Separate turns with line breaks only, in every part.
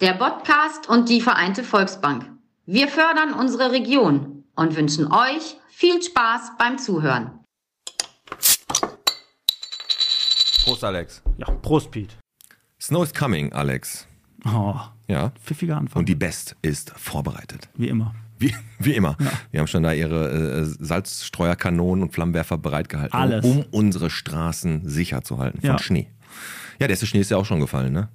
der Podcast und die Vereinte Volksbank. Wir fördern unsere Region und wünschen euch viel Spaß beim Zuhören.
Prost, Alex.
Ja, Prost, Piet.
Snow is coming, Alex.
Oh,
Ja.
pfiffiger Anfang,
Und die Best ist vorbereitet.
wie immer.
Wie, wie immer. Wir haben schon da ihre äh, Salzstreuerkanonen und Flammenwerfer bereitgehalten,
Alles.
um unsere Straßen sicher zu halten von
Ja.
Schnee. Ja, der erste Schnee ist ja auch schon gefallen, ne?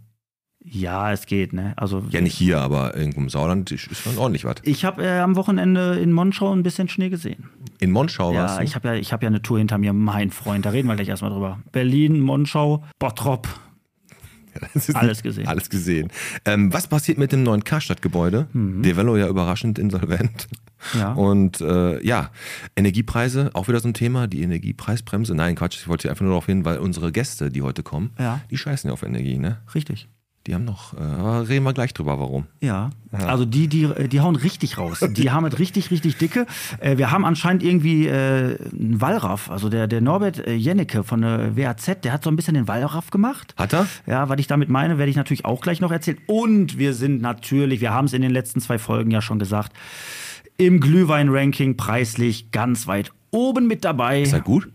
Ja, es geht, ne? Also,
Ja, nicht hier, aber irgendwo im Sauerland ist ist schon ordentlich was.
Ich habe äh, am Wochenende in Monschau ein bisschen Schnee gesehen.
In Monschau ne? warst
Ja,
du?
ich habe ja, ich hab ja eine Tour hinter mir, mein Freund. Da reden wir gleich erstmal drüber. Berlin, Monschau, Bottrop.
Ja, das ist
alles gesehen.
Alles gesehen. Ähm, was passiert mit dem neuen Karstadt-Gebäude?
Mhm.
Develo ja überraschend insolvent.
Ja.
Und äh, ja, Energiepreise, auch wieder so ein Thema, die Energiepreisbremse. Nein, Quatsch, ich wollte hier einfach nur darauf hin, weil unsere Gäste, die heute kommen,
Ja.
die scheißen ja auf Energie, ne?
Richtig.
Die haben noch, äh, aber reden wir gleich drüber, warum.
Ja. Also die, die, äh, die hauen richtig raus. Die haben es richtig, richtig dicke. Äh, wir haben anscheinend irgendwie äh, einen Wallraff. Also der, der Norbert äh, Jennecke von der WAZ, der hat so ein bisschen den Wallraff gemacht.
Hat er?
Ja, was ich damit meine, werde ich natürlich auch gleich noch erzählen. Und wir sind natürlich, wir haben es in den letzten zwei Folgen ja schon gesagt, im Glühwein-Ranking preislich ganz weit oben mit dabei.
Ist das gut?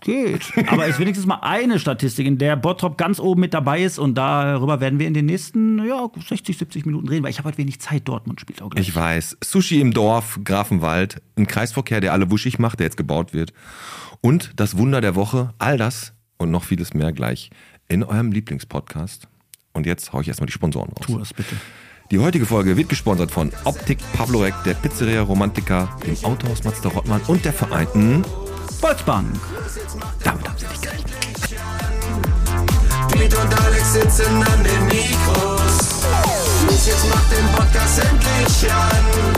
Geht. Aber ist wenigstens mal eine Statistik, in der Bottrop ganz oben mit dabei ist. Und darüber werden wir in den nächsten ja, 60, 70 Minuten reden, weil ich habe halt wenig Zeit. Dortmund spielt auch gleich.
Ich weiß. Sushi im Dorf, Grafenwald, ein Kreisverkehr, der alle wuschig macht, der jetzt gebaut wird. Und das Wunder der Woche, all das und noch vieles mehr gleich in eurem Lieblingspodcast. Und jetzt hau ich erstmal die Sponsoren raus.
Tu es bitte.
Die heutige Folge wird gesponsert von Optik Pavlorek, der Pizzeria Romantica, dem Autohaus Mazda Rottmann und der Vereinten.
Volksbank.
Damit haben sie dich gleich.
Piet und Alex sitzen an den Mikros. Los, jetzt macht den Podcast endlich an.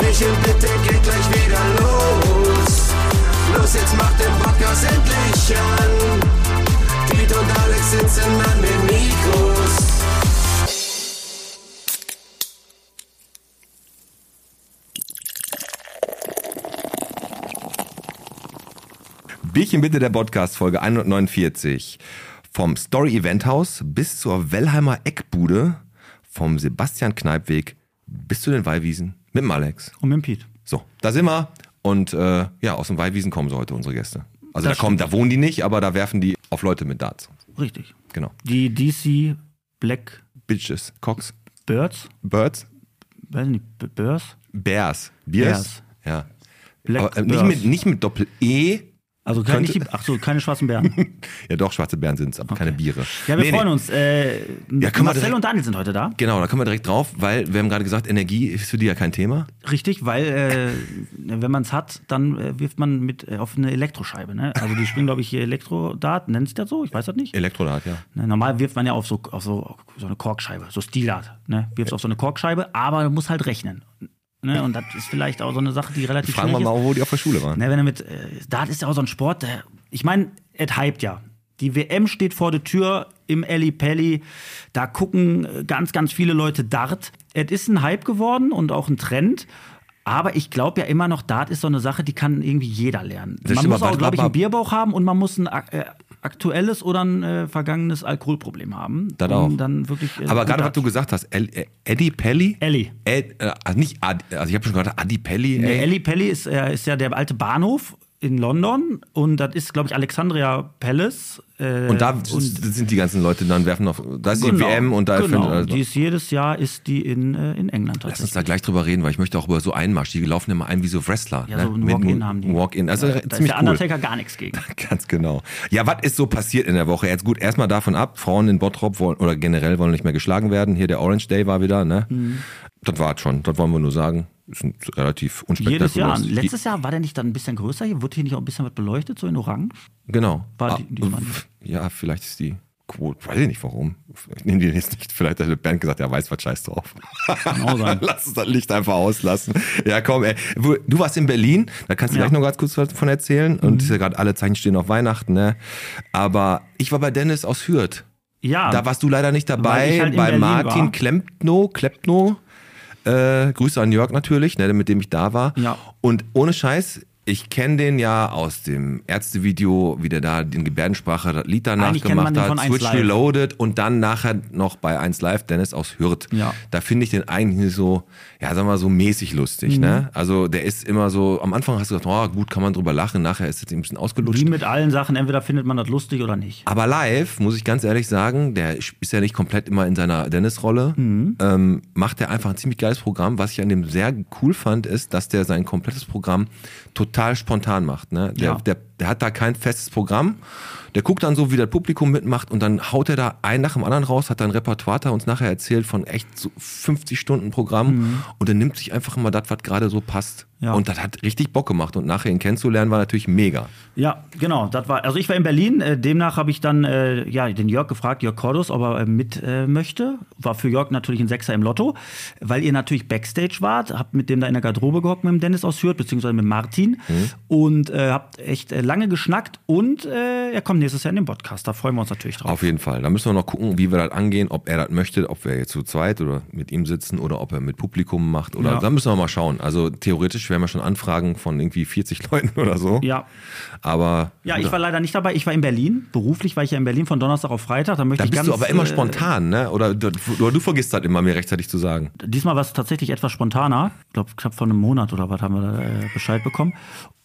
Michel, bitte geht gleich wieder los. Los, jetzt macht den Podcast endlich an. Piet und Alex sitzen an den Mikros.
Bierchen bitte der Podcast Folge 149. Vom Story Event House bis zur Wellheimer Eckbude, vom Sebastian Kneipweg bis zu den Weihwiesen mit dem Alex.
Und mit dem Piet.
So, da sind wir. Und äh, ja, aus den Weihwiesen kommen so heute unsere Gäste. Also
Das
da kommen, da wohnen die nicht, aber da werfen die auf Leute mit Darts.
Richtig.
Genau.
Die DC Black
Bitches, Cox,
Birds.
Birds,
Weiß nicht, B- Birds?
Bears, Bears.
Bears.
Ja.
Black
Aber, äh, nicht,
Birds.
mit, nicht mit Doppel-E.
also keine,
könnte-
nicht die, ach so, keine schwarzen Bären.
Ja doch, schwarze Bären sind es, aber keine Biere.
Ja, wir
Nee, nee.
freuen uns. Äh,
können wir
Marcel
direkt-
und Daniel sind heute da.
Genau, da kommen wir direkt drauf, weil wir haben gerade gesagt, Energie ist für die ja kein Thema.
Richtig, weil äh, wenn man es hat, dann äh, wirft man mit äh, auf eine Elektroscheibe. Ne? Also die spielen, glaube ich, hier Elektrodart, nennt sich das so? Ich weiß das nicht.
Elektrodat, ja.
Ne, normal wirft man ja auf so, auf so, auf so eine Korkscheibe, so Stilart. Ne? Wirft auf so eine Korkscheibe, aber man muss halt rechnen. Ne? Und das ist vielleicht auch so eine Sache, die relativ
Fragen wir
schwierig
mal,
ist.
wo die auf der Schule waren.
Ne, wenn er mit, äh, Dart ist ja auch so ein Sport, der, ich meine, es hypt ja. Die WM steht vor der Tür im Alley Pally. Da gucken äh, ganz, ganz viele Leute Dart. Es ist ein Hype geworden und auch ein Trend. Aber ich glaube ja immer noch, Dart ist so eine Sache, die kann irgendwie jeder lernen.
Das
man
stimmt,
muss
aber-
auch, glaube ich,
aber-
einen Bierbauch haben und man muss ein ak- äh, aktuelles oder ein äh, vergangenes Alkoholproblem haben.
Das
um
auch.
dann wirklich. äh,
Aber
gut
gerade was
Dart-
du gesagt hast, El, äh, Eddie Pelli?
Elli.
Ed, äh, also nicht Ad, also ich habe schon gedacht, Adi Pelli,
Der
ey.
Ellie Pelly ist, äh, ist ja der alte Bahnhof in London und das ist, glaube ich, Alexandria Palace. Äh,
Und da sind die ganzen Leute dann werfen auf, da ist die
genau,
WM und da
genau.
findet also,
die ist jedes Jahr ist die in, äh, in England
Lass uns
tatsächlich.
da gleich drüber reden, weil ich möchte auch über so Einmarsch. Die laufen immer ein wie so Wrestler.
Ja,
ne?
so ein
Mit
Walk-In
einem
haben die.
Walk-in. Also
Da ist
ziemlich
der
cool.
Undertaker gar nichts gegen.
Ganz genau. Ja, was ist so passiert in der Woche? Jetzt gut, erstmal davon ab, Frauen in Bottrop wollen oder generell wollen nicht mehr geschlagen werden. Hier der Orange Day war wieder, ne?
Mhm.
Das war's schon, das wollen wir nur sagen. Ist ein relativ unspektakulär.
Jedes Jahr. Letztes Jahr war der nicht dann ein bisschen größer hier? Wurde hier nicht auch ein bisschen was beleuchtet, so in Orange?
Genau.
War die- die waren-
ja, vielleicht ist die Quote, weiß ich nicht warum. Ich nehme die jetzt nicht. Vielleicht hat der Bernd gesagt, ja, weiß was, scheiß drauf.
Kann auch sein.
Lass uns das Licht einfach auslassen. Ja, komm, ey. Wo- Du warst in Berlin, da kannst du
Ja. Mhm.
gleich noch ganz kurz was von erzählen. Und ist ja gerade alle Zeichen stehen auf Weihnachten, ne? Aber ich war bei Dennis aus Hürth.
Ja.
Da warst du leider nicht
Weil
dabei,
ich halt in
bei
Berlin
Martin
war.
Klempno, Klempno. Äh, Grüße an Jörg natürlich, ne, mit dem ich da war.
Ja.
Und ohne Scheiß, Ich kenne den ja aus dem Ärztevideo, wie der da den Gebärdensprache das Lied danach
Eigentlich kennt man
gemacht
den
hat,
von 1
Switch
Live.
Reloaded und dann nachher noch bei 1 Live Dennis aus Hürth.
Ja.
Da finde ich den eigentlich so, ja, sagen wir mal so mäßig lustig,
Mhm.
ne? Also der ist immer so, am Anfang hast du gedacht, oh, gut, kann man drüber lachen, nachher ist es ein bisschen
Wie
ausgelutscht.
mit allen Sachen, entweder findet man das lustig oder nicht.
Aber live, muss ich ganz ehrlich sagen, der ist ja nicht komplett immer in seiner Dennis-Rolle,
Mhm.
ähm, macht er einfach ein ziemlich geiles Programm. Was ich an dem sehr cool fand, ist, dass der sein komplettes Programm total spontan macht. Ne? Der,
Ja.
der, der hat da kein festes Programm. Der guckt dann so, wie das Publikum mitmacht und dann haut er da ein nach dem anderen raus, hat dann Repertoire da uns nachher erzählt von echt so 50 Stunden Programm und dann nimmt sich einfach immer das, was gerade so passt.
Mhm. Ja.
Und das hat richtig Bock gemacht und nachher ihn kennenzulernen war natürlich mega.
Ja, genau. Das war, also ich war in Berlin, äh, demnach habe ich dann äh, ja, den Jörg gefragt, Jörg Cordus, ob er äh, mit äh, möchte. War für Jörg natürlich ein Sechser im Lotto, weil ihr natürlich Backstage wart, habt mit dem da in der Garderobe gehockt, mit dem Dennis aus Hürth, beziehungsweise mit Martin
Mhm.
und äh, habt echt äh, lange geschnackt und äh, er kommt nächstes Jahr in den Podcast, da freuen wir uns natürlich drauf.
Auf jeden Fall. Da müssen wir noch gucken, wie wir das angehen, ob er das möchte, ob wir jetzt zu zweit oder mit ihm sitzen oder ob er mit Publikum macht oder
Ja.
da müssen wir mal schauen. Also theoretisch werden wir schon Anfragen von irgendwie 40 Leuten oder so.
Ja.
Aber
Ja, ich war leider nicht dabei. Ich war in Berlin. Beruflich war ich ja in Berlin von Donnerstag auf Freitag. Da möchte
da
ich
bist
ganz,
du aber immer
äh,
spontan, ne? Oder du, oder du vergisst das immer, mir rechtzeitig zu sagen.
Diesmal war es tatsächlich etwas spontaner. Ich glaube, knapp vor einem Monat oder was haben wir da, äh, Bescheid bekommen.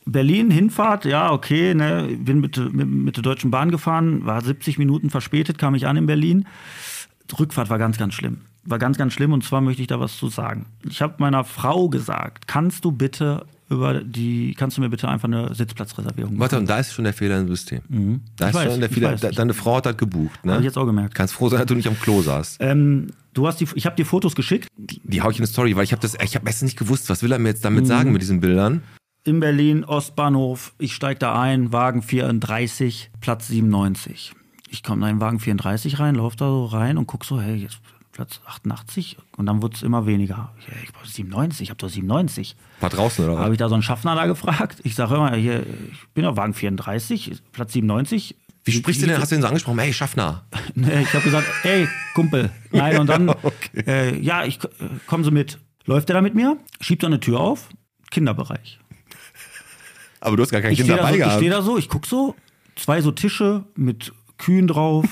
Berlin, Hinfahrt, ja, okay, ne, bin mit, mit, mit der Deutschen Bahn gefahren, war 70 Minuten verspätet, kam ich an in Berlin. Rückfahrt war ganz, ganz schlimm. War ganz, ganz schlimm und zwar möchte ich da was zu sagen. Ich habe meiner Frau gesagt, kannst du bitte über die, kannst du mir bitte einfach eine Sitzplatzreservierung machen?
Warte, und da ist schon der Fehler im System. Da ist
Mhm. Ich weiß,
schon der
ich
Fehler.
weiß.
Da, deine Frau hat das gebucht, ne?
Hab ich jetzt auch gemerkt.
Kannst froh sein, dass du nicht am Klo saßt.
Ähm, du hast die, ich habe dir Fotos geschickt.
Die hau ich in die Story, weil ich habe das, ich habe erst nicht gewusst, was will er mir jetzt
Mhm.
damit sagen mit diesen Bildern.
in Berlin, Ostbahnhof. Ich steige da ein, Wagen 34, Platz 97. Ich komme da in Wagen 34 rein, laufe da so rein und guck so, hey, jetzt Platz 88. Und dann wird's immer weniger. Ich, hey, ich brauche 97, ich habe doch 97.
War draußen oder
Habe
was?
ich da so einen Schaffner da gefragt? Ich sage immer, hier, ich bin auf Wagen 34, Platz 97.
Wie sprichst du denn? Hast du ihn so angesprochen? Hey, Schaffner.
Nee, ich habe gesagt, ey, Kumpel. Nein, und dann, äh, ja, ich äh, komm so mit. Läuft er da mit mir? Schiebt er eine Tür auf? Kinderbereich.
Aber du hast gar kein
Ich
Kind
stehe da,
dabei
so, ich
gehabt.
steh da so, ich guck so, zwei so Tische mit Kühen drauf,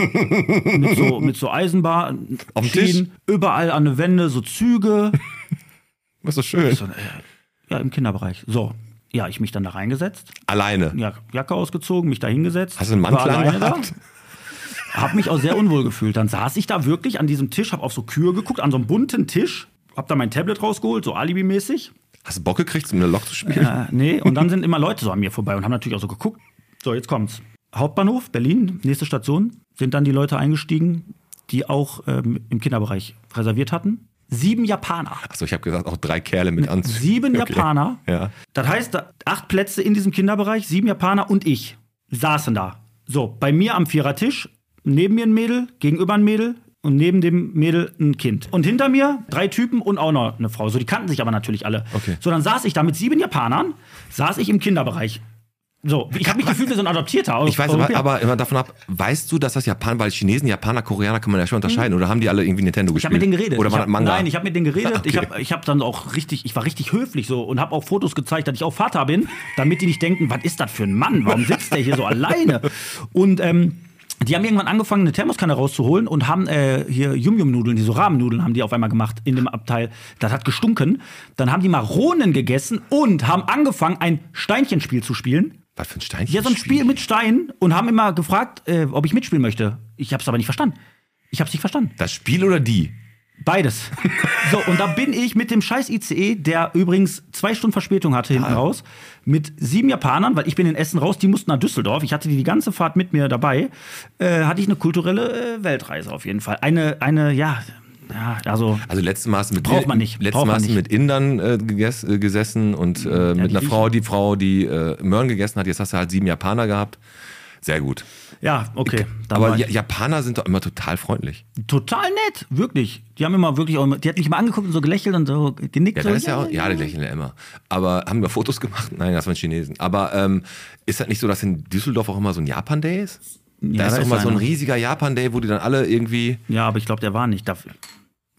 mit so, mit so Eisenbahn,
Auf dem
Schienen, überall an der Wände so Züge,
Was so schön.
ja, im Kinderbereich. So, ja, ich mich dann da reingesetzt,
Alleine.
ja, Jacke ausgezogen, mich da hingesetzt.
Hast du einen Mantel
war alleine
angehabt?
Da, hab mich auch sehr unwohl gefühlt. Dann saß ich da wirklich an diesem Tisch, hab auf so Kühe geguckt, an so einem bunten Tisch, hab da mein Tablet rausgeholt, so alibimäßig.
Hast du Bock gekriegt, um eine Lok zu spielen?
Äh, nee, und dann sind immer Leute so an mir vorbei und haben natürlich auch so geguckt. So, jetzt kommt's. Hauptbahnhof, Berlin, nächste Station, sind dann die Leute eingestiegen, die auch ähm, im Kinderbereich reserviert hatten. Sieben Japaner.
Achso, ich habe gesagt, auch drei Kerle mit Anzug.
Sieben
Okay.
Japaner.
Ja.
Das heißt, da- acht Plätze in diesem Kinderbereich, sieben Japaner und ich saßen da. So, bei mir am Vierertisch, neben mir ein Mädel, gegenüber ein Mädel und neben dem Mädel ein Kind. Und hinter mir drei Typen und auch noch eine Frau. So, die kannten sich aber natürlich alle.
Okay.
So, dann saß ich da mit sieben Japanern, saß ich im Kinderbereich. So, ich habe mich gefühlt wie so ein Adoptierter.
Ich weiß aber, aber immer davon ab, weißt du, dass das Japan, weil Chinesen, Japaner, Koreaner kann man ja schon unterscheiden oder haben die alle irgendwie Nintendo
Mhm. Ich
gespielt?
habe mit denen geredet.
Oder
ich
war
hab,
das Manga?
Nein, ich habe mit denen geredet. Ich
Okay.
habe ich hab dann auch richtig, ich war richtig höflich so und habe auch Fotos gezeigt, dass ich auch Vater bin, damit die nicht denken, was ist das für ein Mann? Warum sitzt der hier so alleine? Und ähm, die haben irgendwann angefangen, eine Thermoskanne rauszuholen und haben äh, hier Yum-Yum-Nudeln, die so Rahmennudeln haben die auf einmal gemacht in dem Abteil. Das hat gestunken. Dann haben die Maronen gegessen und haben angefangen, ein Steinchenspiel zu spielen.
Was für ein Steinchen?
Ja, so ein Spiel mit Steinen und haben immer gefragt, äh, ob ich mitspielen möchte. Ich habe es aber nicht verstanden. Ich habe es nicht verstanden.
Das Spiel oder die?
Beides. So, und da bin ich mit dem scheiß ICE, der übrigens zwei Stunden Verspätung hatte
Ah.
hinten raus, mit sieben Japanern, weil ich bin in Essen raus, die mussten nach Düsseldorf. Ich hatte die die ganze Fahrt mit mir dabei. Äh, hatte ich eine kulturelle äh, Weltreise auf jeden Fall. Eine, eine, ja, ja, also.
Also letztes Mal hast du mit
Braucht man nicht.
Letztes
Braucht
Mal
man
hast du
nicht.
mit Indern äh, geges äh, gesessen und äh, mit
die
einer Frau, die Frau, die äh, Möhren gegessen hat. Jetzt hast du halt sieben Japaner gehabt. Sehr gut.
Ja, okay. dann
aber
mal.
Ja Japaner sind doch immer total freundlich.
total nett, wirklich. Die haben immer wirklich auch, immer- die hat mich mal angeguckt und so gelächelt und so genickt.
Ja,
so,
das ist ja auch, ja, die lächeln ja immer. Aber haben wir Fotos gemacht? Nein, das waren Chinesen. Aber ähm, ist das nicht so, dass in Düsseldorf auch immer so ein Japan-Day ist? da
Ja,
ist
da
auch
ist
immer so ein
einer.
riesiger Japan-Day, wo die dann alle irgendwie.
Ja, aber ich glaube, der war nicht dafür.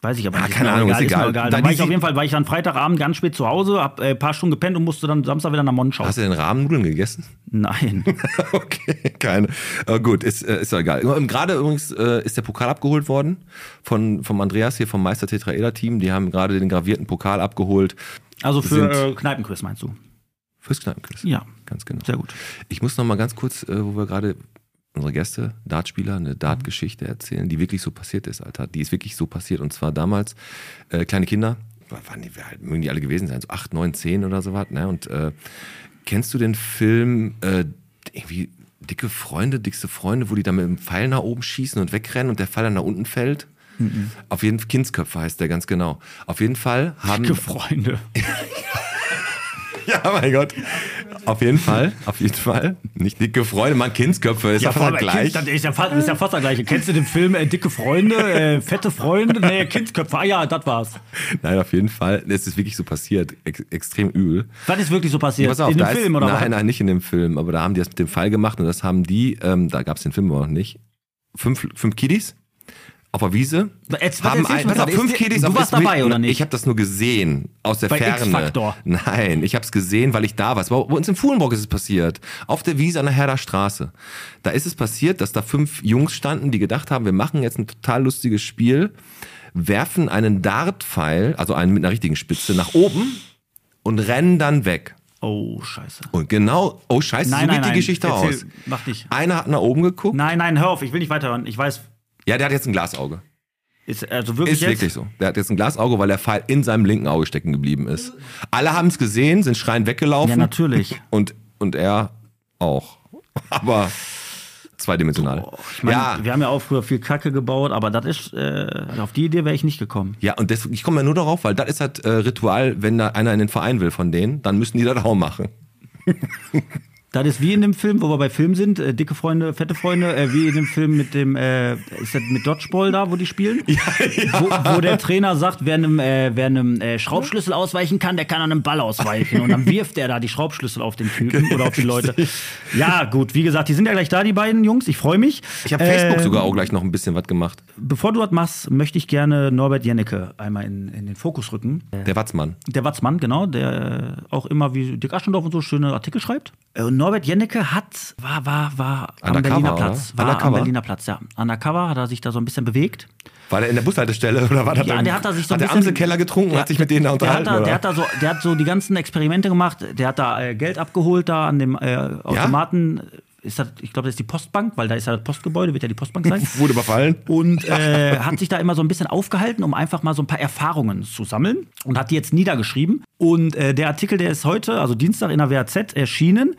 Weiß ich aber
Ja,
nicht.
keine
mir
Ahnung,
egal,
ist egal.
Mir egal.
Da
Dann war
die-
ich auf jeden Fall, war ich dann Freitagabend ganz spät zu Hause, hab äh, ein paar Stunden gepennt und musste dann Samstag wieder nach Monschau.
Hast du denn Rahmennudeln gegessen?
Nein.
Okay, keine. Äh, gut, ist, äh, ist doch egal. Und Gerade übrigens äh, ist der Pokal abgeholt worden von, vom Andreas hier vom Meister Tetraeder-Team. Die haben gerade den gravierten Pokal abgeholt
Also für
Sind-
äh, Kneipenquiz meinst du?
fürs Kneipenquiz.
Ja.
Ganz genau.
Sehr gut.
Ich muss noch mal ganz kurz, äh, wo wir gerade unsere Gäste, Dartspieler, eine Dartgeschichte erzählen, die wirklich so passiert ist, Alter. Die ist wirklich so passiert. Und zwar damals, äh, kleine Kinder, waren die, wer- mögen die alle gewesen sein, so 8, 9, 10 oder sowas, ne? Und äh, kennst du den Film, äh, irgendwie dicke Freunde, dickste Freunde, wo die da mit dem Pfeil nach oben schießen und wegrennen und der Pfeil dann nach unten fällt? Auf jeden Fall, Kindsköpfe heißt der ganz genau. Auf jeden Fall haben.
Dicke Freunde.
Ja, mein Gott. Auf jeden Fall, auf jeden Fall. Nicht dicke Freunde, man Kindsköpfe, ist ja,
voll,
fast
aber
gleich.
Kind, das ist ja fast, ist ja fast das gleiche. Kennst du den Film äh, Dicke Freunde, äh, fette Freunde? Nee, Kindsköpfe. Ah ja, das war's.
Nein, auf jeden Fall. Es ist wirklich so passiert. Ex extrem übel.
Was ist wirklich so passiert?
Pass auf,
In dem
da
Film
ist,
oder
Nein,
was?
nein, nicht in dem Film. Aber da haben die das mit dem Fall gemacht und das haben die, ähm, da gab es den Film aber noch nicht. Fünf, fünf Kiddies auf der Wiese.
Jetzt- was
haben ein,
erzählst du mir
pass auf,
gerade?
fünf
Ist dir-
Kiddies
du
auf
warst
ist mit-
dabei, oder nicht?
Ich habe das nur gesehen aus der
Bei
Ferne.
X-Factor.
Nein, ich habe es gesehen, weil ich da war. Es war bei uns in Fuhlenburg ist es passiert. Auf der Wiese an der Herder Straße. Da ist es passiert, dass da fünf Jungs standen, die gedacht haben, wir machen jetzt ein total lustiges Spiel, werfen einen Dartpfeil, also einen mit einer richtigen Spitze, nach oben und rennen dann weg.
Oh, scheiße.
Und genau, oh scheiße,
Nein,
so
nein,
geht die
nein.
Geschichte
Erzähl,
aus.
mach nicht.
Einer hat nach oben geguckt.
Nein, nein, hör auf, ich will nicht weiterhören. Ich weiß,
Ja, der hat jetzt ein Glasauge.
ist also wirklich
Ist
jetzt.
wirklich so. Der hat jetzt ein Glasauge, weil der Pfeil in seinem linken Auge stecken geblieben ist. Alle haben es gesehen, sind schreiend weggelaufen.
Ja, natürlich.
Und, und er auch. Aber zweidimensional.
Ich meine,
ja.
wir haben ja auch früher viel Kacke gebaut, aber das ist, äh, auf die Idee wäre ich nicht gekommen.
Ja, und das, ich komme ja nur darauf, weil das ist halt äh, Ritual, wenn da einer in den Verein will von denen, dann müssen die das auch machen.
Das ist wie in dem Film, wo wir bei Film sind, äh, dicke Freunde, fette Freunde, äh, wie in dem Film mit dem, äh, ist das mit Dodgeball da, wo die spielen? Ja, Wo, wo der Trainer sagt, wer einem, äh, wer einem äh, Schraubschlüssel ausweichen kann, der kann an einem Ball ausweichen. Und dann wirft er da die Schraubschlüssel auf den
Genau,
Typen oder auf die Leute. Ja, gut, wie gesagt, die sind ja gleich da, die beiden Jungs. Ich freue mich. Ähm,
Ich habe Facebook sogar auch gleich noch ein bisschen was gemacht.
Bevor du was machst, möchte ich gerne Norbert Jennecke einmal in, in den Fokus rücken.
Der Watzmann.
Der Watzmann, genau, der äh, auch immer wie Dick Aschendorf und so schöne Artikel schreibt. Äh, Und Norbert Jennecke hat, war, war, war am
Undercover,
Berliner
oder?
Platz. War am
Undercover?
Berliner Platz, ja. Undercover hat er sich da so ein bisschen bewegt.
War der in der Bushaltestelle oder war der
Ja,
beim-
der hat da sich so ein
hat der
bisschen-
Amselkeller getrunken und
Ja,
hat sich mit denen da
der
unterhalten?
hat da,
oder?
der, hat da so, der hat so die ganzen Experimente gemacht. Der hat da äh, Geld abgeholt da an dem äh, Automaten. Ist das, ich glaube, das ist die Postbank, weil da ist ja das Postgebäude, wird ja die Postbank sein.
Wurde überfallen?
und äh, hat sich da immer so ein bisschen aufgehalten, um einfach mal so ein paar Erfahrungen zu sammeln und hat die jetzt niedergeschrieben. Und äh, der Artikel, der ist heute, also Dienstag in der WAZ erschienen,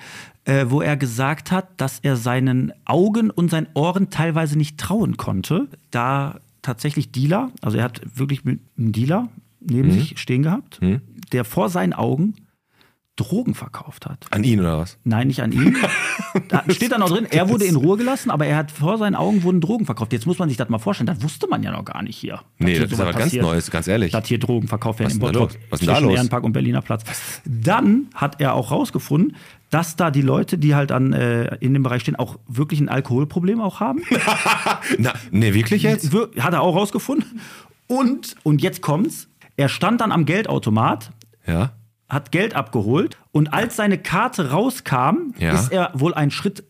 äh, wo er gesagt hat, dass er seinen Augen und seinen Ohren teilweise nicht trauen konnte, da tatsächlich Dealer, also er hat wirklich mit einem Dealer neben sich stehen gehabt, der vor seinen Augen Drogen verkauft hat.
An ihn oder was?
Nein, nicht an ihm. Da steht dann auch drin, er wurde in Ruhe gelassen, aber er hat vor seinen Augen wurden Drogen verkauft. Jetzt muss man sich das mal vorstellen, das wusste man ja noch gar nicht hier. dass
Nee,
hier
das ist
sowas
aber ganz
passiert,
Neues, ganz ehrlich.
Dass hier Drogen verkauft werden
Was
im
ist denn da
Bottrop
los? Was ist denn da
zwischen
los?
Ehrenpark und Berliner Platz. Dann hat er auch rausgefunden, dass da die Leute, die halt an, äh, in dem Bereich stehen, auch wirklich ein Alkoholproblem auch haben.
Na, nee, wirklich jetzt?
Wir- Hat er auch rausgefunden. Und, und jetzt kommt's, er stand dann am Geldautomat
Ja.
hat Geld abgeholt und als seine Karte rauskam,
Ja.
ist er wohl einen Schritt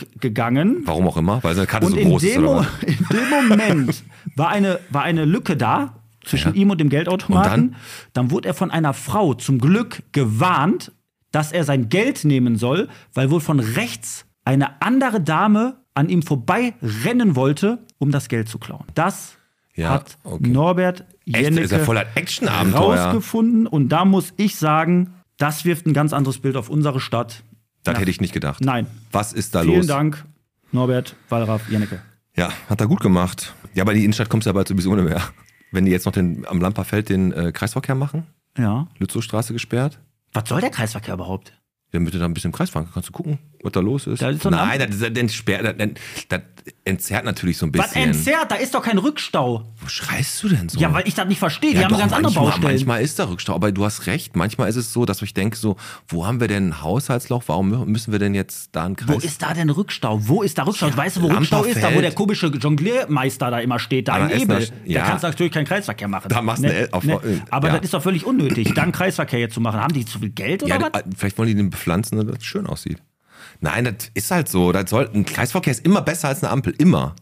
zurückgegangen.
Warum auch immer, weil seine Karte
Und
so
in
groß ist
dem,
oder
Mo-
was?
in dem Moment war eine, war eine Lücke da zwischen ihm und dem Geldautomaten.
Und
dann? wurde er von einer Frau zum Glück gewarnt, dass er sein Geld nehmen soll, weil wohl von rechts eine andere Dame an ihm vorbei rennen wollte, um das Geld zu klauen. Das
Ja,
hat
okay.
Norbert
Echt,
Jennecke
ist ja voller Action-Abenteuer.
rausgefunden und da muss ich sagen, das wirft ein ganz anderes Bild auf unsere Stadt.
Das hätte ich nicht gedacht.
Nein.
Was ist da
Vielen
los?
Dank, Norbert, Wallraff, Jennecke.
Ja, hat er gut gemacht. Ja, aber in die Innenstadt kommst du ja bald sowieso nicht mehr. Wenn die jetzt noch den, am Lamperfeld den äh, Kreisverkehr machen,
Ja.
Lützowstraße gesperrt.
Was soll der Kreisverkehr überhaupt?
Damit du da ein bisschen im Kreis fahren kannst, kannst du gucken, was da los ist.
Da ist so eine
Nein, das, das, entsperrt- das, das entzerrt natürlich so ein bisschen.
Was entzerrt? Da ist doch kein Rückstau.
Wo schreist du denn so?
Ja, weil ich das nicht verstehe. Die
Ja,
haben
doch,
ganz andere
manchmal,
Baustellen.
Manchmal ist der Rückstau, aber du hast recht. Manchmal ist es so, dass ich denke so, wo haben wir denn einen Haushaltsloch? Warum mü- müssen wir denn jetzt da einen
Wo
Kreis?
ist da denn Rückstau? Wo ist da Rückstau? weißt du, wo
Lamperfeld.
Rückstau ist? Da, wo der komische Jongliermeister da immer steht, da
Aber
im
Ah, ist
Ebel.
das- ja.
Da kannst du natürlich keinen Kreisverkehr machen. Ne?
Da machst du eine- auf- äh,
Aber
ja.
das ist doch völlig unnötig, da einen Kreisverkehr jetzt zu machen. Haben die zu viel Geld oder
ja,
was?
äh, vielleicht wollen die den bepflanzen, damit es schön aussieht. Nein, das ist halt so. Das soll, ein Kreisverkehr ist immer besser als eine Ampel. Immer.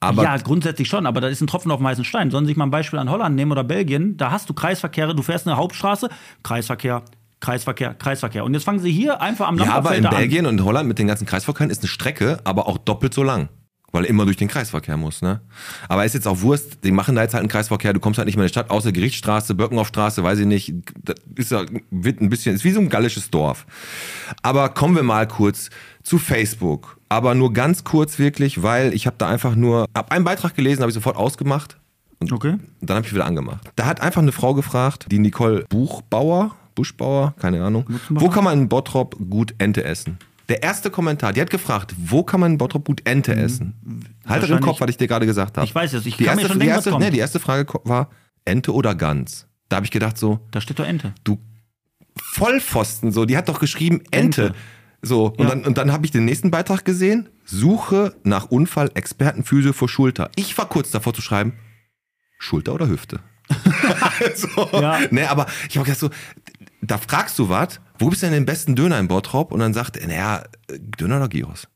Aber
ja, grundsätzlich schon, aber das ist ein Tropfen auf dem heißen Stein. Sollen Sie sich mal ein Beispiel an Holland nehmen oder Belgien? Da hast du Kreisverkehre, du fährst eine Hauptstraße, Kreisverkehr, Kreisverkehr, Kreisverkehr. Und jetzt fangen Sie hier einfach am
Ja, aber in
Lamperfelder an.
Belgien und Holland mit den ganzen Kreisverkehren ist eine Strecke, aber auch doppelt so lang. Weil er immer durch den Kreisverkehr muss, ne? Aber ist jetzt auch Wurst, die machen da jetzt halt einen Kreisverkehr, du kommst halt nicht mehr in die Stadt, außer Gerichtsstraße, Birkenhoffstraße, weiß ich nicht. Das ist ja, wird ein bisschen, ist wie so ein gallisches Dorf. Aber kommen wir mal kurz zu Facebook. Aber nur ganz kurz wirklich, weil ich habe da einfach nur, hab einen Beitrag gelesen, habe ich sofort ausgemacht. Und
Okay.
und dann habe ich wieder angemacht. Da hat einfach eine Frau gefragt, die Nicole Buchbauer, Buschbauer, keine Ahnung. Wo kann man in Bottrop gut Ente essen? Der erste Kommentar, die hat gefragt, wo kann man in Bottrop gut Ente essen? Halt doch im
Mhm. Wahrscheinlich-
Kopf, was ich dir gerade gesagt habe.
Ich weiß es, ich
die
kann mir
erste,
schon
die
denken, was
erste,
kommt.
nee, die erste Frage ko- war, Ente oder Gans? Da habe ich gedacht so,
Da steht doch Ente.
du Vollpfosten, so, die hat doch geschrieben Ente.
Ente.
So, und
Ja.
dann, und dann habe ich den nächsten Beitrag gesehen, Suche nach Unfall Experten Physio für Schulter. Ich war kurz davor zu schreiben, Schulter oder Hüfte. so,
Ja.
ne, aber ich habe gedacht so, da fragst du was, wo gibt's denn den besten Döner in Bottrop? Und dann sagt er, naja, Döner oder Gyros?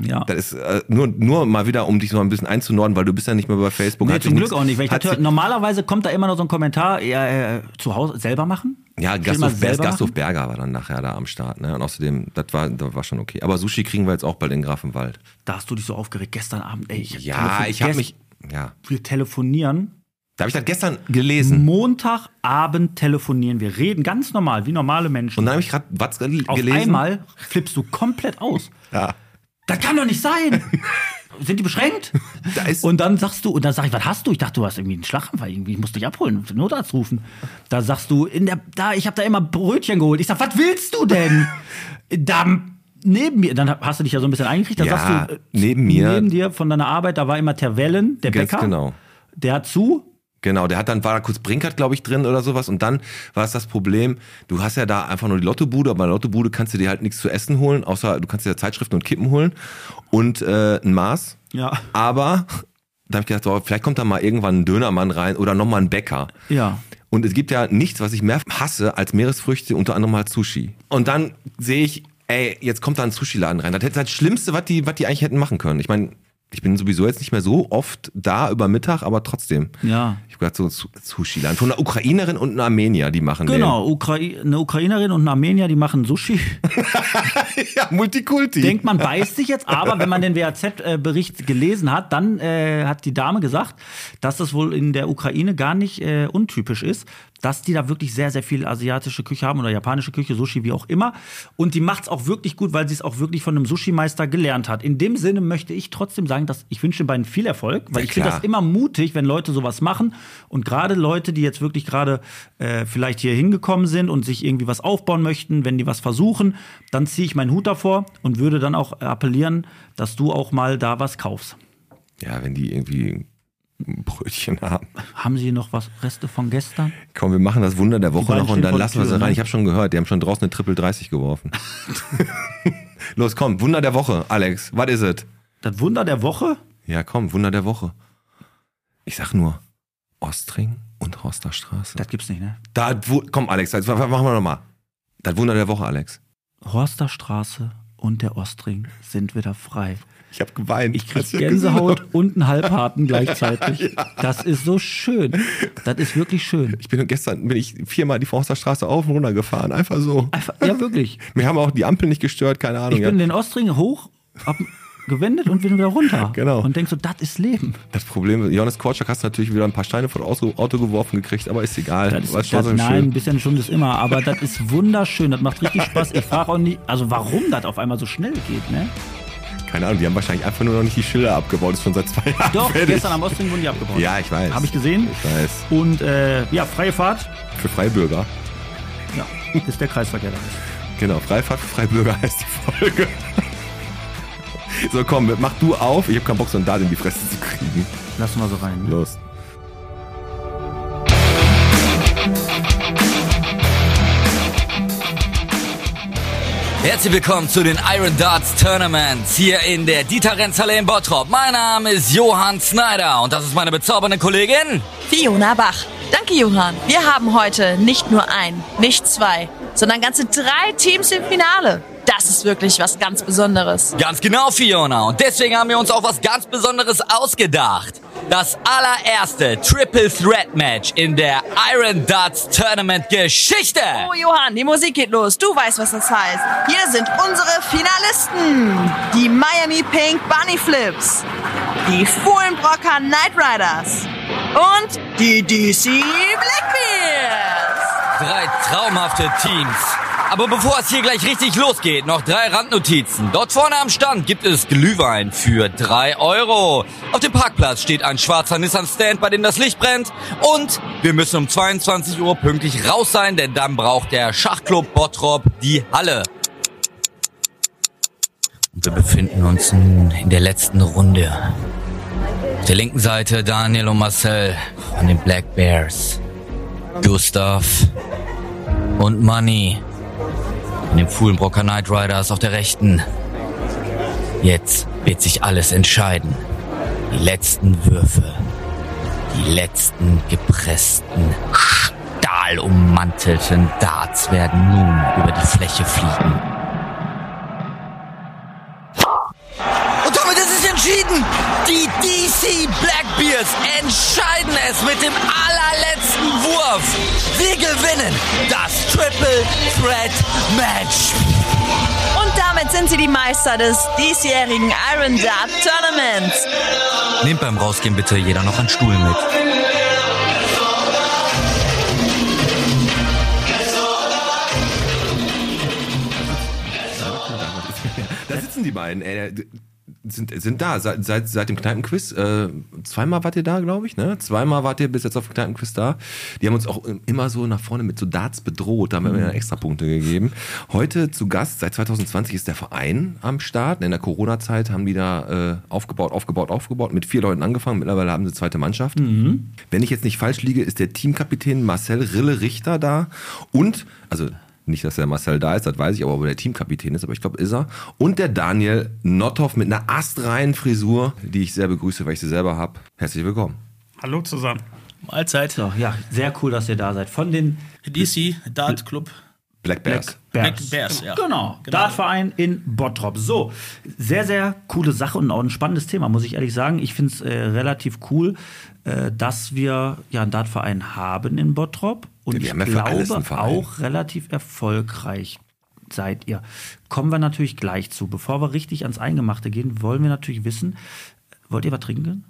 Ja.
Das ist äh, nur, nur mal wieder, um dich so ein bisschen einzunorden, weil du bist ja nicht mehr bei Facebook.
Nee,
Hat
zum
sich
Glück
nichts-
auch nicht. Weil ich
hat
das höre,
sich-
normalerweise kommt da immer noch so ein Kommentar, ja, äh, zu Hause selber machen.
Ja,
Stell mal
Gasthof, Ber-
selber
Gasthof
machen.
Berger war dann nachher da am Start. Ne? Und außerdem, das war, das war schon okay. Aber Sushi kriegen wir jetzt auch bald in Grafenwald.
Da hast du dich so aufgeregt gestern Abend. Ey, ich hab
Ja,
telefon-
ich habe
gest-
mich. Ja.
Wir telefonieren
Da habe ich das gestern gelesen.
Montagabend telefonieren. Wir reden ganz normal, wie normale Menschen.
Und dann habe ich gerade was gel-
Auf
gelesen.
einmal flippst du komplett aus.
Ja.
Das kann doch nicht sein. Sind die beschränkt?
Da ist-
und dann sagst du, und dann sag ich, was hast du? Ich dachte, du hast irgendwie einen Schlaganfall, irgendwie, ich muss dich abholen, Notarzt rufen. Da sagst du, in der, da, ich habe da immer Brötchen geholt. Ich sag, was willst du denn? da neben mir, dann hast du dich ja so ein bisschen eingekriegt, dann
Ja,
sagst du, äh,
neben mir-
neben dir von deiner Arbeit, da war immer Terwellen, der
Ganz
Bäcker.
genau.
Der hat zu,
Genau, der hat dann, war da kurz Brinkert, glaube ich, drin oder sowas. Und dann war es das Problem, du hast ja da einfach nur die Lottobude, aber bei der Lottobude kannst du dir halt nichts zu essen holen, außer du kannst dir Zeitschriften und Kippen holen und äh, ein Maß.
Ja.
Aber da habe ich gedacht, so, vielleicht kommt da mal irgendwann ein Dönermann rein oder nochmal ein Bäcker.
ja.
Und es gibt ja nichts, was ich mehr hasse als Meeresfrüchte, unter anderem halt Sushi. Und dann sehe ich, ey, jetzt kommt da ein Sushi-Laden rein. Das ist das Schlimmste, was die, was die eigentlich hätten machen können. Ich meine, ich bin sowieso jetzt nicht mehr so oft da über Mittag, aber trotzdem.
Ja.
Ich habe gerade so Su- Sushi-Laden von einer Ukrainerin und einer Armenier, die machen
Genau, Ukrai eine Ukrainerin und ein Armenier, die machen Sushi.
den. ja, Multikulti.
Denkt man, beißt sich jetzt, aber wenn man den WAZ-Bericht gelesen hat, dann äh, hat die Dame gesagt, dass das wohl in der Ukraine gar nicht äh, untypisch ist, dass die da wirklich sehr, sehr viel asiatische Küche haben oder japanische Küche, Sushi, wie auch immer. Und die macht es auch wirklich gut, weil sie es auch wirklich von einem Sushi-Meister gelernt hat. In dem Sinne möchte ich trotzdem sagen, dass ich wünsche den beiden viel Erfolg, weil
Ja,
ich finde
klar.
das immer mutig, wenn Leute sowas machen. Und gerade Leute, die jetzt wirklich gerade äh, vielleicht hier hingekommen sind und sich irgendwie was aufbauen möchten, wenn die was versuchen, dann ziehe ich meinen Hut davor und würde dann auch appellieren, dass du auch mal da was kaufst.
ja, wenn die irgendwie ein Brötchen haben.
Haben sie noch was Reste von gestern?
Komm, wir machen das Wunder der Woche
beiden
noch und
stehen
dann
vor der
lassen wir sie
Tür,
rein.
ne?
Ich habe schon gehört, die haben schon draußen eine Triple 30 geworfen. Los, komm, Wunder der Woche, Alex. Was is it?
Das Wunder der Woche?
Ja, komm, Wunder der Woche. Ich sag nur, Ostring und Horsterstraße.
Das gibt's nicht, ne?
Da, wo, komm, Alex, das, machen wir nochmal. Das Wunder der Woche, Alex.
Horster Straße und der Ostring sind wieder frei.
Ich habe geweint.
Ich krieg Gänsehaut und einen Halbharten gleichzeitig. Das ist so schön. Das ist wirklich schön.
Ich bin gestern bin ich viermal die Forsterstraße auf und runter gefahren, einfach so.
Einfach, ja, wirklich.
Mir haben auch die Ampel nicht gestört, keine Ahnung.
Ich
Ja.
bin den Ostring hoch, hab gewendet und bin wieder runter.
Genau.
Und denk so, das ist Leben.
Das Problem, Johannes Korczak hast natürlich wieder ein paar Steine vor das Auto geworfen gekriegt, aber ist egal.
Das ist,
War
das,
trotzdem
nein,
schön.
ein bisschen schon das immer, aber das ist wunderschön. Das macht richtig Spaß. Ich frage auch nicht, also warum das auf einmal so schnell geht, ne?
Keine Ahnung, die haben wahrscheinlich einfach nur noch nicht die Schilder abgebaut, ist schon seit zwei Jahren.
Doch,
fertig.
gestern am Ostring wurden die abgebaut.
Ja, ich weiß.
Habe ich gesehen.
Ich weiß.
Und äh, ja, freie Fahrt.
Für Freibürger.
Ja, ist der Kreisverkehr da.
Genau, Freifach, Freibürger heißt die Folge. so, komm, mach du auf. Ich habe keinen Bock, so ein Dart in die Fresse zu kriegen.
Lass mal so rein. Ne?
Los.
Herzlich willkommen zu den Iron Darts Tournaments hier in der Dieter Renzhalle in Bottrop. Mein Name ist Johann Snyder und das ist meine bezaubernde Kollegin.
Fiona Bach. Danke, Johann. Wir haben heute nicht nur ein, nicht zwei, sondern ganze drei Teams im Finale. Das ist wirklich was ganz Besonderes.
Ganz genau, Fiona. Und deswegen haben wir uns auch was ganz Besonderes ausgedacht. Das allererste Triple Threat Match in der Iron Darts Tournament Geschichte.
Oh, Johann, die Musik geht los. Du weißt, was das heißt. Hier sind unsere Finalisten. Die Miami Pink Bunny Flips. Die Fuhlenbrocker Knight Riders. Und die DC Blackbeards.
Drei traumhafte Teams. Aber bevor es hier gleich richtig losgeht, noch drei Randnotizen. Dort vorne am Stand gibt es Glühwein für drei Euro. Auf dem Parkplatz steht ein schwarzer Nissan-Stand, bei dem das Licht brennt. Und wir müssen um 22 Uhr pünktlich raus sein, denn dann braucht der Schachclub Bottrop die Halle. Und wir befinden uns nun in der letzten Runde. Auf der linken Seite Daniel und Marcel von den Black Bears. Gustav und Money von den Fuhlenbrocker Knight Riders auf der rechten. Jetzt wird sich alles entscheiden. Die letzten Würfe. Die letzten gepressten, stahlummantelten Darts werden nun über die Fläche fliegen. Und damit ist es entschieden. Die DC Blackbeards entscheiden es mit dem allerletzten Wurf. Sie gewinnen das Triple Threat Match.
Und damit sind sie die Meister des diesjährigen Iron Dart Tournaments.
Nehmt beim Rausgehen bitte jeder noch einen Stuhl mit.
Da sitzen die beiden. Äh, sind, sind da seit, seit, seit dem Kneipenquiz. Äh, zweimal wart ihr da, glaube ich. Ne? Zweimal wart ihr bis jetzt auf dem Kneipenquiz da. Die haben uns auch immer so nach vorne mit so Darts bedroht. Da haben wir immer extra Punkte gegeben. Heute zu Gast, seit 2020 ist der Verein am Start. In der Corona-Zeit haben die da äh, aufgebaut, aufgebaut, aufgebaut. Mit vier Leuten angefangen. Mittlerweile haben sie zweite Mannschaft. Wenn ich jetzt nicht falsch liege, ist der Teamkapitän Marcel Rille Richter da. Und, also nicht, dass der Marcel da ist, das weiß ich, aber ob er der Teamkapitän ist, aber ich glaube, ist er. Und der Daniel Nothoff mit einer astreinen Frisur, die ich sehr begrüße, weil ich sie selber habe. Herzlich willkommen.
Hallo zusammen.
Mahlzeit. So, ja, sehr cool, dass ihr da seid. Von den
DC Dart Club.
Black Bears.
Black Bears, ja.
Genau.
Genau.
Dartverein in Bottrop. So, sehr, sehr coole Sache und auch ein spannendes Thema, muss ich ehrlich sagen. Ich finde es äh, relativ cool, äh, dass wir ja einen Dartverein haben in Bottrop. Und
Wir
ich
haben ja für alles einen
glaube
Verein.
auch relativ erfolgreich seid ihr. Kommen wir natürlich gleich zu. Bevor wir richtig ans Eingemachte gehen, wollen wir natürlich wissen, wollt ihr was trinken?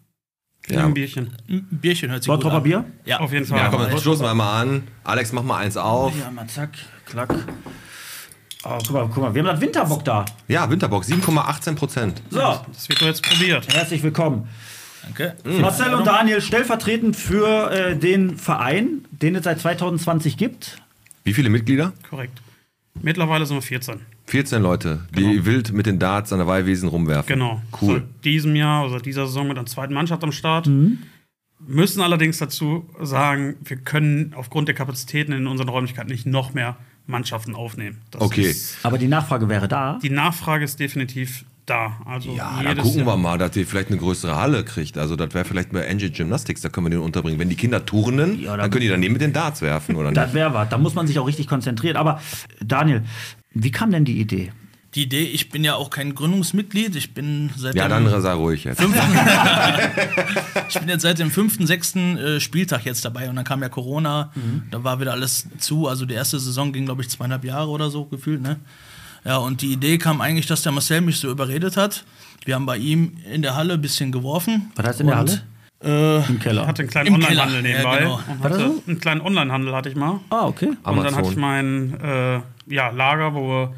Ja,
Ein Bierchen.
Ein Bierchen hört sich gut
Bottroper
an.
Bier?
Ja.
Auf jeden Fall.
ja komm, dann stoßen wir mal an. Alex, mach mal eins auf.
Ja, mal zack, klack. Oh, guck mal, guck mal, wir haben das Winterbock da.
Ja, Winterbock, 7,18 Prozent.
So,
Das wird doch jetzt probiert.
herzlich willkommen. Hm.
Danke.
Marcel und Daniel stellvertretend für äh, den Verein, den es seit 2020 gibt.
Wie viele Mitglieder?
Korrekt. Mittlerweile sind wir 14.
14 Leute, die wild mit den Darts an der Weihwesen rumwerfen.
Genau.
Cool.
Seit diesem Jahr oder seit dieser Saison mit einer zweiten Mannschaft am Start.
Mhm.
Müssen allerdings dazu sagen, wir können aufgrund der Kapazitäten in unseren Räumlichkeiten nicht noch mehr Mannschaften aufnehmen. Das
Okay.
Ist,
Aber die Nachfrage wäre da.
die Nachfrage ist definitiv da. Also
Ja, da
jedes
gucken wir
Jahr.
mal, dass ihr vielleicht eine größere Halle kriegt. Also das wäre vielleicht bei Engine Gymnastics, da können wir den unterbringen. Wenn die Kinder tourenden,
Ja, dann-
dann können die daneben mit den Darts werfen, oder nicht?
Das wäre was. Da muss man sich auch richtig konzentrieren. Aber äh, Daniel, wie kam denn die Idee?
Die Idee, ich bin ja auch kein Gründungsmitglied. Ich bin seit
Ja,
dem,
dann sei ruhig jetzt.
ich bin jetzt seit dem fünften, sechsten äh, Spieltag jetzt dabei und dann kam ja Corona, dann war wieder alles zu. Also die erste Saison ging, glaube ich, zweieinhalb Jahre oder so gefühlt, ne? Ja, und die Idee kam eigentlich, dass der Marcel mich so überredet hat. Wir haben bei ihm in der Halle ein bisschen geworfen.
Was heißt in der Halle?
Halle? Äh,
Im Keller.
Ich hatte einen kleinen
Im
Onlinehandel
Keller. Ja,
nebenbei.
genau.
und
War das
hatte
so?
Einen kleinen Onlinehandel hatte ich mal.
Ah, okay.
Und dann hatte ich mein äh, ja, Lager, wo wir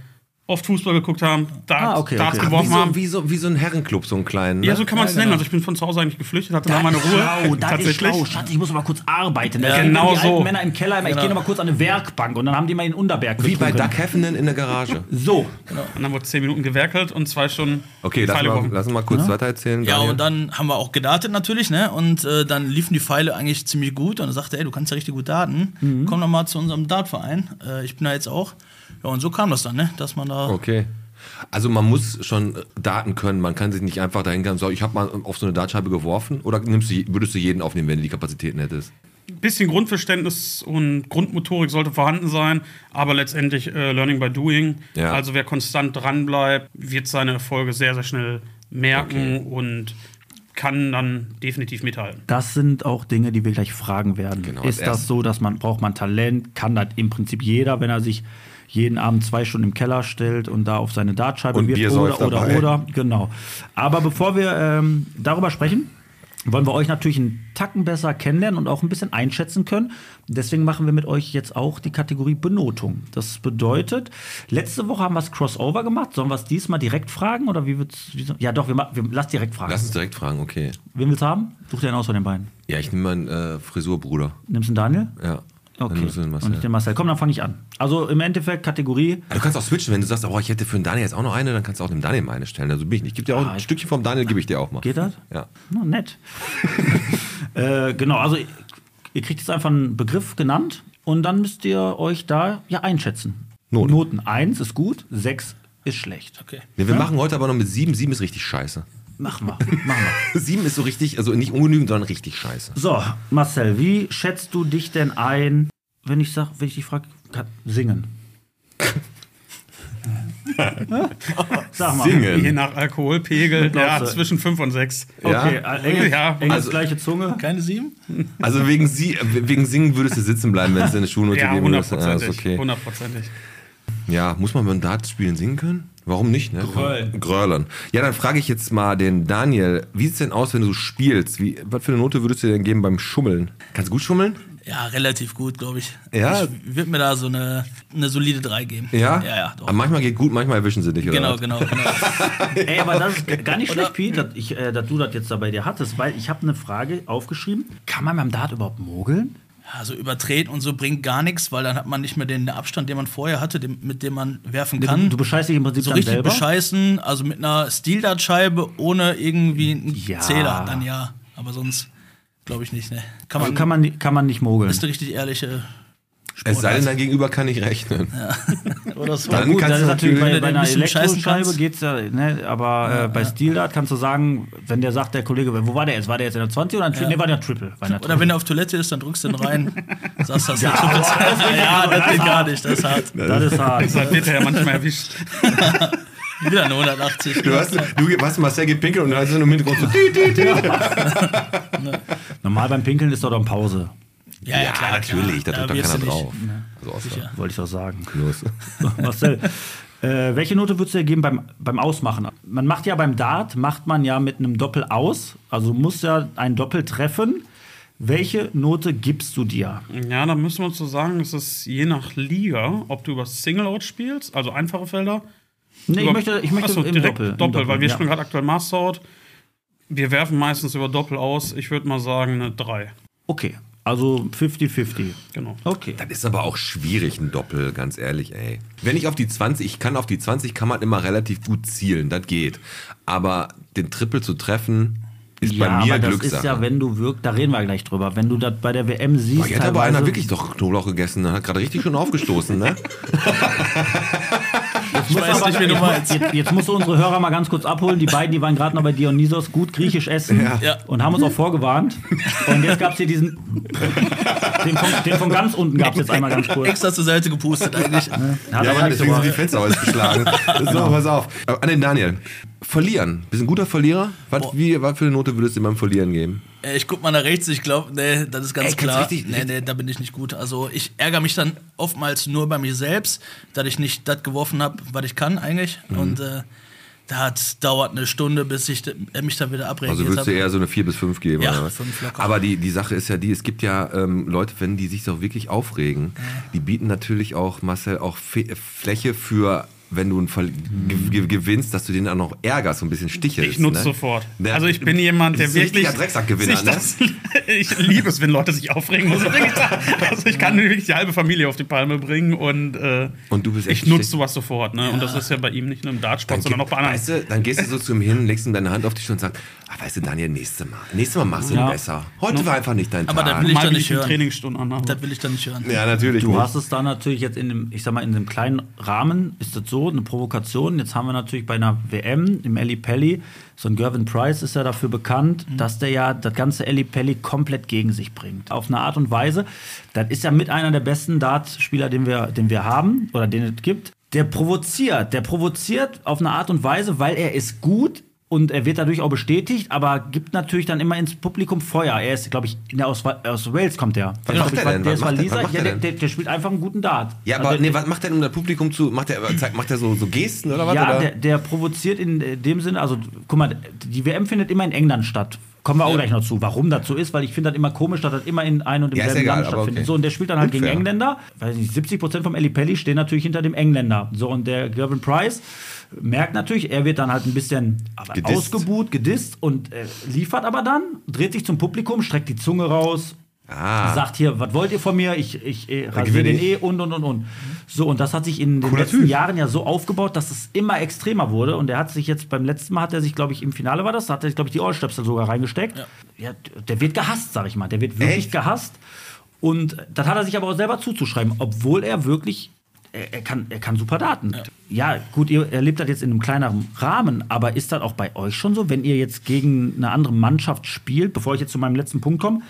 oft Fußball geguckt haben, Darts,
Ah, okay,
Darts
okay.
Wie
geworfen
so,
haben.
wie, so, wie so ein Herrenclub, so einen kleinen. Ne?
Ja, so kann man es nennen. Also ich bin von zu Hause eigentlich geflüchtet, hatte da meine Ruhe.
Schlau, das ist schlau. Schatz, ich muss mal kurz arbeiten. Das sind
genau
die alten
so. Genau.
Männer im Keller, immer, ich gehe noch mal kurz an eine Werkbank und dann haben die mal den Unterberg
wie bei
getrunken.
Doug Heffernan in der Garage.
So,
Und dann wurde zehn Minuten gewerkelt und zwei Stunden
Okay, lass
Pfeile
mal,
geworfen.
lass mal kurz weiter erzählen.
Ja, und dann haben wir auch gedartet natürlich, ne? Und äh, dann liefen die Pfeile eigentlich ziemlich gut. Und er sagte, ey, du kannst ja richtig gut daten. Komm doch mal zu unserem Dartverein. Äh, ich bin da jetzt auch. Ja, und so kam das dann, ne? Dass man da.
Okay. Also man muss schon äh, Daten können. Man kann sich nicht einfach dahin gehen und sagen, ich habe mal auf so eine Dartscheibe geworfen. Oder nimmst du, je- würdest du jeden aufnehmen, wenn du die Kapazitäten hättest?
bisschen Grundverständnis und Grundmotorik sollte vorhanden sein, aber letztendlich äh, Learning by Doing.
Ja.
Also wer konstant dranbleibt, wird seine Erfolge sehr, sehr schnell merken und kann dann definitiv mithalten.
das sind auch Dinge, die wir gleich fragen werden.
Genau, als
ist das
erstes.
so, dass man braucht man Talent? Kann das im Prinzip jeder, wenn er sich jeden Abend zwei Stunden im Keller stellt und da auf seine Dartscheibe
Und Bier
wird
säuft
oder oder
dabei.
oder genau. Aber bevor wir ähm, darüber sprechen, wollen wir euch natürlich einen Tacken besser kennenlernen und auch ein bisschen einschätzen können. Deswegen machen wir mit euch jetzt auch die Kategorie Benotung. Das bedeutet, letzte Woche haben wir es Crossover gemacht. Sollen wir es diesmal direkt fragen oder wie wird's? Wie, so- ja, doch, wir, ma- wir lass direkt fragen.
Lass uns direkt fragen, okay.
Wen willst du haben? Such dir einen aus von den beiden.
Ja, ich nehme meinen äh, Frisurbruder.
Nimmst du einen Daniel?
Ja. Dann
Okay.
nimmst du den Marcel.
Und ich den Marcel. Komm, dann fange ich an. Also im Endeffekt Kategorie.
Ja, Du kannst auch switchen, wenn du sagst, oh, ich hätte für den Daniel jetzt auch noch eine, dann kannst du auch dem Daniel mal eine stellen. Also bin ich nicht. Ich gebe dir auch
Ah,
ein
ich-
Stückchen vom Daniel, gebe ich dir auch mal.
Geht das?
Ja.
Na, nett. äh, genau, also ihr- ihr kriegt jetzt einfach einen Begriff genannt und dann müsst ihr euch da ja einschätzen.
Noten.
Noten 1 ist gut, 6 ist schlecht.
Okay.
Nee, wir machen heute aber noch mit sieben. Sieben ist richtig scheiße.
Mach mal, mach mal.
Sieben ist so richtig, also nicht ungenügend, sondern richtig scheiße.
So, Marcel, wie schätzt du dich denn ein, wenn ich sag, wenn ich dich frage, singen? sag mal.
Je nach Alkoholpegel, ja,
Glaubst du?
zwischen 5 und 6.
Okay,
Ja?
äh, enge,
Ja,
enge
also-
gleiche Zunge.
Keine sieben?
Also wegen, sie, wegen Singen würdest du sitzen bleiben, wenn es deine Schulnote
Ja,
geben würde. Ja, ist
hundertprozentig.
okay.
Hundertprozentig.
Ja, muss man beim Dart spielen singen können? Warum nicht, ne? Grölen. Grölen. Ja, dann frage ich jetzt mal den Daniel, wie sieht's denn aus, wenn du spielst? Wie, was für eine Note würdest du dir denn geben beim Schummeln? Kannst du gut schummeln?
Ja, relativ gut, glaube ich.
Ja.
Ich würde mir da so eine, eine solide 3 geben.
Ja?
Ja, ja, doch.
Aber manchmal geht gut, manchmal erwischen sie dich, oder?
Genau,
was?
genau, genau.
Ey, aber das ist g- gar nicht schlecht, Pete, dass, ich, äh, dass du das jetzt da bei dir hattest, weil ich habe eine Frage aufgeschrieben. Kann man beim Dart überhaupt mogeln?
Also übertreten und so bringt gar nichts, weil dann hat man nicht mehr den Abstand, den man vorher hatte, dem, mit dem man werfen
Du,
kann.
du bescheißt dich im Prinzip
so
dann
richtig
selber.
bescheißen, also mit einer Stildartscheibe ohne irgendwie einen
Ja.
Zähler, dann ja. Aber sonst glaube ich nicht, ne? Kann man,
Also kann man, ni- kann man nicht mogeln.
ist eine richtig äh, ehrliche
Es sei denn,
Sportart.
dein Gegenüber kann nicht rechnen.
oder so.
Dann
Gut,
kannst
das
du
ist natürlich
natürlich-
wenn
bei,
du den
bei einer
ein bisschen scheißen
Elektroscheibe
kannst.
geht's ja, ne, aber äh, bei Steel Dart kannst du sagen, wenn der sagt, der Kollege, wo war der jetzt? War der jetzt in der 20 oder in der, ja. nee, war der Triple? War in der
Oder
Triple.
wenn er auf Toilette ist, dann drückst du ihn rein. Sagst das ja, ja, das geht gar nicht, das ist hart.
das ist hart.
Deshalb wird er ja manchmal erwischt.
Wieder eine 180.
Du hast, du hast Marcel gepinkelt und dann hast du nur im Hintergrund so. tü, tü, tü.
Normal beim Pinkeln ist doch dann Pause,
ja, ja, klar,
natürlich, da
klar.
drückt doch
wirst
keiner
du nicht.
drauf. Also außer
Sicher.
wollte ich doch sagen.
los.
Marcel, äh, welche Note würdest du dir geben beim, beim Ausmachen? Man macht ja beim Dart, macht man ja mit einem Doppel aus. Also du musst ja ein Doppel treffen. Welche Note gibst du dir?
Ja, da müssen wir uns so sagen, es ist je nach Liga, ob du über Single Out spielst, also einfache Felder,
Nee, ich
Über-
möchte, ich möchte
Achso,
im
direkt
Doppel. im
weil wir
ja.
spielen gerade aktuell Masterhaut. Wir werfen meistens über Doppel aus. Ich würde mal sagen, eine 3.
Okay, also 50-50.
Genau.
Okay.
Das ist aber auch schwierig, ein Doppel, ganz ehrlich, ey. Wenn ich auf die 20, ich kann auf die 20, kann man immer relativ gut zielen, das geht. Aber den Triple zu treffen, ist
ja,
bei mir
aber das
Glückssache.
ist ja, wenn du wirkst, da reden wir gleich drüber. Wenn du das bei der WM siehst,
Boah, jetzt Oh, hat aber einer
teilweise-
wirklich doch Knoblauch gegessen, ne? hat gerade richtig schon aufgestoßen, ne?
Ich weiß nicht, wie du meinst.
Jetzt, jetzt musst du unsere Hörer mal ganz kurz abholen. Die beiden, die waren gerade noch bei Dionysos, gut griechisch essen
Ja.
und haben uns auch vorgewarnt. Und jetzt gab es hier diesen, den von, den von ganz unten gab es jetzt einmal ganz kurz.
Extra zur Seite gepustet eigentlich.
Hat aber nicht so Genau. gemacht.
die Fenster ausgeschlagen. so, pass auf. Aber An den Daniel. Verlieren. Bist du ein guter Verlierer? Was,
Oh.
wie, was für eine Note würdest du ihm beim Verlieren geben?
Äh, Ich guck mal nach rechts, ich glaube, nee, das ist ganz
Ey, kannst
klar.
richtig-
nee, nee, da bin ich nicht gut. Also ich ärgere mich dann oftmals nur bei mir selbst, dass ich nicht das geworfen habe, was ich kann eigentlich. Und äh, das dauert eine Stunde, bis ich d- äh, mich dann wieder
Also
abreagiert
würdest du
habe.
eher so eine 4 bis 5 geben?
Ja,
oder was?
fünf locker.
Aber die, die Sache ist ja die, es gibt ja ähm, Leute, wenn die sich doch wirklich aufregen, die bieten natürlich auch, Marcel, auch Fe Fläche für wenn du einen Verl ge- ge- gewinnst, dass du den dann noch ärgerst, so ein bisschen stichelst.
Ich nutze
ne?
sofort.
Ja,
also ich bin jemand, der
bist ein
wirklich.
richtiger Drecksackgewinner,
sich
ne?
das, ich liebe es, wenn Leute sich aufregen. Muss ich wirklich sagen. Also ich kann wirklich die halbe Familie auf die Palme bringen und, äh,
Und du bist echt
ich nutze
schlecht.
sowas sofort. Ne? Und das ist ja bei ihm nicht nur im Dartsport, sondern auch bei anderen.
Weißt du, dann gehst du so zu ihm hin, legst ihm deine Hand auf die Stirn und sagst, ah, weißt du, Daniel, nächstes Mal. Nächstes Mal machst du
Ja.
ihn besser. Heute war einfach nicht dein
Aber
Tag.
dann will ich
Mal
doch
will
nicht
ich eine
hören.
Trainingsstunde anhaben.
Das will ich dann nicht hören.
ja, natürlich.
Du
nicht.
hast es da natürlich jetzt in dem, ich sag mal, in dem kleinen Rahmen, ist das so, eine Provokation. Jetzt haben wir natürlich bei einer WM im Eli Pelli, so ein Gervin Price ist ja dafür bekannt, dass der ja das ganze Eli Pelli komplett gegen sich bringt. Auf eine Art und Weise, das ist ja mit einer der besten Dartspieler, den wir, den wir haben oder den es gibt. Der provoziert, der provoziert auf eine Art und Weise, weil er ist gut und er wird dadurch auch bestätigt, aber gibt natürlich dann immer ins Publikum Feuer. Er ist, glaube ich, in der aus, aus Wales kommt er.
Was macht er denn?
Der
Was
ist
macht er? Was
Waliser.
macht
Ja,
er
der,
denn?
der, der spielt einfach einen guten Dart.
ja,
Also
aber
der,
nee, was macht er denn, um das Publikum zu. Macht er, zeigt- macht er so, so Gesten oder was?
ja,
oder?
der, der provoziert in äh, dem Sinne, also guck mal, die WM findet immer in England statt. Kommen wir auch gleich noch zu, warum das so ist, weil ich finde das immer komisch, dass das immer in einem und
Ja, ist
demselben
egal,
Land
aber
stattfindet.
okay.
So, und der spielt dann halt
Unfair.
gegen Engländer. Weiß nicht, 70 Prozent vom Eli Pelli stehen natürlich hinter dem Engländer. So, und der Gervin Price merkt natürlich, er wird dann halt ein bisschen aber
Gedisst.
ausgebuht, gedisst und äh, liefert aber dann, dreht sich zum Publikum, streckt die Zunge raus,
Ah.
sagt hier, was wollt ihr von mir? Ich, ich äh, rasiere
gewinne
den
ich.
eh und und und und. So, und das hat sich in den
Cooler
letzten
Typ.
Jahren ja so aufgebaut, dass es immer extremer wurde. Und er hat sich jetzt beim letzten Mal hat er sich, glaube ich, im Finale war das, da hat er, glaube ich, die Ohrstöpsel sogar reingesteckt. Ja. der wird gehasst, sag ich mal. Der wird wirklich
Echt?
gehasst. Und das hat er sich aber auch selber zuzuschreiben, obwohl er wirklich. Er, er, kann, er kann super Daten. Ja, gut, ihr erlebt das jetzt in einem kleineren Rahmen, aber ist das auch bei euch schon so, wenn ihr jetzt gegen eine andere Mannschaft spielt, bevor ich jetzt zu meinem letzten Punkt komme,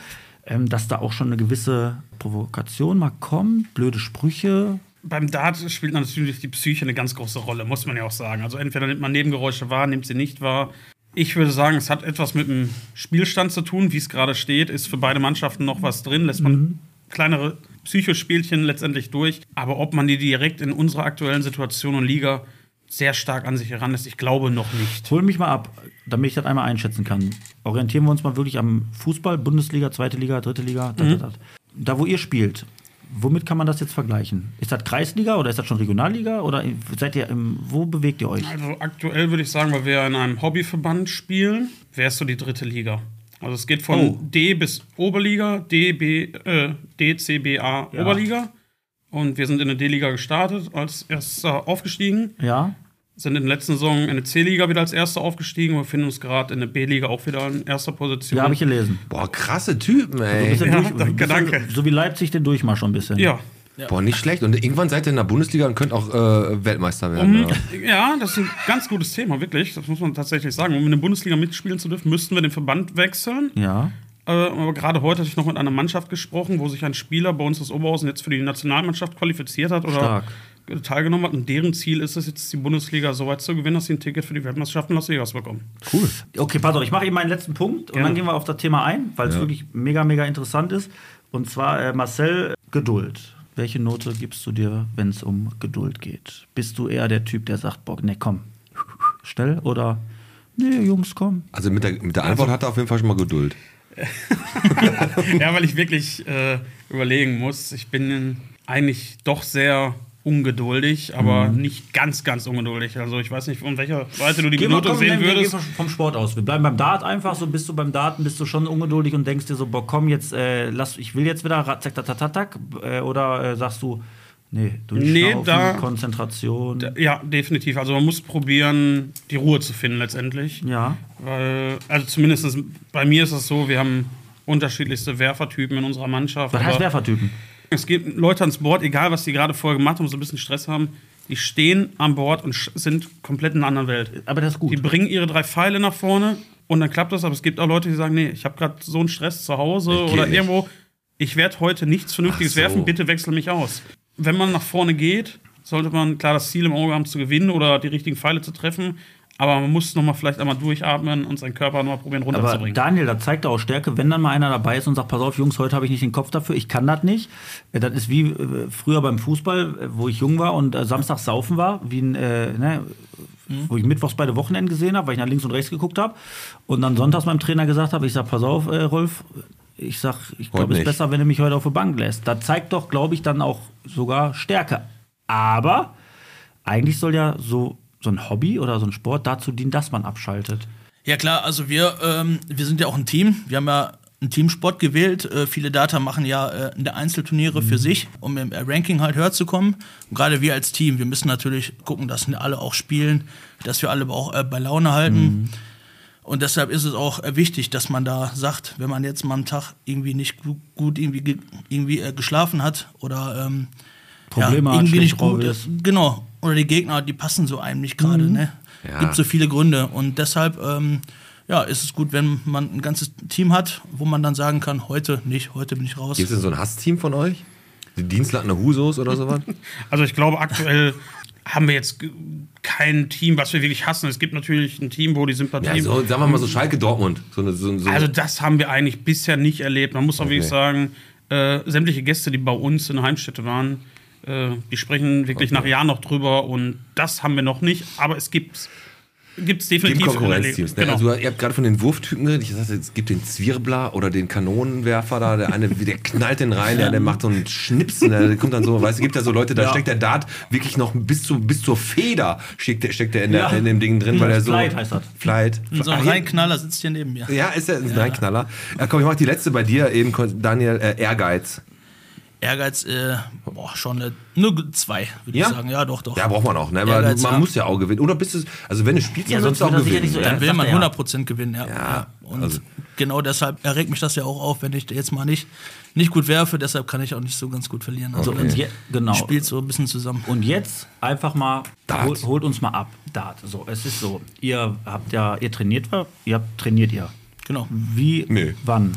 ähm, dass da auch schon eine gewisse Provokation mal kommt, blöde Sprüche?
Beim Dart spielt natürlich die Psyche eine ganz große Rolle, muss man ja auch sagen. Also entweder nimmt man Nebengeräusche wahr, nimmt sie nicht wahr. Ich würde sagen, es hat etwas mit dem Spielstand zu tun, wie es gerade steht. Ist für beide Mannschaften noch was drin, lässt man kleinere Psychospielchen letztendlich durch. Aber ob man die direkt in unserer aktuellen Situation und Liga sehr stark an sich heranlässt, ich glaube noch nicht.
Hol mich mal ab, damit ich das einmal einschätzen kann. Orientieren wir uns mal wirklich am Fußball, Bundesliga, zweite Liga, dritte Liga, da, da,
Mhm.
da. da wo ihr spielt. Womit kann man das jetzt vergleichen? Ist das Kreisliga oder ist das schon Regionalliga oder seid ihr im, wo bewegt ihr euch?
Also aktuell würde ich sagen, weil wir in einem Hobbyverband spielen, wärst du die dritte Liga. Also es geht von
Oh.
D bis Oberliga, D, B, äh, D, C, B, A,
Ja.
Oberliga. Und wir sind in der D-Liga gestartet, als erster aufgestiegen.
Ja,
Sind in der letzten Saison in der C-Liga wieder als erster aufgestiegen und befinden uns gerade in der B-Liga auch wieder in erster Position.
ja, habe ich gelesen.
Boah, krasse Typen, ey.
Bisschen
Ja,
durch-
danke,
bisschen-
danke.
So wie Leipzig den Durchmarsch schon ein bisschen.
ja.
Boah, nicht schlecht. Und irgendwann seid ihr in der Bundesliga und könnt auch äh, Weltmeister
Mhm.
werden. ja.
Hm, Ja, das ist ein ganz gutes Thema, wirklich. Das muss man tatsächlich sagen. Um in der Bundesliga mitspielen zu dürfen, müssten wir den Verband wechseln.
Ja.
Äh, aber gerade heute hatte ich noch mit einer Mannschaft gesprochen, wo sich ein Spieler bei uns aus Oberhausen jetzt für die Nationalmannschaft qualifiziert hat oder
Stark.
teilgenommen hat. Und deren Ziel ist es jetzt, die Bundesliga so weit zu gewinnen, dass sie ein Ticket für die Weltmeisterschaft in Las Vegas bekommen.
Cool. Okay, pass auf, ich mache eben meinen letzten Punkt und
Gerne.
dann gehen wir auf das Thema ein, weil es wirklich mega, mega interessant ist. Und zwar, äh, Marcel, Geduld. Welche Note gibst du dir, wenn es um Geduld geht? Bist du eher der Typ, der sagt, Bock, ne, komm, schnell oder nee, Jungs, komm.
Also mit der, mit der Antwort hat er auf jeden Fall schon mal Geduld.
ja, weil ich wirklich äh, überlegen muss. Ich bin eigentlich doch sehr ungeduldig, aber
Mhm.
nicht ganz, ganz ungeduldig. Also ich weiß nicht, von welcher Seite du die Benotung sehen
wir
würdest.
gehen vom Sport aus. Wir bleiben beim Dart einfach, so bist du beim Daten, bist du schon ungeduldig und denkst dir so, Bock, komm, jetzt, äh, lass, ich will jetzt wieder, ra- zack, tak, tak, tak, tak, äh, oder äh, sagst du, nee, du
Nee,
Schnaufen,
da-
Konzentration.
Ja, definitiv. Also man muss probieren, die Ruhe zu finden letztendlich.
ja.
Weil, also zumindest ist, bei mir ist es so, wir haben unterschiedlichste Werfertypen in unserer Mannschaft.
Was heißt
aber
Werfertypen?
Es gibt Leute ans Board, egal was die gerade vorher gemacht haben, so ein bisschen Stress haben, die stehen am Board und sch- sind komplett in einer anderen Welt.
Aber das ist
Die
gut.
bringen ihre drei Pfeile nach vorne und dann klappt das, aber es gibt auch Leute, die sagen, nee, ich habe gerade so einen Stress zu Hause
Ich geh
oder
nicht.
irgendwo, ich werde heute nichts Vernünftiges
Ach so.
werfen, bitte wechsel mich aus. Wenn man nach vorne geht, sollte man klar das Ziel im Auge haben zu gewinnen oder die richtigen Pfeile zu treffen, aber man muss nochmal vielleicht einmal durchatmen und seinen Körper nochmal probieren
Aber
runterzubringen.
Daniel, da zeigt er auch Stärke, wenn dann mal einer dabei ist und sagt, pass auf, Jungs, heute habe ich nicht den Kopf dafür, ich kann das nicht. Äh, Das ist wie äh, früher beim Fußball, äh, wo ich jung war und äh, Samstag saufen war, wie ein, äh, ne, wo ich mittwochs beide Wochenenden gesehen habe, weil ich nach links und rechts geguckt habe. Und dann sonntags meinem Trainer gesagt habe, ich sag, pass auf, äh, Rolf, ich sag, ich glaube, es ist
nicht.
besser, wenn du mich heute auf die Bank lässt. Da zeigt doch, glaube ich, dann auch sogar Stärke. Aber eigentlich soll ja so, so ein Hobby oder so ein Sport dazu dienen, dass man abschaltet.
Ja klar, also wir, ähm, wir sind ja auch ein Team. Wir haben ja einen Teamsport gewählt. Äh, viele Data machen ja äh, eine Einzelturniere für sich, um im äh, Ranking halt höher zu kommen. Und gerade wir als Team, wir müssen natürlich gucken, dass wir alle auch spielen, dass wir alle aber auch äh, bei Laune halten. Und deshalb ist es auch äh, wichtig, dass man da sagt, wenn man jetzt mal am Tag irgendwie nicht gu gut irgendwie, ge- irgendwie äh, geschlafen hat oder ähm,
Probleme hat,
irgendwie
schlecht
nicht gut
drauf
ist. Genau. Oder die Gegner, die passen so einem nicht gerade. Ne?
Ja.
Gibt so viele Gründe. Und deshalb ähm, ja, ist es gut, wenn man ein ganzes Team hat, wo man dann sagen kann, heute nicht, heute bin ich raus.
Gibt es denn so ein Hassteam von euch? Die Dienstlattende Husos oder sowas?
Also ich glaube, aktuell haben wir jetzt ge- kein Team, was wir wirklich hassen. Es gibt natürlich ein Team, wo die Sympathie.
ja, so, sagen wir mal so Schalke Dortmund. So eine, so, so
Also das haben wir eigentlich bisher nicht erlebt. Man muss auch wirklich sagen, äh, sämtliche Gäste, die bei uns in der Heimstätte waren, äh, die sprechen wirklich nach Jahren noch drüber und das haben wir noch nicht, aber es gibt's. Gibt's
Team
definitiv
Konkurrenzteams. Ne?
Genau.
Also, ihr habt gerade von den Wurftypen geredet. Ich sagte, es gibt den Zwirbler oder den Kanonenwerfer da. Der eine, der knallt den rein, der, der macht so einen Schnips. Und der kommt dann so, weißt du, gibt ja so Leute, da steckt der Dart wirklich noch bis, zu, bis zur Feder steckt, der- steckt der in, der
Ja. Mhm.
in dem Ding drin, weil er so.
Flight heißt das.
Flight. Ah,
so ein Reinknaller sitzt hier neben mir.
ja, ist ja ein Reinknaller. Ja, komm, ich mach die letzte bei dir eben, Daniel. Äh, Ehrgeiz.
Ehrgeiz, äh, boah, schon eine, nur zwei, würde
Ja?
ich sagen. Ja, doch, doch.
Ja, braucht man auch, ne? Weil
Ehrgeiz,
man
ja.
muss ja auch gewinnen. Oder bist du, also wenn du spielst,
Ja,
dann sollst du auch
sonst wird er
gewinnen.
sicher nicht so-
ne?
Dann will man
sagt er ja.
100% gewinnen, ja. Und
also-
genau deshalb erregt mich das ja auch auf, wenn ich jetzt mal nicht, nicht gut werfe, deshalb kann ich auch nicht so ganz gut verlieren. Also
Und je, genau.
spielt so ein bisschen zusammen.
Und jetzt einfach mal,
Dart.
hol, holt uns mal ab. Dart. So, es ist so. Ihr habt ja, ihr trainiert, ihr habt trainiert ihr.
Genau.
Wie,
Nee.
wann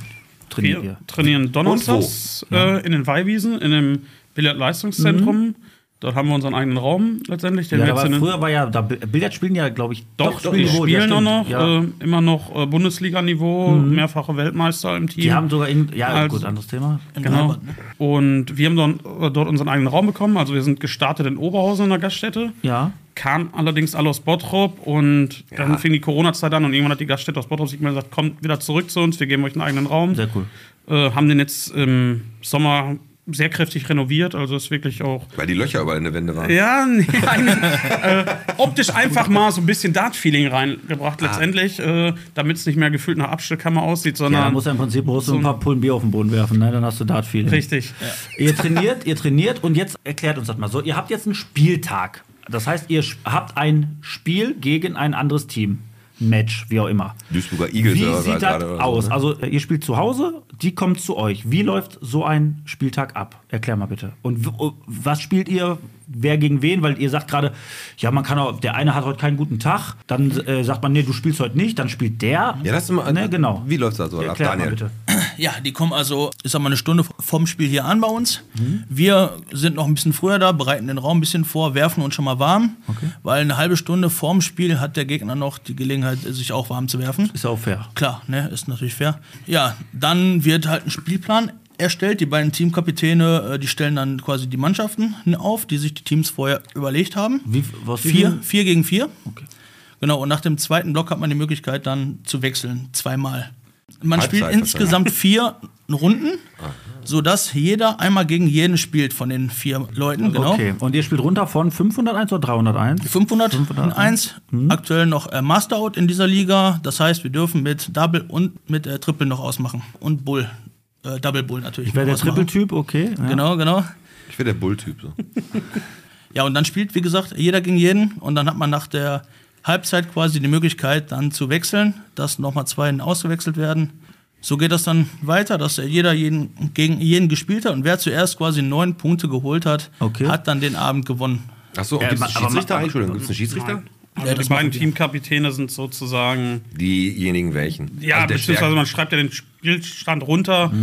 trainiert
Wir
ihr?
trainieren donnerstags äh, in den Weihwiesen, in dem Billardleistungszentrum. Dort haben wir unseren eigenen Raum letztendlich. Den
Ja, da
wir jetzt
war,
in den-
früher war ja, da, Billard spielen ja, glaube ich,
doch, doch, die
spielen wohl, ja,
spielen auch
stimmt.
noch,
Ja. Mhm.
äh, immer noch äh, Bundesliga-Niveau, mehrfache Weltmeister im Team.
die haben sogar, in, ja,
Also-
gut, anderes Thema.
Genau.
ne?
Und wir haben dann, äh, dort unseren eigenen Raum bekommen. Also wir sind gestartet in Oberhausen in der Gaststätte.
Ja.
Kamen allerdings alle aus Bottrop und dann fing die Corona-Zeit an und irgendwann hat die Gaststätte aus Bottrop sich mal gesagt, kommt wieder zurück zu uns, wir geben euch einen eigenen Raum.
Sehr cool.
Äh, haben den jetzt im Sommer sehr kräftig renoviert, also ist wirklich auch
Weil die Löcher überall in der Wände waren.
ja, nee, eigentlich, äh, optisch einfach mal so ein bisschen Dart-Feeling reingebracht
Ah.
letztendlich, äh, damit es nicht mehr gefühlt nach Abstellkammer aussieht,
Ja,
sondern
da muss ja im Prinzip bloß so ein paar Pullen Bier auf den Boden werfen, ne? dann hast du Dart viel.
richtig.
Ihr trainiert, ihr trainiert und jetzt erklärt uns das mal so. Ihr habt jetzt einen Spieltag. Das heißt, ihr sch- habt ein Spiel gegen ein anderes Team. Match, wie auch immer.
Duisburger Eagles
Wie
oder was
sieht das
gerade oder so,
aus?
ne?
Also äh, ihr spielt zu Hause, die kommt zu euch. Wie läuft so ein Spieltag ab? Erklär mal bitte. Und w- o- was spielt ihr? Wer gegen wen? Weil ihr sagt gerade, ja, man kann auch, der eine hat heute keinen guten Tag, dann äh, sagt man, nee, du spielst heute nicht, dann spielt der.
Ja, lass mal.
Ne, genau.
Wie läuft's da so ab,
Erklär mal
Daniel?
bitte.
Ja, die kommen also, ich sag mal, eine Stunde vorm Spiel hier an bei uns. Wir sind noch ein bisschen früher da, bereiten den Raum ein bisschen vor, werfen uns schon mal warm. Weil eine halbe Stunde vorm Spiel hat der Gegner noch die Gelegenheit, sich auch warm zu werfen.
Ist ja auch fair.
Klar, ne, ist natürlich fair. Ja, dann wird halt ein Spielplan erstellt. Die beiden Teamkapitäne, äh, die stellen dann quasi die Mannschaften auf, die sich die Teams vorher überlegt haben.
Wie, was
Vier, vier gegen vier. Genau, und nach dem zweiten Block hat man die Möglichkeit dann zu wechseln, zweimal. Man
Halbzeit
spielt insgesamt vier Runden, sodass jeder einmal gegen jeden spielt von den vier Leuten. Genau.
Okay, und ihr spielt runter von 501 oder 301?
500 501,
Mhm.
aktuell noch äh, Masterout in dieser Liga. Das heißt, wir dürfen mit Double und mit äh, Triple noch ausmachen. Und Bull. Äh, Double Bull natürlich.
Wer der
noch ausmachen.
Triple-Typ, okay. Ja.
Genau, genau.
Ich wäre der Bull-Typ. So.
Ja, und dann spielt, wie gesagt, jeder gegen jeden. Und dann hat man nach der Halbzeit quasi die Möglichkeit, dann zu wechseln, dass nochmal zwei ausgewechselt werden. So geht das dann weiter, dass jeder jeden, gegen jeden gespielt hat. Und wer zuerst quasi neun Punkte geholt hat,
Okay.
hat dann den Abend gewonnen.
Achso, gibt es
ma-
einen
aber ma-
Schiedsrichter? Entschuldigung, gibt es einen Schiedsrichter?
Also
Ja,
die
das
beiden
machen wir.
Teamkapitäne sind sozusagen,
Diejenigen welchen?
ja,
Also der Mhm.
beziehungsweise
Stärke-
man schreibt ja den Spielstand runter.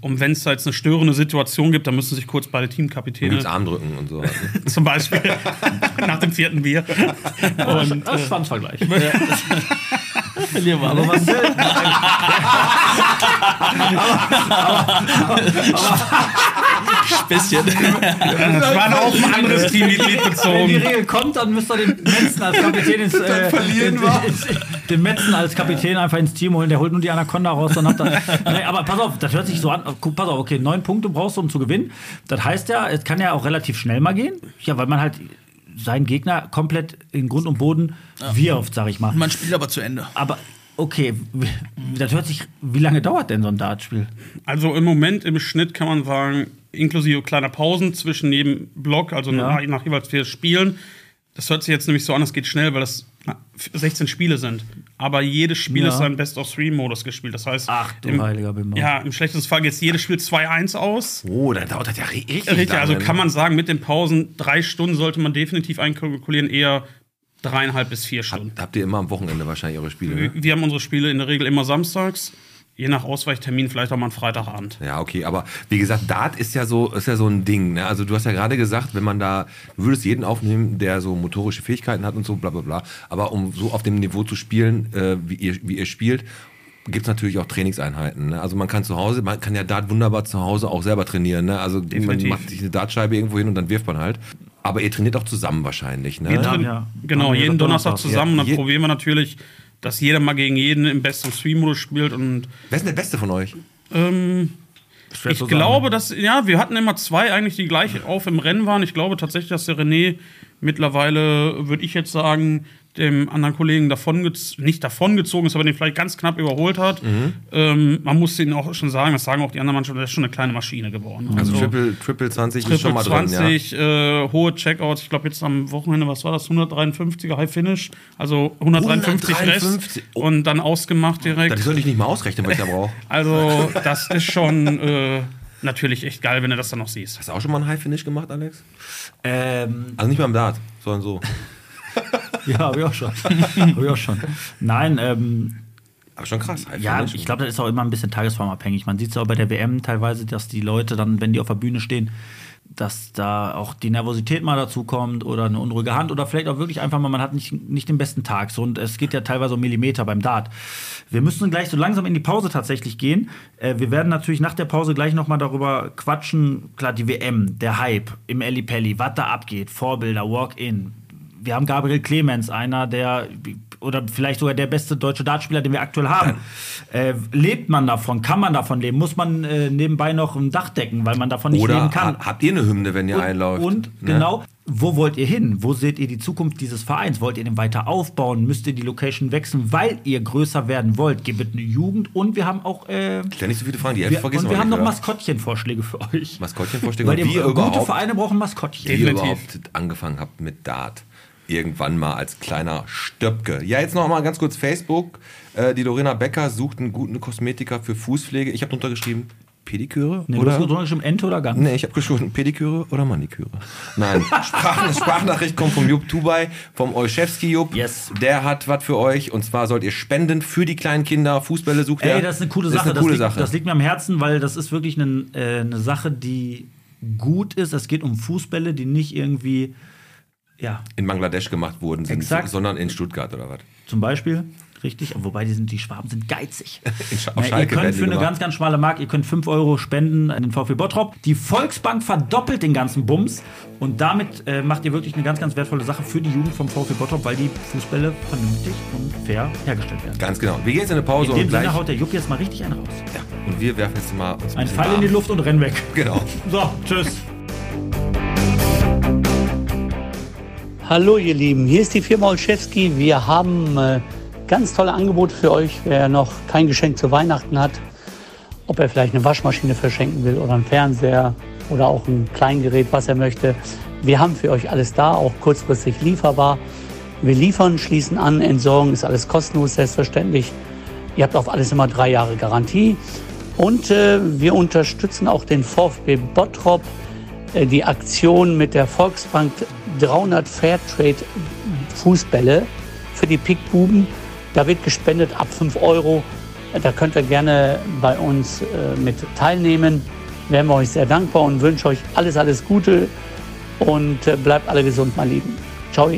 Und wenn es da jetzt eine störende Situation gibt, dann müssen sich kurz beide
Gibt's
Teamkapitäne
Armdrücken und so.
zum Beispiel nach dem vierten Bier.
Genau.
Und äh,
Schwanzvergleich.
Verlieren wir
Aber was will?
ein bisschen.
das war auch ein anderes Teammitglied
Wenn die
bezogen.
Regel kommt, dann müsst ihr den Metzen als Kapitän ins, äh,
verlieren
ins-
wir.
ins, den Metzen als Kapitän einfach ins Team holen. Der holt nur die Anaconda raus, dann hat er. Nee, aber pass auf, das hört sich so an. Guck, Pass auf, okay, neun Punkte brauchst du, um zu gewinnen. Das heißt ja, es kann ja auch relativ schnell mal gehen. Ja, weil man halt seinen Gegner komplett in Grund und Boden wirft, sag ich mal.
Man spielt aber zu Ende.
Aber okay, w- das hört sich. Wie lange dauert denn so ein Dartspiel?
Also im Moment im Schnitt kann man sagen, inklusive kleiner Pausen zwischen jedem Block, also nach, nach jeweils vier Spielen. Das hört sich jetzt nämlich so an, es geht schnell, weil das na, 16 Spiele sind. Aber jedes Spiel
Ja.
ist sein Best-of-Three-Modus gespielt. Das heißt,
Ach, du
im,
heiliger Bimbam.
ja, im schlechtesten Fall geht jedes Spiel 2-1 aus.
Oh, dann dauert das ja ri- richtig.
Richtig,
lange,
also
ne?
kann man sagen, mit den Pausen drei Stunden sollte man definitiv einkalkulieren, eher dreieinhalb bis vier Stunden.
Habt, habt ihr immer am Wochenende wahrscheinlich eure Spiele, ne?
Wir haben unsere Spiele in der Regel immer samstags, je nach Ausweichtermin vielleicht auch mal einen Freitagabend.
Ja, okay, aber wie gesagt, Dart ist ja so, ist ja so ein Ding. Ne? Also du hast ja gerade gesagt, wenn man da, du würdest jeden aufnehmen, der so motorische Fähigkeiten hat und so, bla bla bla. Aber um so auf dem Niveau zu spielen, äh, wie, ihr, wie ihr spielt, gibt es natürlich auch Trainingseinheiten. Ne? Also man kann zu Hause, man kann ja Dart wunderbar zu Hause auch selber trainieren. Ne? Also
Definitiv.
man macht sich eine Dartscheibe irgendwo hin und dann wirft man halt. Aber ihr trainiert auch zusammen wahrscheinlich. Ne?
Genau.
Drin-
ja.
Genau,
Haben wir
jeden
gesagt,
Donnerstag
Donnerstag.
zusammen.
Ja,
Und dann
je-
probieren wir natürlich, dass jeder mal gegen jeden im besten Stream-Modus spielt. Und ähm,
Wer ist denn der Beste von euch?
Schwer zu
ich
sagen.
glaube, dass, ja, wir hatten immer zwei eigentlich, die gleich auf im Rennen waren. Ich glaube tatsächlich, dass der René mittlerweile, würde ich jetzt sagen, dem anderen Kollegen davon nicht davongezogen ist, aber den vielleicht ganz knapp überholt hat.
Mhm.
Ähm, man muss ihnen auch schon sagen, das sagen auch die anderen Mannschaften, das ist schon eine kleine Maschine geworden.
Also Triple, Triple 20 ist schon
Triple
mal drin. Ja.
20, äh, hohe Checkouts. Ich glaube, jetzt am Wochenende, was war das? 153er High Finish. Also 153,
153.
Rest und dann ausgemacht direkt.
Oh. Das sollte ich nicht mal ausrechnen, was ich da brauche.
also, das ist schon äh, natürlich echt geil, wenn du das dann noch siehst.
Hast du auch schon mal einen High-Finish gemacht, Alex?
Ähm,
Also nicht beim Dart, sondern so.
ja, hab ich auch schon. hab ich auch schon. Nein, ähm,
Aber schon krass. ne?
Ja, ich glaube, das ist auch immer ein bisschen tagesformabhängig. Man sieht es auch bei der WM teilweise, dass die Leute dann, wenn die auf der Bühne stehen, dass da auch die Nervosität mal dazu kommt oder eine unruhige Hand oder vielleicht auch wirklich einfach mal, man hat nicht, nicht den besten Tag. So, und es geht ja teilweise um Millimeter beim Dart. Wir müssen gleich so langsam in die Pause tatsächlich gehen. Äh, wir werden natürlich nach der Pause gleich nochmal darüber quatschen. Klar, die WM, der Hype im Pelli, was da abgeht, Vorbilder, Walk-In, wir haben Gabriel Clemens, einer der oder vielleicht sogar der beste deutsche Dartspieler, den wir aktuell haben. Äh, lebt man davon? Kann man davon leben? Muss man äh, nebenbei noch ein Dach decken, weil man davon nicht
Oder
leben kann?
ha- habt ihr eine Hymne, wenn ihr einläuft?
Und
Ne?
genau, wo wollt ihr hin? Wo seht ihr die Zukunft dieses Vereins? Wollt ihr den weiter aufbauen? Müsst ihr die Location wechseln, weil ihr größer werden wollt? Gibt es eine Jugend und wir haben auch äh,
Stell nicht so viele Fragen, die
wir,
Hälfte vergessen
und wir
wir
haben noch
nicht, oder?
Maskottchenvorschläge für euch.
Maskottchenvorschläge?
Weil
Und
ihr
wir
gute
überhaupt-
Vereine brauchen Maskottchen.
Wie ihr
Definitiv.
überhaupt angefangen habt mit Dart. Irgendwann mal als kleiner Stöpke. Ja, jetzt noch mal ganz kurz Facebook. Äh, die Lorena Becker sucht einen guten Kosmetiker für Fußpflege. Ich habe drunter geschrieben, Pediküre?
Nee,
oder?
Du hast schon Ente oder Gans?
Nee, ich habe geschrieben, Pediküre oder Maniküre. Nein, Sprach Sprachnachricht kommt vom Jupp Tubai, vom Olszewski Jupp.
Yes.
Der hat was für euch und zwar sollt ihr spenden für die kleinen Kinder. Fußbälle sucht er.
Ey, das ist eine coole
Das
Sache.
eine coole
das, liegt,
Sache.
das liegt mir am Herzen, weil das ist wirklich eine, äh, eine Sache, die gut ist. Es geht um Fußbälle, die nicht irgendwie, ja,
in Bangladesch gemacht wurden, sind,
Exakt.
sondern in Stuttgart oder was?
zum Beispiel, richtig, wobei die, sind, die Schwaben sind geizig.
In Sch auf
Na, ihr
Schalke werden
könnt
die
für eine
gemacht.
ganz, ganz schmale Mark, ihr könnt 5 Euro spenden an den VfB Bottrop. Die Volksbank verdoppelt den ganzen Bums und damit äh, macht ihr wirklich eine ganz, ganz wertvolle Sache für die Jugend vom VfB Bottrop, weil die Fußbälle vernünftig und fair hergestellt werden.
Ganz genau. Wir gehen jetzt in eine Pause
In dem
und gleich.
Sinne haut der Jupp jetzt mal richtig einen raus.
Ja, und wir werfen jetzt mal uns ein
Ein
bisschen
Fall in
warm.
die Luft und renn weg.
Genau.
So, tschüss.
Hallo ihr Lieben, hier ist die Firma Olszewski. Wir haben äh, ganz tolle Angebote für euch, wer noch kein Geschenk zu Weihnachten hat. Ob er vielleicht eine Waschmaschine verschenken will oder einen Fernseher oder auch ein Kleingerät, was er möchte. Wir haben für euch alles da, auch kurzfristig lieferbar. Wir liefern, schließen an, entsorgen, ist alles kostenlos, selbstverständlich. Ihr habt auf alles immer drei Jahre Garantie. Und äh, wir unterstützen auch den VfB Bottrop äh, die Aktion mit der Volksbank 300 Fairtrade Fußbälle für die Pickbuben. Da wird gespendet ab 5 Euro. Äh, Da könnt ihr gerne bei uns äh, mit teilnehmen. Wären wir euch sehr dankbar und wünschen euch alles, alles Gute und äh, bleibt alle gesund, meine Lieben. Ciao.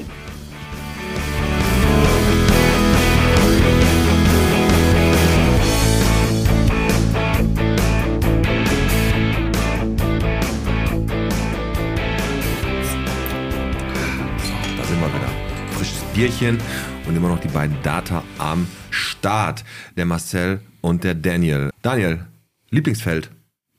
Da sind wir wieder. Frisches Bierchen und immer noch die beiden Data am Start. Der Marcel und der Daniel. Daniel, Lieblingsfeld.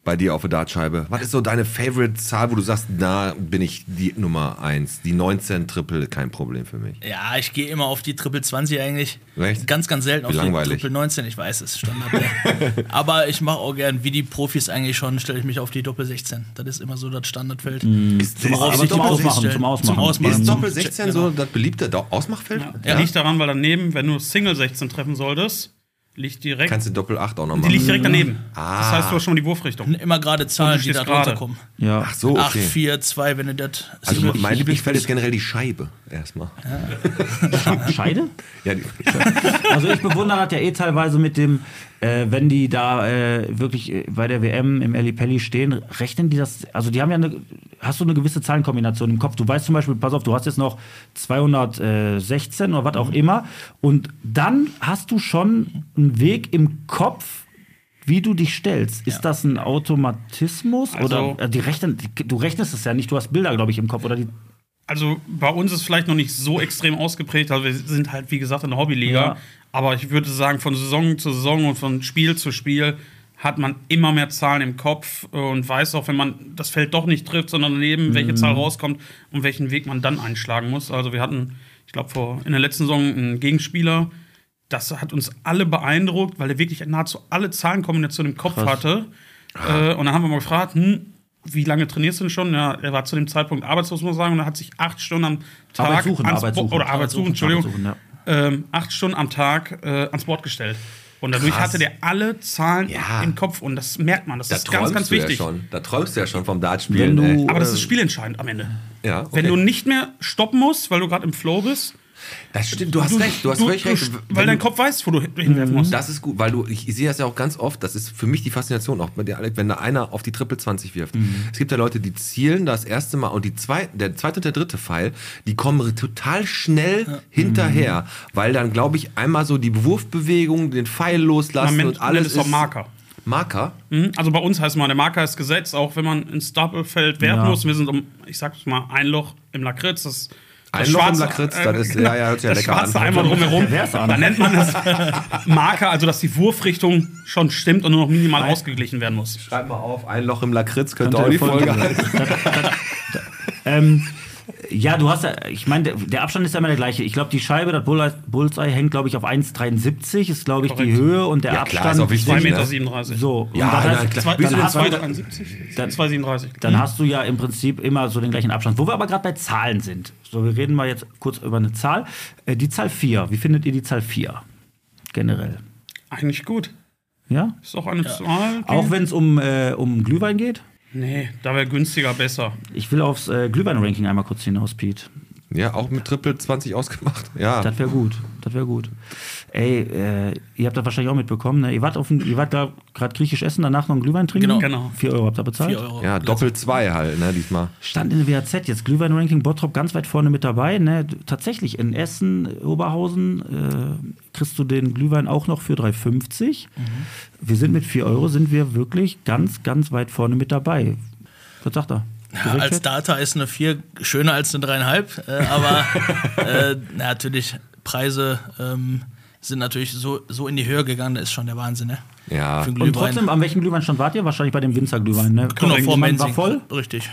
bei dir auf der Dartscheibe? Was ist so deine Favorite-Zahl, wo du sagst, na, bin ich die Nummer 1, die 19 Triple, kein Problem für mich.
Ja, ich gehe immer auf die Triple 20 eigentlich.
Recht?
Ganz, ganz selten
Wie
auf
langweilig.
die Triple 19, ich weiß es, Standard. ja. Aber ich mache auch gern, wie die Profis eigentlich schon, stelle ich mich auf die Doppel 16. Das ist immer so das Standardfeld.
Ist,
Worauf
Mhm.
sich
aber zum
die Profis
Ausmachen,
stellen.
zum Ausmachen.
Zum Ausmachen. Mhm.
ist
Zum-
Doppel 16
Genau.
so das beliebte Do- Ausmachfeld?
Ja.
Liegt daran, weil daneben, wenn du Single 16 treffen solltest, liegt direkt.
Kannst du Doppel 8 auch noch
die
machen?
liegt direkt daneben.
Ah.
Das heißt, du hast schon mal die Wurfrichtung.
Immer gerade Zahlen, die
stehst
da
gerade.
runterkommen.
Ja.
Ach so,
Acht,
okay.
vier, zwei, wenn du das.
Also
Single-
mein
ich-
Lieblingsfeld ist generell die Scheibe erstmal.
Scheide?
Ja, die,
Also ich bewundere das ja eh teilweise mit dem, äh, wenn die da äh, wirklich äh, bei der WM im Pelli stehen, rechnen die das, also die haben ja eine, hast du eine gewisse Zahlenkombination im Kopf. Du weißt zum Beispiel, pass auf, du hast jetzt noch 216 oder was auch immer und dann hast du schon einen Weg im Kopf, wie du dich stellst. Ist das ein Automatismus
Also-
oder äh, die rechnen, die, du rechnest es ja nicht, du hast Bilder, glaube ich, im Kopf oder die,
Also bei uns ist es vielleicht noch nicht so extrem ausgeprägt, also wir sind halt, wie gesagt, in der Hobbyliga.
Ja.
Aber ich würde sagen, von Saison zu Saison und von Spiel zu Spiel hat man immer mehr Zahlen im Kopf und weiß auch, wenn man das Feld doch nicht trifft, sondern daneben, welche
Mhm.
Zahl rauskommt und welchen Weg man dann einschlagen muss. Also wir hatten, ich glaube, vor in der letzten Saison einen Gegenspieler, das hat uns alle beeindruckt, weil er wirklich nahezu alle Zahlenkombinationen im Kopf hatte.
Ah.
Äh, und dann haben wir mal gefragt, hm, wie lange trainierst du denn schon? Ja, er war zu dem Zeitpunkt arbeitslos, muss man sagen, und er hat sich acht Stunden am Tag
Arbeitssuchen,
ans Bo-
Arbeitssuchen.
oder Arbeitssuchen, Entschuldigung,
Arbeitssuchen, ja.
ähm, acht Stunden am Tag äh, ans Board gestellt. Und dadurch
Krass.
hatte der alle Zahlen
Ja.
im Kopf und das merkt man. Das
da
ist ganz,
träumst
ganz
du ja
wichtig.
schon. Da träumst du ja schon vom
Wenn
Dartspielen.
du- äh,
ey.
Aber das ist spielentscheidend am Ende.
Ja, okay.
Wenn du nicht mehr stoppen musst, weil du gerade im Flow bist,
das stimmt, du hast recht, du hast völlig recht.
st-
Wenn
weil dein
du- Mhm.
Kopf weiß, wo du hin- hinwerfen musst.
Das ist gut, weil du, ich sehe das ja auch ganz oft, das ist für mich die Faszination auch, bei der, Alec, wenn da einer auf die Triple 20 wirft. Es gibt ja Leute, die zielen das erste Mal und die zwei, der zweite und der dritte Pfeil, die kommen total schnell hinterher, weil dann, glaube ich, einmal so die Wurfbewegung, den Pfeil loslassen
Man nennt-
und alles
nennt es auch Marker.
Marker?
Mhm, Also bei uns heißt mal, der Marker ist gesetzt, auch wenn man ins Doppelfeld werfen
Ja.
muss. Wir sind um, ich sag's mal, ein Loch im Lakritz. Das, genau,
Ein
das
Loch im Lakritz, das ist- ja, ja, hört sich ja
das
lecker
äh, schwarze
an.
einmal drumherum.
Pervers an.
Da nennt man das Marker, also dass die Wurfrichtung schon stimmt und nur noch minimal ausgeglichen werden muss.
Schreib mal auf, ein Loch im Lakritz könnte
Könnte
auch die
Erfolg
Folge
sein.
heißen.
Ähm, ja, du hast ja, ich meine, der, der Abstand ist ja immer der gleiche. Ich glaube, die Scheibe, das Bullseye, Bullseye hängt, glaube ich, auf 1,73, ist, glaube ich, die
Korrekt.
Höhe und der
Ja, klar,
Abstand.
ist auch wichtig,
2,37
ne?
Meter.
So, und
Ja,
dann,
na,
hast,
klar.
Zwei,
Bist du
dann,
denn
hast du,
2,73? 2,37.
dann hast du ja im Prinzip immer so den gleichen Abstand. Wo wir aber gerade bei Zahlen sind. So, wir reden mal jetzt kurz über eine Zahl. Äh, die Zahl 4, wie findet ihr die Zahl 4? Generell.
Eigentlich gut.
Ja?
Ist doch eine Zahl. die-
Auch wenn es um, äh, um Glühwein geht?
nee, da wäre günstiger besser.
Ich will aufs äh, Glühwein-Ranking einmal kurz hinaus, Pete.
Ja, auch mit Triple 20 ausgemacht. Ja.
Das wäre gut. Das wäre gut. Ey, äh, ihr habt das wahrscheinlich auch mitbekommen. Ne? Ihr wart, auf dem- ihr wart da gerade griechisch essen, danach noch einen Glühwein trinken.
Genau.
Genau.
4 Euro habt ihr bezahlt.
4 Euro.
ja, Doppel 2 halt, ne, diesmal.
Stand in der WAZ jetzt Glühwein-Ranking, Bottrop ganz weit vorne mit dabei. Ne? Tatsächlich in Essen, Oberhausen äh, kriegst du den Glühwein auch noch für 3,50.
Mhm.
Wir sind mit 4 Euro, sind wir wirklich ganz, ganz weit vorne mit dabei. Was sagt er?
Ja, als
Gerechnet?
Data ist eine 4 schöner als eine 3,5, äh, aber äh, na, natürlich, Preise ähm, sind natürlich so, so in die Höhe gegangen, das ist schon der Wahnsinn, ne?
Ja.
Für einen
Und
Glühwein.
trotzdem, an welchem Glühweinstand wart ihr? Wahrscheinlich bei dem Winzerglühwein. Ne?
genau, vor
Mann, war
Menzing.
voll?
Richtig.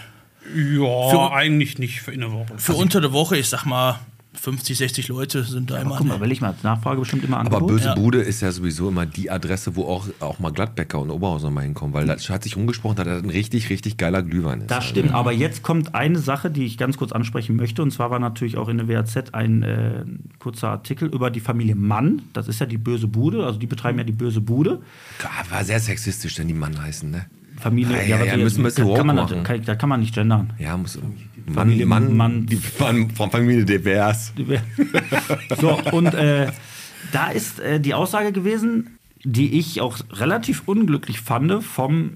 Ja,
Für-
eigentlich nicht für in der Woche.
Für unter der Woche, ich sag mal, 50, 60 Leute sind da immer.
Guck mal, überleg mal, Nachfrage bestimmt immer Angebot.
Aber Böse Bude ist ja sowieso immer die Adresse, wo auch, auch mal Gladbecker und Oberhausen mal hinkommen, weil das hat sich rumgesprochen, dass das ein richtig, richtig geiler Glühwein ist. Also,
Das stimmt, aber jetzt kommt eine Sache, die ich ganz kurz ansprechen möchte. Und zwar war natürlich auch in der WAZ ein äh, kurzer Artikel über die Familie Mann. Das ist ja die böse Bude, also die betreiben ja die böse Bude.
Ja, War sehr sexistisch, denn die Mann heißen, ne?
Familie,
Ja, ja, ja,
was-
müssen wir es
da, kann man,
woke machen.
da, kann, da kann man nicht gendern.
Ja, muss.
Familie-
Mann, Mann,
Mann-
die Mann von Familie divers.
so, und äh, da ist äh, die Aussage gewesen, die ich auch relativ unglücklich fand vom,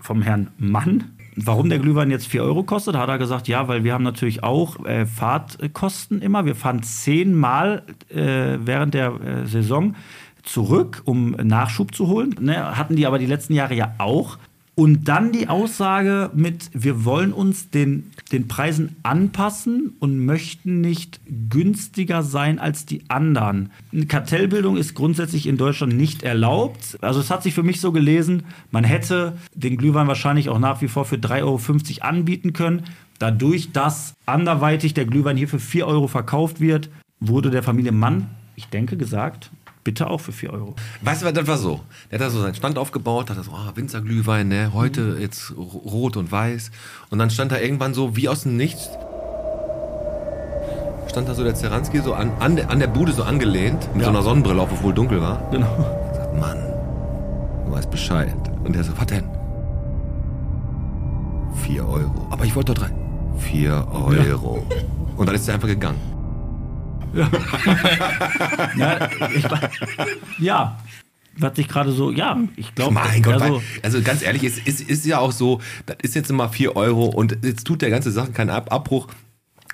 vom Herrn Mann. Warum der Glühwein jetzt 4 Euro kostet, hat er gesagt, ja, weil wir haben natürlich auch äh, Fahrtkosten immer. Wir fahren zehnmal äh, während der äh, Saison zurück, um Nachschub zu holen. Ne, hatten die aber die letzten Jahre ja auch. Und dann die Aussage mit, wir wollen uns den, den Preisen anpassen und möchten nicht günstiger sein als die anderen. Eine Kartellbildung ist grundsätzlich in Deutschland nicht erlaubt. Also es hat sich für mich so gelesen, man hätte den Glühwein wahrscheinlich auch nach wie vor für 3,50 Euro anbieten können. Dadurch, dass anderweitig der Glühwein hier für 4 Euro verkauft wird, wurde der Familie Mann, ich denke, gesagt, bitte auch für 4 Euro.
Weißt du, das war so. Der hat da so seinen Stand aufgebaut, hat da so, ah, Winzerglühwein, ne, heute jetzt ro- rot und weiß. Und dann stand da irgendwann so, wie aus dem Nichts, stand da so der Zeranski so an, an, der- an der Bude so angelehnt, mit so einer Sonnenbrille auf, obwohl dunkel war.
Genau.
Und sagt, Mann, du weißt Bescheid. Und der so, was denn? 4 Euro. Aber ich wollte doch drei. 4 Euro. Und dann ist er einfach gegangen.
Ja, ich, ja. was ich gerade so, ja, ich glaube.
Mein Gott,
also,
weil, also ganz ehrlich, es ist, ist ja auch so, das ist jetzt immer 4 Euro und jetzt tut der ganze Sache keinen Ab Abbruch.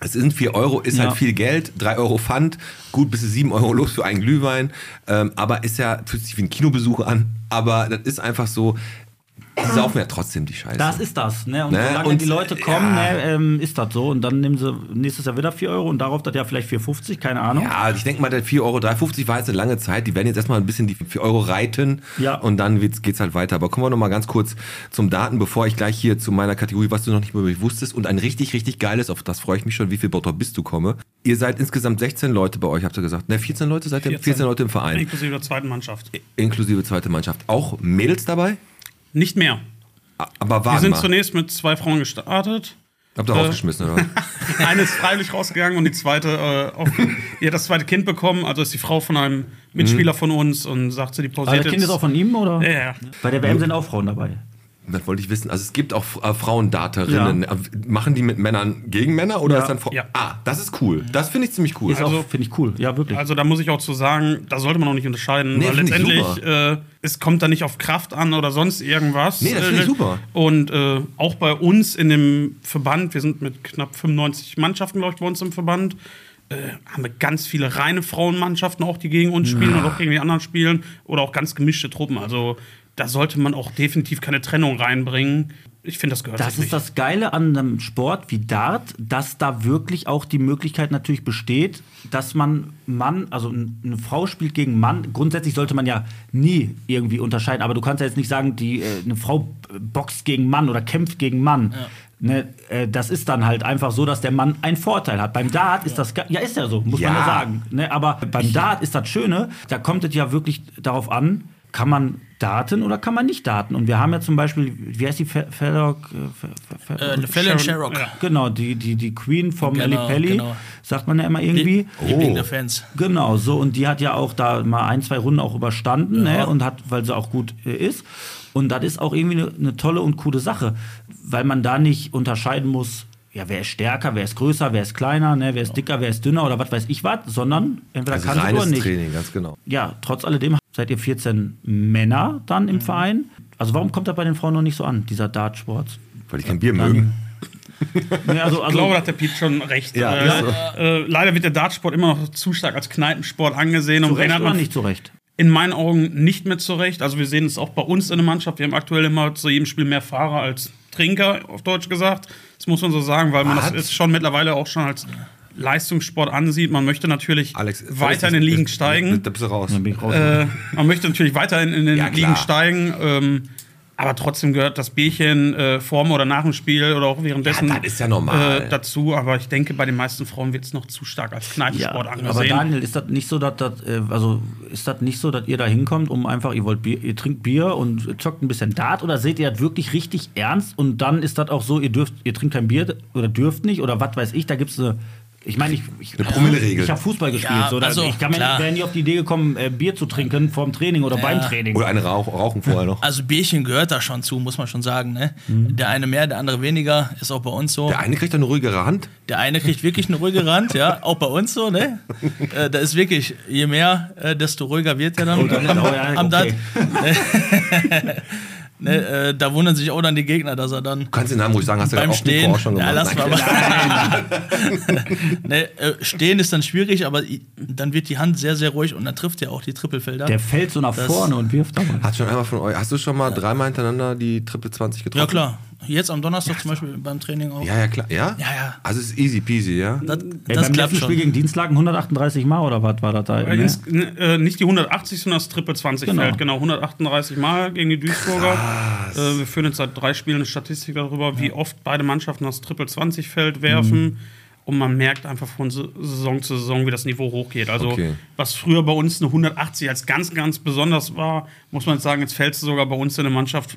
Es sind 4 Euro, ist
Ja.
halt viel Geld, 3 Euro Pfand, gut, bis zu 7 Euro los für einen Glühwein, ähm, aber ist ja, fühlt sich wie ein Kinobesuch an, aber das ist einfach so, die saufen ja trotzdem die Scheiße.
das ist das, ne? Und
Ne,
solange
und-
die Leute kommen,
ja.
ne, ähm, ist das so. Und dann nehmen sie nächstes Jahr wieder 4 Euro und darauf das Jahr vielleicht 4,50, keine Ahnung.
ja, also ich denke mal, der 4,53 Euro war jetzt eine lange Zeit. Die werden jetzt erstmal ein bisschen die 4 Euro reiten
Ja.
und dann wird's- geht's halt weiter. Aber kommen wir nochmal ganz kurz zum Daten, bevor ich gleich hier zu meiner Kategorie, was du noch nicht mehr wusstest und ein richtig, richtig geiles, auf das freue ich mich schon, wie viel Bottrop bist du komme. Ihr seid insgesamt 16 Leute bei euch, habt ihr gesagt. Ne, 14 Leute seid ihr? 14,
14.
Leute im Verein,
Inklusive der zweiten Mannschaft.
inklusive zweite Mannschaft. Auch Mädels dabei?
Nicht mehr.
A- Aber
Wir
waren
sind
mal.
zunächst mit zwei Frauen gestartet.
Habt ihr
äh,
rausgeschmissen, oder? was?
Eine ist freiwillig rausgegangen und die zweite, äh, auch, die hat das zweite Kind bekommen. Also ist die Frau von einem Mitspieler
Mhm.
von uns und sagt sie, die
Aber
pausiert
das Kind
jetzt.
ist auch von ihm, oder?
ja, ja.
Bei der WM sind auch Frauen dabei.
Das wollte ich wissen. Also es gibt auch äh, Frauendaterinnen. Äh, Machen die mit Männern gegen Männer oder
Ja.
ist dann Frau?
Ja.
Ah, das ist cool. Das finde ich ziemlich cool. Also
Ist auch, finde ich cool. Ja, wirklich.
Also da muss ich auch zu sagen, da sollte man auch nicht unterscheiden,
Nee,
weil
find ich
letztendlich äh, es kommt da nicht auf Kraft an oder sonst irgendwas.
Nee, das find ich
Äh,
super.
Und äh, auch bei uns in dem Verband, wir sind mit knapp 95 Mannschaften, glaube ich, bei uns im Verband, äh, haben wir ganz viele reine Frauenmannschaften auch, die gegen uns spielen oder auch gegen die anderen spielen oder auch ganz gemischte Truppen. Also da sollte man auch definitiv keine Trennung reinbringen. Ich finde, das gehört
Das
sich
ist
nicht.
das Geile an einem Sport wie Dart, dass da wirklich auch die Möglichkeit natürlich besteht, dass man Mann, also n- eine Frau spielt gegen Mann. Grundsätzlich sollte man ja nie irgendwie unterscheiden, aber du kannst ja jetzt nicht sagen, die, äh, eine Frau äh, boxt gegen Mann oder kämpft gegen Mann. Ne, äh, das ist dann halt einfach so, dass der Mann einen Vorteil hat. Beim Dart ist das ge- ja ist ja so, muss man
Ja.
ja sagen. Ne, aber beim Dart ist das Schöne, da kommt es ja wirklich darauf an, kann man daten oder kann man nicht daten? Und wir haben ja zum Beispiel, wie heißt die Fe- Fedork? äh, Fe- Fe- Fe-
Äh, Fallon
Sharon-
Sherrock.
ja.
Genau, die, die, die Queen vom
Genau,
Ellie Pelli,
genau.
sagt man ja immer irgendwie.
Liebling der Fans.
Genau, so und die hat ja auch da mal ein, zwei Runden auch überstanden, ne? Und hat, weil sie auch gut äh, ist. Und das ist auch irgendwie eine eine tolle und coole Sache, weil man da nicht unterscheiden muss, ja, wer ist stärker, wer ist größer, wer ist kleiner, ne? wer ist dicker, wer ist dünner oder was weiß ich was, sondern entweder
Also
kannst du oder
reines
nicht.
Training, ganz genau.
Ja, trotz alledem seid ihr 14 Männer dann im Verein. Also warum kommt das bei den Frauen noch nicht so an, dieser Dartsport?
Weil ich kein Bier mögen.
Ne, also,
Ich glaube, da hat der Piet schon recht.
Ja,
äh,
ja.
äh, leider wird der Dartsport immer noch zu stark als Kneipensport angesehen.
zu
und den
Recht
hat
oder
man
nicht zu Recht?
in meinen Augen nicht mehr zurecht. Also wir sehen es auch bei uns in der Mannschaft. Wir haben aktuell immer zu jedem Spiel mehr Fahrer als Trinker, auf Deutsch gesagt. Das muss man so sagen, weil man
Was?
das jetzt schon mittlerweile auch schon als Leistungssport ansieht. Man möchte natürlich weiter in den Ligen steigen.
Da bist du raus.
Bin ich raus.
Äh, man möchte natürlich weiter in, in den
Ja, klar.
Ligen steigen. Ähm, aber trotzdem gehört das Bierchen äh, vorm oder nach dem Spiel oder auch währenddessen
Ja, das ist ja normal.
äh, dazu. Aber ich denke, bei den meisten Frauen wird es noch zu stark als Kneipensport angesehen.
aber Daniel, ist das nicht so, dass das, äh, also ist das nicht so, dass ihr da hinkommt, um einfach, ihr wollt Bier, ihr trinkt Bier und zockt ein bisschen Dart oder seht ihr das wirklich richtig ernst und dann ist das auch so, ihr dürft, ihr trinkt kein Bier oder dürft nicht oder was weiß ich, da gibt es eine. Ich meine, ich, ich,
Eine Promilleregel.
ich habe Fußball gespielt.
Ja,
so, da-
also,
ich kann mir
klar.
wäre nie auf die Idee gekommen, äh, Bier zu trinken vorm Training oder beim Training.
Oder eine Rauch, Rauchen vorher noch.
Also Bierchen gehört da schon zu, muss man schon sagen. Ne? Der eine mehr, der andere weniger, ist auch bei uns so.
Der eine kriegt dann eine ruhigere Hand.
Der eine kriegt wirklich eine ruhige Rand, ja, auch bei uns so, ne? Äh, da ist wirklich, je mehr, äh, desto ruhiger wird er dann.
Oh, dann ist
am,
auch, ja,
am
okay.
Dart. Ne, äh, da wundern sich auch dann die Gegner, dass er dann
kannst den Namen ruhig sagen, hast du ja
beim
auch
Stehen.
auch schon
ja,
gemacht.
lass mal.
Nein.
ne, äh, stehen ist dann schwierig, aber i- dann wird die Hand sehr, sehr ruhig und dann trifft er auch die Trippelfelder.
Der fällt so nach
Das-
vorne und wirft dabei.
Hat schon einmal von euch, hast du schon mal dreimal hintereinander die Triple 20 getroffen?
ja, klar. Jetzt am Donnerstag zum Beispiel beim Training auch.
Ja, ja, klar. Ja?
Ja, ja.
Also es ist easy peasy, ja?
Das, das
Ey, beim
klappt
letzten
schon.
Spiel gegen Dienstlagen 138 Mal oder was war das da?
Äh,
Ne?
ins, n- äh, nicht die 180, sondern das Triple 20
Genau.
fällt. Genau, 138 Mal gegen die Duisburger. Äh, wir führen jetzt seit drei Spielen eine Statistik darüber, wie oft beide Mannschaften das Triple 20 Feld werfen. Und man merkt einfach von S- Saison zu Saison, wie das Niveau hochgeht. Also,
Okay.
was früher bei uns eine 180 als ganz, ganz besonders war, muss man jetzt sagen, jetzt fällt es sogar bei uns in der Mannschaft,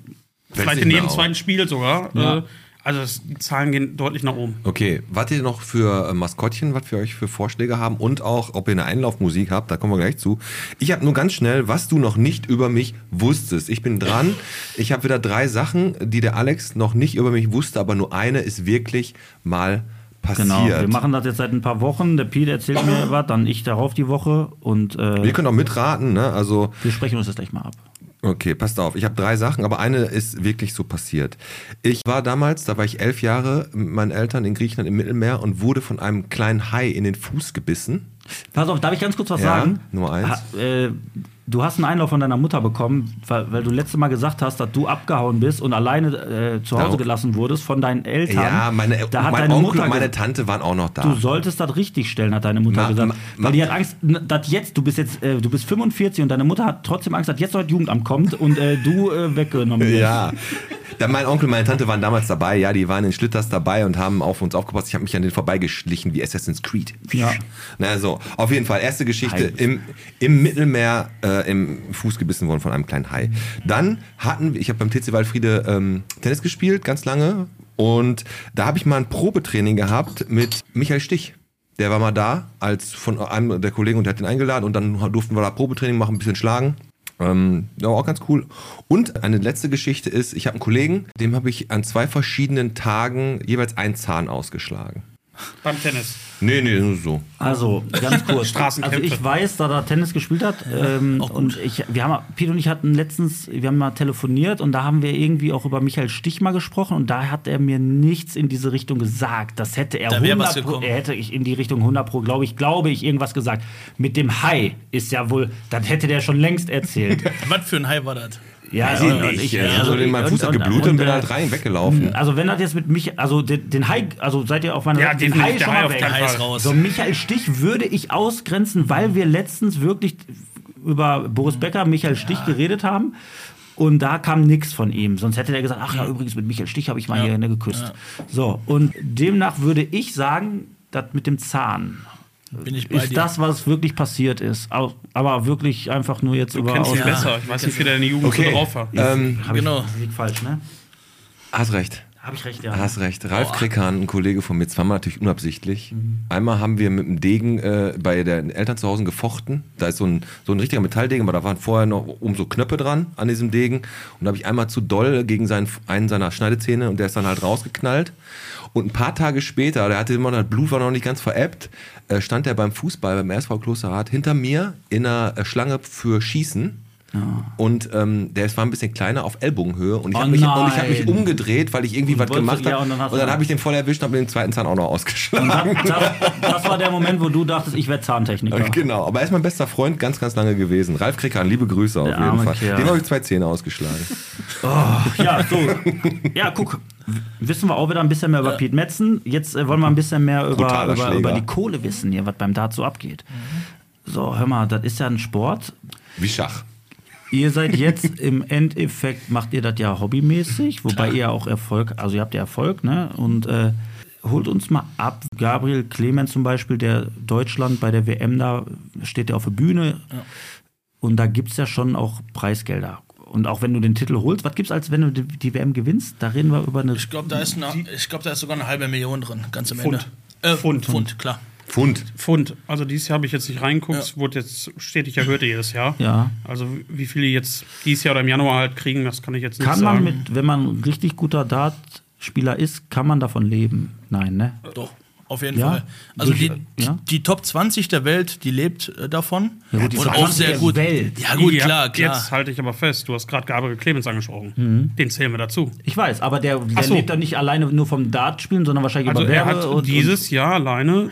vielleicht
nicht
in
mehr
jedem
auf.
zweiten Spiel sogar.
Ja.
Äh, also, das, die Zahlen gehen deutlich nach oben.
Okay, was ihr noch für äh, Maskottchen, was wir euch für Vorschläge haben und auch, ob ihr eine Einlaufmusik habt, da kommen wir gleich zu. Ich habe nur ganz schnell, was du noch nicht über mich wusstest. Ich bin dran. Ich habe wieder drei Sachen, die der Alex noch nicht über mich wusste, aber nur eine ist wirklich mal passiert.
Genau, wir machen das jetzt seit ein paar Wochen. Der Pete erzählt mir was, dann ich darauf die Woche und
Ihr
äh,
könnt auch mitraten, ne? Also
wir sprechen uns das gleich mal ab.
Okay, passt auf. Ich habe drei Sachen, aber eine ist wirklich so passiert. Ich war damals, da war ich elf Jahre mit meinen Eltern in Griechenland im Mittelmeer und wurde von einem kleinen Hai in den Fuß gebissen.
Pass auf, darf ich ganz kurz was
Ja,
sagen?
nur eins.
Ha, äh, du hast einen Einlauf von deiner Mutter bekommen, weil, weil du letztes Mal gesagt hast, dass du abgehauen bist und alleine äh, zu Hause
Darum-
gelassen wurdest von deinen Eltern.
Ja, meine,
da hat
mein
deine
Onkel
Mutter
und meine
ge-
Tante waren auch noch da.
Du solltest das richtig stellen, hat deine Mutter
Ma-
gesagt.
ma- ma-
weil die hat Angst, n- dass jetzt, du bist jetzt, äh, du bist 45 und deine Mutter hat trotzdem Angst, dass jetzt noch das Jugendamt kommt und äh, du äh, weggenommen wirst.
Ja. Da mein Onkel und meine Tante waren damals dabei, ja, die waren in Schlitters dabei und haben auf uns aufgepasst. Ich habe mich an denen vorbeigeschlichen wie Assassin's Creed.
Ja.
Na so, auf jeden Fall, erste Geschichte,
Hai.
im, im Mittelmeer äh, im Fuß gebissen worden von einem kleinen Hai. Dann hatten wir, ich habe beim TC Waldfriede ähm, Tennis gespielt, ganz lange. Und da habe ich mal ein Probetraining gehabt mit Michael Stich. Der war mal da, als von einem der Kollegen und der hat ihn eingeladen und dann durften wir da Probetraining machen, ein bisschen schlagen. Ähm, das war auch ganz cool. Und eine letzte Geschichte ist, ich habe einen Kollegen, dem habe ich an zwei verschiedenen Tagen jeweils einen Zahn ausgeschlagen.
Beim Tennis.
Nee, nee, nur so.
Also, ganz kurz. also
Straßenkämpfe.
ich weiß, da er Tennis gespielt hat. Ähm, und ich, wir haben, Pete und ich hatten letztens, wir haben mal telefoniert und da haben wir irgendwie auch über Michael Stich mal gesprochen und da hat er mir nichts in diese Richtung gesagt. Das hätte er
Da wär was
Pro,
gekommen.
er hätte ich in die Richtung 100 Pro, glaube ich, glaube ich, irgendwas gesagt. Mit dem Hai ist ja wohl, das hätte der schon längst erzählt.
Was für ein Hai war das?
ja,
Also ich, ja, also mein Fuß hat geblutet und, bin
äh,
halt rein weggelaufen.
Also wenn das jetzt mit mich, also den, den Hai, also seid ihr auf meiner
Ja,
Seite? den
definitiv,
Hai
der
schon
Hai
mal
auf
weg.
keinen
Hai ist raus.
So Michael Stich würde ich ausgrenzen, weil wir letztens wirklich über Boris Becker, Michael Stich geredet haben. Und da kam nichts von ihm. Sonst hätte er gesagt, ach ja, übrigens, mit Michael Stich habe ich mal hier ne, geküsst. So, und demnach würde ich sagen, das mit dem Zahn
Bin ich bei
ist
dir.
das, was wirklich passiert ist. Au- Aber wirklich einfach nur jetzt
Du
über...
kennst ihn
aus-
besser. Ich weiß nicht, wie der in der Jugend
Okay.
so drauf war.
Ähm,
Hab ich-
Genau.
liegt falsch, ne?
hast recht.
Habe ich recht, ja.
Hast recht. Ralf Krickhahn, ein Kollege von mir, zweimal natürlich unabsichtlich.
Mhm.
Einmal haben wir mit dem Degen äh, bei den Eltern zu Hause gefochten. Da ist so ein, so ein richtiger Metalldegen, aber da waren vorher noch um so Knöpfe dran an diesem Degen. Und da habe ich einmal zu doll gegen seinen, einen seiner Schneidezähne und der ist dann halt rausgeknallt. Und ein paar Tage später, der hatte immer noch, das Blut war noch nicht ganz veräppt, äh, stand er beim Fußball beim RSV Klosterrad hinter mir in einer äh, Schlange für Schießen. Und ähm, der war ein bisschen kleiner auf Ellbogenhöhe und ich
Ah. Oh
habe mich, und ich hab mich
nein.
umgedreht, weil ich irgendwie was
wolltest-
gemacht habe.
ja,
und
und dann
dann,
hast du-
habe ich den voll erwischt und habe den zweiten Zahn auch noch ausgeschlagen.
Das, das war der Moment, wo du dachtest, ich werde Zahntechniker.
Genau, aber er ist mein bester Freund ganz, ganz lange gewesen. Ralf Krickern, liebe Grüße auf
Der
jeden
arme
Fall.
Kerl.
Dem habe ich zwei Zähne ausgeschlagen.
Ja, so. Ja, guck. w- Wissen wir auch wieder ein bisschen mehr über Piet Metzen. Jetzt äh, wollen wir ein bisschen mehr über,
Brutaler
über,
Schläger. Mhm.
über die Kohle wissen, hier, was beim Dart so abgeht. So, hör mal, das ist ja ein Sport.
Wie Schach.
Ihr seid jetzt im Endeffekt, macht ihr das ja hobbymäßig, wobei ihr auch Erfolg, also ihr habt ja Erfolg, ne? Und äh, holt uns mal ab. Gabriel Clemens zum Beispiel, der Deutschland bei der WM da steht ja auf der Bühne. Und da gibt es ja schon auch Preisgelder. Und auch wenn du den Titel holst, was gibt's als wenn du die, die WM gewinnst? Da reden wir über eine.
Ich glaube, da, ist eine- ich glaub, da ist sogar eine halbe Million drin, ganz am
Pfund.
Ende. Äh,
Pfund.
Pfund, klar.
Pfund.
Pfund. Also dieses Jahr habe ich jetzt nicht reingeguckt, es wurde jetzt stetig erhöht jedes Jahr.
Ja.
Also wie viele jetzt dieses Jahr oder im Januar halt kriegen, das kann ich jetzt nicht
Kann man
sagen.
mit, wenn man ein richtig guter Dartspieler ist, kann man davon leben? Nein, ne?
Doch. Auf jeden
Ja,
Fall. Also
durch-
die,
ja.
die, die Top 20 der Welt, die lebt äh, davon.
Ja, gut, die
und
Top
auch
20
sehr
der
gut.
Welt.
Ja, gut,
Ja,
klar, klar.
Jetzt halte ich aber fest, du hast gerade Gabriel Clemens angesprochen.
Mhm.
Den zählen wir dazu.
Ich weiß, aber der, der
so.
lebt dann nicht alleine nur vom Dartspielen, sondern wahrscheinlich
Also
über
er
Werbe
hat
und,
dieses Jahr alleine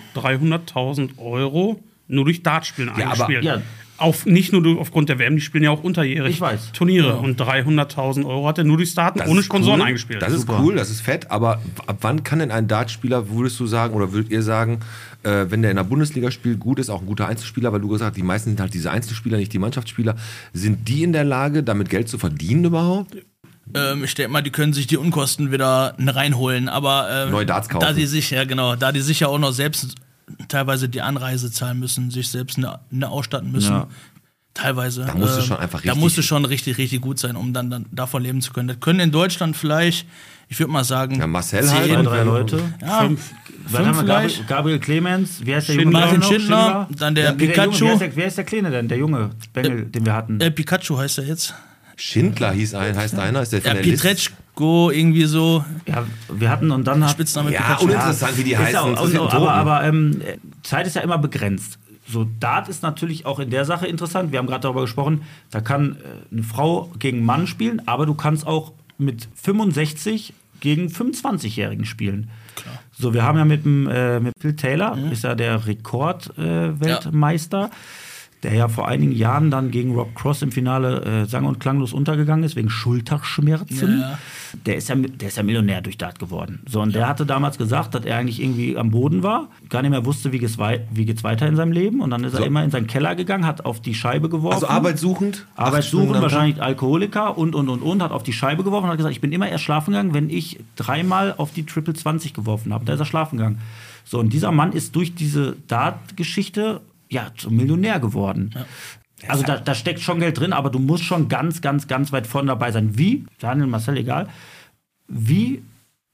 300.000 Euro nur durch Dartspielen
aber-
eingespielt.
ja.
Auf, nicht nur durch- aufgrund der WM, die spielen ja auch unterjährig
Ich weiß.
Turniere. Und 300.000 Euro hat er nur durch Starten
Das
ohne
ist
Sponsoren
cool.
eingespielt.
Das ist cool, das ist fett, aber ab wann kann denn ein Dartspieler, würdest du sagen, oder würdet ihr sagen, äh, wenn der in der Bundesliga spielt, gut ist, auch ein guter Einzelspieler, weil du gesagt hast, die meisten sind halt diese Einzelspieler, nicht die Mannschaftsspieler, sind die in der Lage, damit Geld zu verdienen überhaupt?
Ähm, ich denke mal, die können sich die Unkosten wieder reinholen, aber ähm,
Neue Darts kaufen.
da die sich, ja genau, da die sich ja auch noch selbst teilweise die Anreise zahlen müssen, sich selbst eine, eine ausstatten müssen.
Ja.
Teilweise. ähm,
Da musst du schon einfach
Da
richtig-
musst du schon richtig, richtig gut sein, um dann, dann davon leben zu können. Das können in Deutschland vielleicht, ich würde mal sagen,
Ja, Marcel
zehn-
halt.
zwei, drei Leute.
Ja,
Fünf.
fünf,
Dann haben wir Gabriel,
vielleicht.
Gabriel Clemens, wie heißt der
Schindler.
Martin
noch?
Schindler, dann der
wie
Pikachu.
Junge, wer, ist der, wer ist der Kleine denn, der Junge Bengel, den wir hatten?
Äh, Pikachu heißt er jetzt.
Schindler hieß ein, heißt einer, ist der von
Ja,
der List?
Pietreczko, irgendwie so.
ja, wir hatten und dann hat,
Spitzname
Ja,
Pikachu.
uninteressant, wie die
Ist ja
heißen.
auch,
interessiert
auch,
den
aber
Toten.
aber ähm, Zeit ist ja immer begrenzt. So, Dart ist natürlich auch in der Sache interessant. Wir haben gerade darüber gesprochen, da kann äh, eine Frau gegen einen Mann spielen, aber du kannst auch mit 65 gegen 25-Jährigen spielen. So, wir haben ja mit, dem, äh, mit Phil Taylor, ist ja der Rekordweltmeister, äh, Weltmeister, der ja vor einigen Jahren dann gegen Rob Cross im Finale äh, sang- und klanglos untergegangen ist, wegen Schulterschmerzen
Ja.
der ist ja, der ist ja Millionär durch Dart geworden. So, und der hatte damals gesagt, dass er eigentlich irgendwie am Boden war, gar nicht mehr wusste, wie geht's, wei wie geht's weiter in seinem Leben. Und dann ist er immer in seinen Keller gegangen, hat auf die Scheibe geworfen.
Also arbeitssuchend? Acht
Arbeitssuchen,
Stunden am Tag?
wahrscheinlich Alkoholiker und, und, und, und, hat auf die Scheibe geworfen und hat gesagt, ich bin immer erst schlafen gegangen, wenn ich dreimal auf die Triple 20 geworfen habe. Da ist er schlafen gegangen. So, und dieser Mann ist durch diese Dart-Geschichte ja zum Millionär geworden. Also da, da steckt schon Geld drin, aber du musst schon ganz, ganz, ganz weit vorne dabei sein. Wie, Daniel, Marcel, egal, wie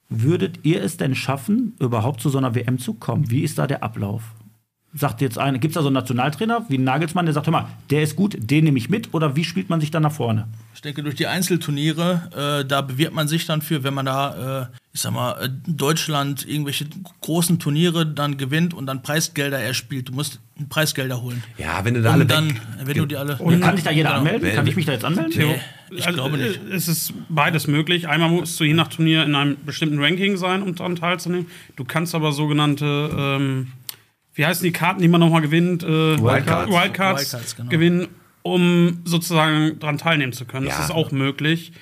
würdet ihr es denn schaffen, überhaupt zu so einer WM zu kommen? Wie ist da der Ablauf? Sagt jetzt eine, gibt es da so einen Nationaltrainer wie einen Nagelsmann, der sagt, hör mal, der ist gut, den nehme ich mit oder wie spielt man sich dann nach vorne?
Ich denke, durch die Einzelturniere, äh, da bewirbt man sich dann für, wenn man da, äh, ich sag mal, äh, Deutschland irgendwelche großen Turniere dann gewinnt und dann Preisgelder erspielt. Du musst Preisgelder holen.
Ja, wenn du da alle
und dann,
weg-
wenn du die alle.
Und kann sich da jeder anmelden?
Genau. Wer-
Kann ich mich da jetzt anmelden?
ich glaube nicht.
äh, Es ist beides möglich. Einmal musst du je nach Turnier in einem bestimmten Ranking sein, um daran teilzunehmen. Du kannst aber sogenannte, ähm, wie heißen die Karten, die man nochmal gewinnt? Äh,
Wildcards.
Wildcards,
Wildcards, genau.
gewinnen, um sozusagen daran teilnehmen zu können.
Ja.
Das ist auch möglich.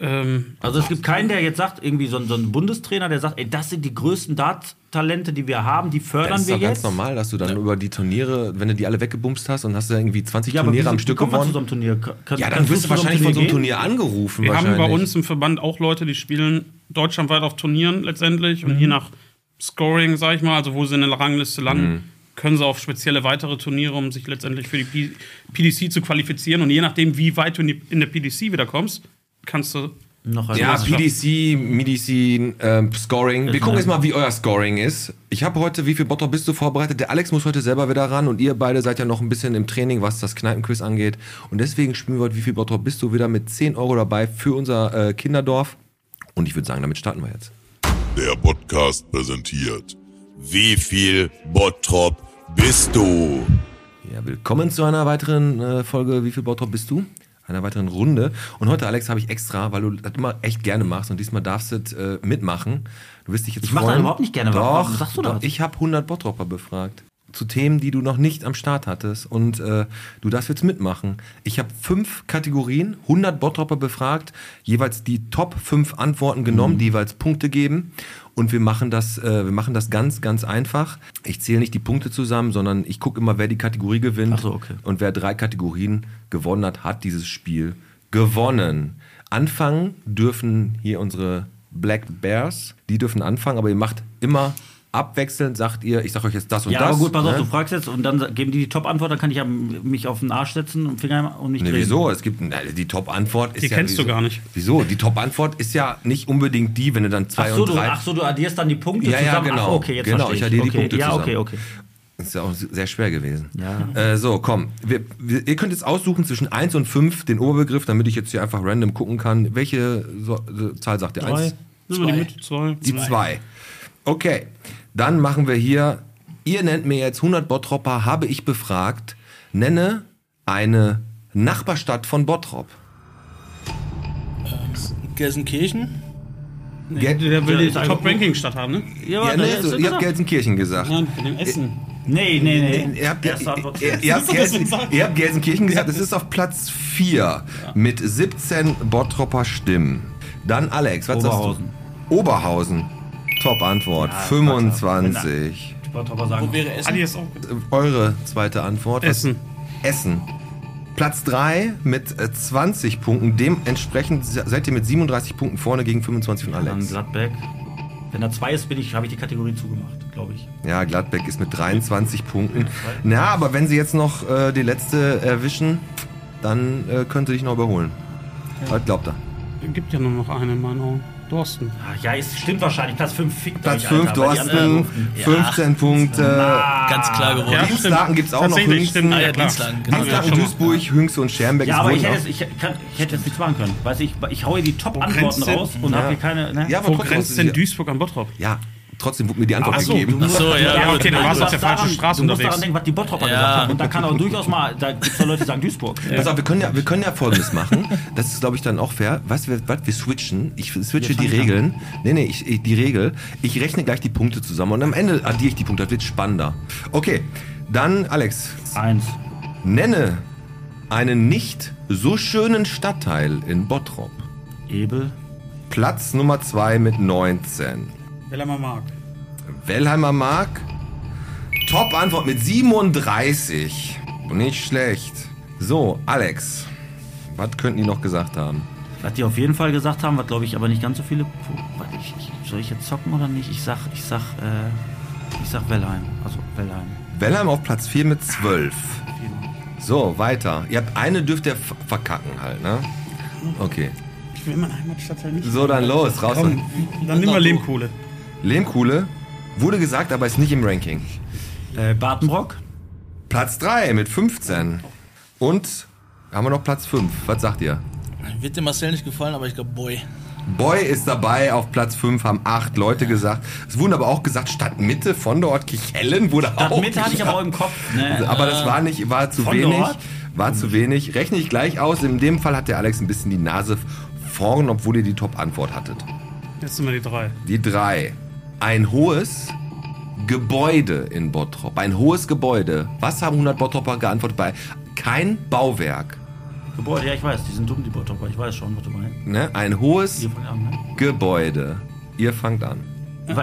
Ähm,
Also es gibt keinen, der jetzt sagt, irgendwie so ein, so ein Bundestrainer, der sagt, ey, das sind die größten Dart-Talente, die wir haben, die fördern
Das ist
wir
doch
jetzt.
ganz normal, dass du dann über die Turniere, wenn du die alle weggebumst hast und hast du dann irgendwie 20
Ja, aber wie,
Turniere am
wie
Stück
kommt man zu
gewonnen.
so einem Turnier? Kann-
Ja, dann
kannst
wirst du
zu einem
wahrscheinlich von so einem
gehen?
Turnier angerufen.
Wir haben bei
wahrscheinlich.
uns im Verband auch Leute, die spielen deutschlandweit auf Turnieren letztendlich und je
Mhm.
nach Scoring, sag ich mal, also wo sie in der Rangliste landen,
Mhm.
können sie auf spezielle weitere Turniere, um sich letztendlich für die P PDC zu qualifizieren und je nachdem, wie weit du in, die, in der PDC wieder kommst, kannst du
Noch ein
Ja,
ja,
PDC, Medicine, ähm, Scoring. Wir gucken
halt
jetzt mal, wie euer Scoring ist. Ich habe heute, wie viel Bottrop bist du vorbereitet? Der Alex muss heute selber wieder ran und ihr beide seid ja noch ein bisschen im Training, was das Kneipenquiz angeht. Und deswegen spielen wir heute, wie viel Bottrop bist du wieder mit 10 Euro dabei für unser äh, Kinderdorf. Und ich würde sagen, damit starten wir jetzt.
Der Podcast präsentiert. Wie viel Bottrop bist du?
Ja, willkommen zu einer weiteren äh, Folge Wie viel Bottrop bist du? Einer weiteren Runde. Und heute, Alex, habe ich extra, weil du das immer echt gerne machst und diesmal darfst du äh, mitmachen. Du wirst dich jetzt
Ich mach das
freuen.
überhaupt nicht gerne.
Doch,
Warum sagst du
doch,
das?
Ich habe 100 Bottropper befragt. Zu Themen, die du noch nicht am Start hattest. Und äh, du darfst jetzt mitmachen. Ich habe fünf Kategorien, 100 Bottropper befragt, jeweils die Top 5 Antworten genommen,
Mhm.
die jeweils Punkte geben. Und wir machen, das, äh, wir machen das ganz, ganz einfach. Ich zähle nicht die Punkte zusammen, sondern ich gucke immer, wer die Kategorie gewinnt.
Ach so, okay.
Und wer drei Kategorien gewonnen hat, hat dieses Spiel gewonnen. Anfangen dürfen hier unsere Black Bears. Die dürfen anfangen, aber ihr macht immer abwechselnd, sagt ihr, ich sag euch jetzt das und
Ja,
das.
aber gut, pass auf,
ne?
du fragst jetzt und dann sa- geben die die Top-Antwort, dann kann ich ja m- mich auf den Arsch setzen und Finger und mich
Nee,
drehen.
wieso? Es gibt na, die Top-Antwort ist
Die
ja,
kennst du
wieso-
gar nicht.
Wieso? Die Top-Antwort ist ja nicht unbedingt die, wenn du dann
Ach
zwei
so,
und
du,
drei.
ach so, du addierst dann die Punkte
Ja, ja,
zusammen.
genau.
Ach, okay, jetzt
Genau,
verstehe
ich addiere die
okay.
Punkte
Ja,
zusammen.
okay, okay.
Ist ja auch sehr schwer gewesen.
Ja.
Äh, so, komm. Wir, wir, ihr könnt jetzt aussuchen zwischen 1 und 5 den Oberbegriff, damit ich jetzt hier einfach random gucken kann. Welche so, so, Zahl sagt ihr?
Drei.
Eins?
nimm mal die mit, zwei.
Die 2. Okay. Dann machen wir hier, ihr nennt mir jetzt 100 Bottropper, habe ich befragt, nenne eine Nachbarstadt von Bottrop. Ähm,
Gelsenkirchen?
Gel
Der will die
Ja,
Top-Ranking-Stadt haben, ne?
ja,
Ja,
genau.
warte,
nee,
jetzt
so,
wird
ihr habt
gesagt.
Gelsenkirchen gesagt.
Nein, für den Essen.
nee, nee, nee.
Ihr habt,
Erste Antwort.
ihr, ihr, habt
Siehst du,
Gelsen,
was ich sag?
ihr habt Gelsenkirchen gesagt, es ist auf Platz 4 mit 17 Bottropper Stimmen. Dann Alex, was
Oberhausen.
sagst du? Oberhausen. Top Antwort, 25.
Ich wollte aber sagen,
Wäre Essen.
Adi Ah, ist auch.
Eure zweite Antwort. was-
Essen.
Essen. Platz 3 mit äh, 20 Punkten. Dementsprechend se- seid ihr mit 37 Punkten vorne gegen 25 von
dann
Alex.
Gladbeck. Wenn da zwei ist, bin ich, habe ich die Kategorie zugemacht, glaube ich.
Ja, Gladbeck ist mit 23 Punkten. Na, aber wenn sie jetzt noch äh, die letzte erwischen, dann äh, könnte dich noch überholen. Was glaubt er?
Gibt ja nur noch eine in meinen Augen. Dorsten.
Ach, Ah, ja, es stimmt wahrscheinlich. Platz 5 fickt
Platz
euch,
5,
Alter, aber die
Dorsten,
anderen-
15 Punkte.
Ganz klar geworden.
Ja, stimmt.
Dienstlaken gibt's auch noch.
Tatsächlich,
Hüngsten.
stimmt.
Ah, ja,
klar.
Dienstlaken, genau.
Haben wir ja
Dienstlaken,
schon mal.
Duisburg, Hünxe und Schermbeck.
Ja,
es
aber
wurden
ich hätte,
noch-
es, ich, kann, ich hätte jetzt nichts machen können. Weißt du, ich, ich haue hier die
grenzt
Top-Antworten
denn-
raus und habe hier keine. Ne?
ja, aber
Wo
trotzdem hast
grenzt
du
denn
sie-
Duisburg an Bottrop?
Ja, trotzdem wurde mir die Antwort
Ach so,
gegeben.
Ach so, ja.
Ja,
ja.
okay, dann warst du auf der
musst daran-
falschen Straße
du musst
unterwegs.
daran denken, was die Bottroper
Ja.
gesagt haben. Und da kann auch durchaus mal, da gibt es doch Leute, die sagen Duisburg.
Pass auf, wir können ja, wir können ja Folgendes machen. Das ist, glaube ich, dann auch fair. Was wir, was wir switchen, ich switche die Regeln. Nee, nee, ich, ich, die Regel. Ich rechne gleich die Punkte zusammen und am Ende addiere ich die Punkte. Das wird spannender. Okay, dann Alex.
Eins.
Nenne einen nicht so schönen Stadtteil in Bottrop.
Ebel.
Platz Nummer 2 mit 19.
Wellermer Mark.
Wellheimer Mark. Top-Antwort mit 37. Nicht schlecht. So, Alex. Was könnten die noch gesagt haben?
Was die auf jeden Fall gesagt haben, was glaube ich aber nicht ganz so viele. Puh, warte, ich, ich, soll ich jetzt zocken oder nicht? Ich sag, ich sag, äh, ich sag Wellheim. Also Wellheim.
Wellheim auf Platz 4 mit 12. So, weiter. Ihr habt eine dürft ihr f- verkacken halt, ne? Okay.
Ich will meine Heimatstadtteil nicht.
So, dann los, raus.
Komm, dann nimm mal Lehmkohle.
Lehmkuhle wurde gesagt, aber ist nicht im Ranking.
Äh, Bartenbrock.
Platz 3 mit 15. Und haben wir noch Platz 5. Was sagt ihr?
Wird dem Marcel nicht gefallen, aber ich glaube, Boy.
Boy ist dabei auf Platz 5, haben acht Leute gesagt. Es wurden aber auch gesagt, Stadtmitte von dort Kichellen wurde
Das
auch. Also,
Mitte hatte ich aber auch im Kopf. Ne?
Oh, Aber das war nicht, war zu
Von
wenig.
dort?
War zu wenig. Rechne ich gleich aus. In dem Fall hat der Alex ein bisschen die Nase vorn, obwohl ihr die Top-Antwort hattet.
Jetzt sind wir die drei.
Die drei. Ein hohes Gebäude in Bottrop. Ein hohes Gebäude. Was haben 100 Bottropper geantwortet bei? Kein Bauwerk.
Äh, Gebäude, ja, ich weiß, die sind dumm, die Bottroper. Ich weiß schon, was du meinst.
Ne? Ein hohes
Die fangen an, ne?
Gebäude. Ihr fangt an.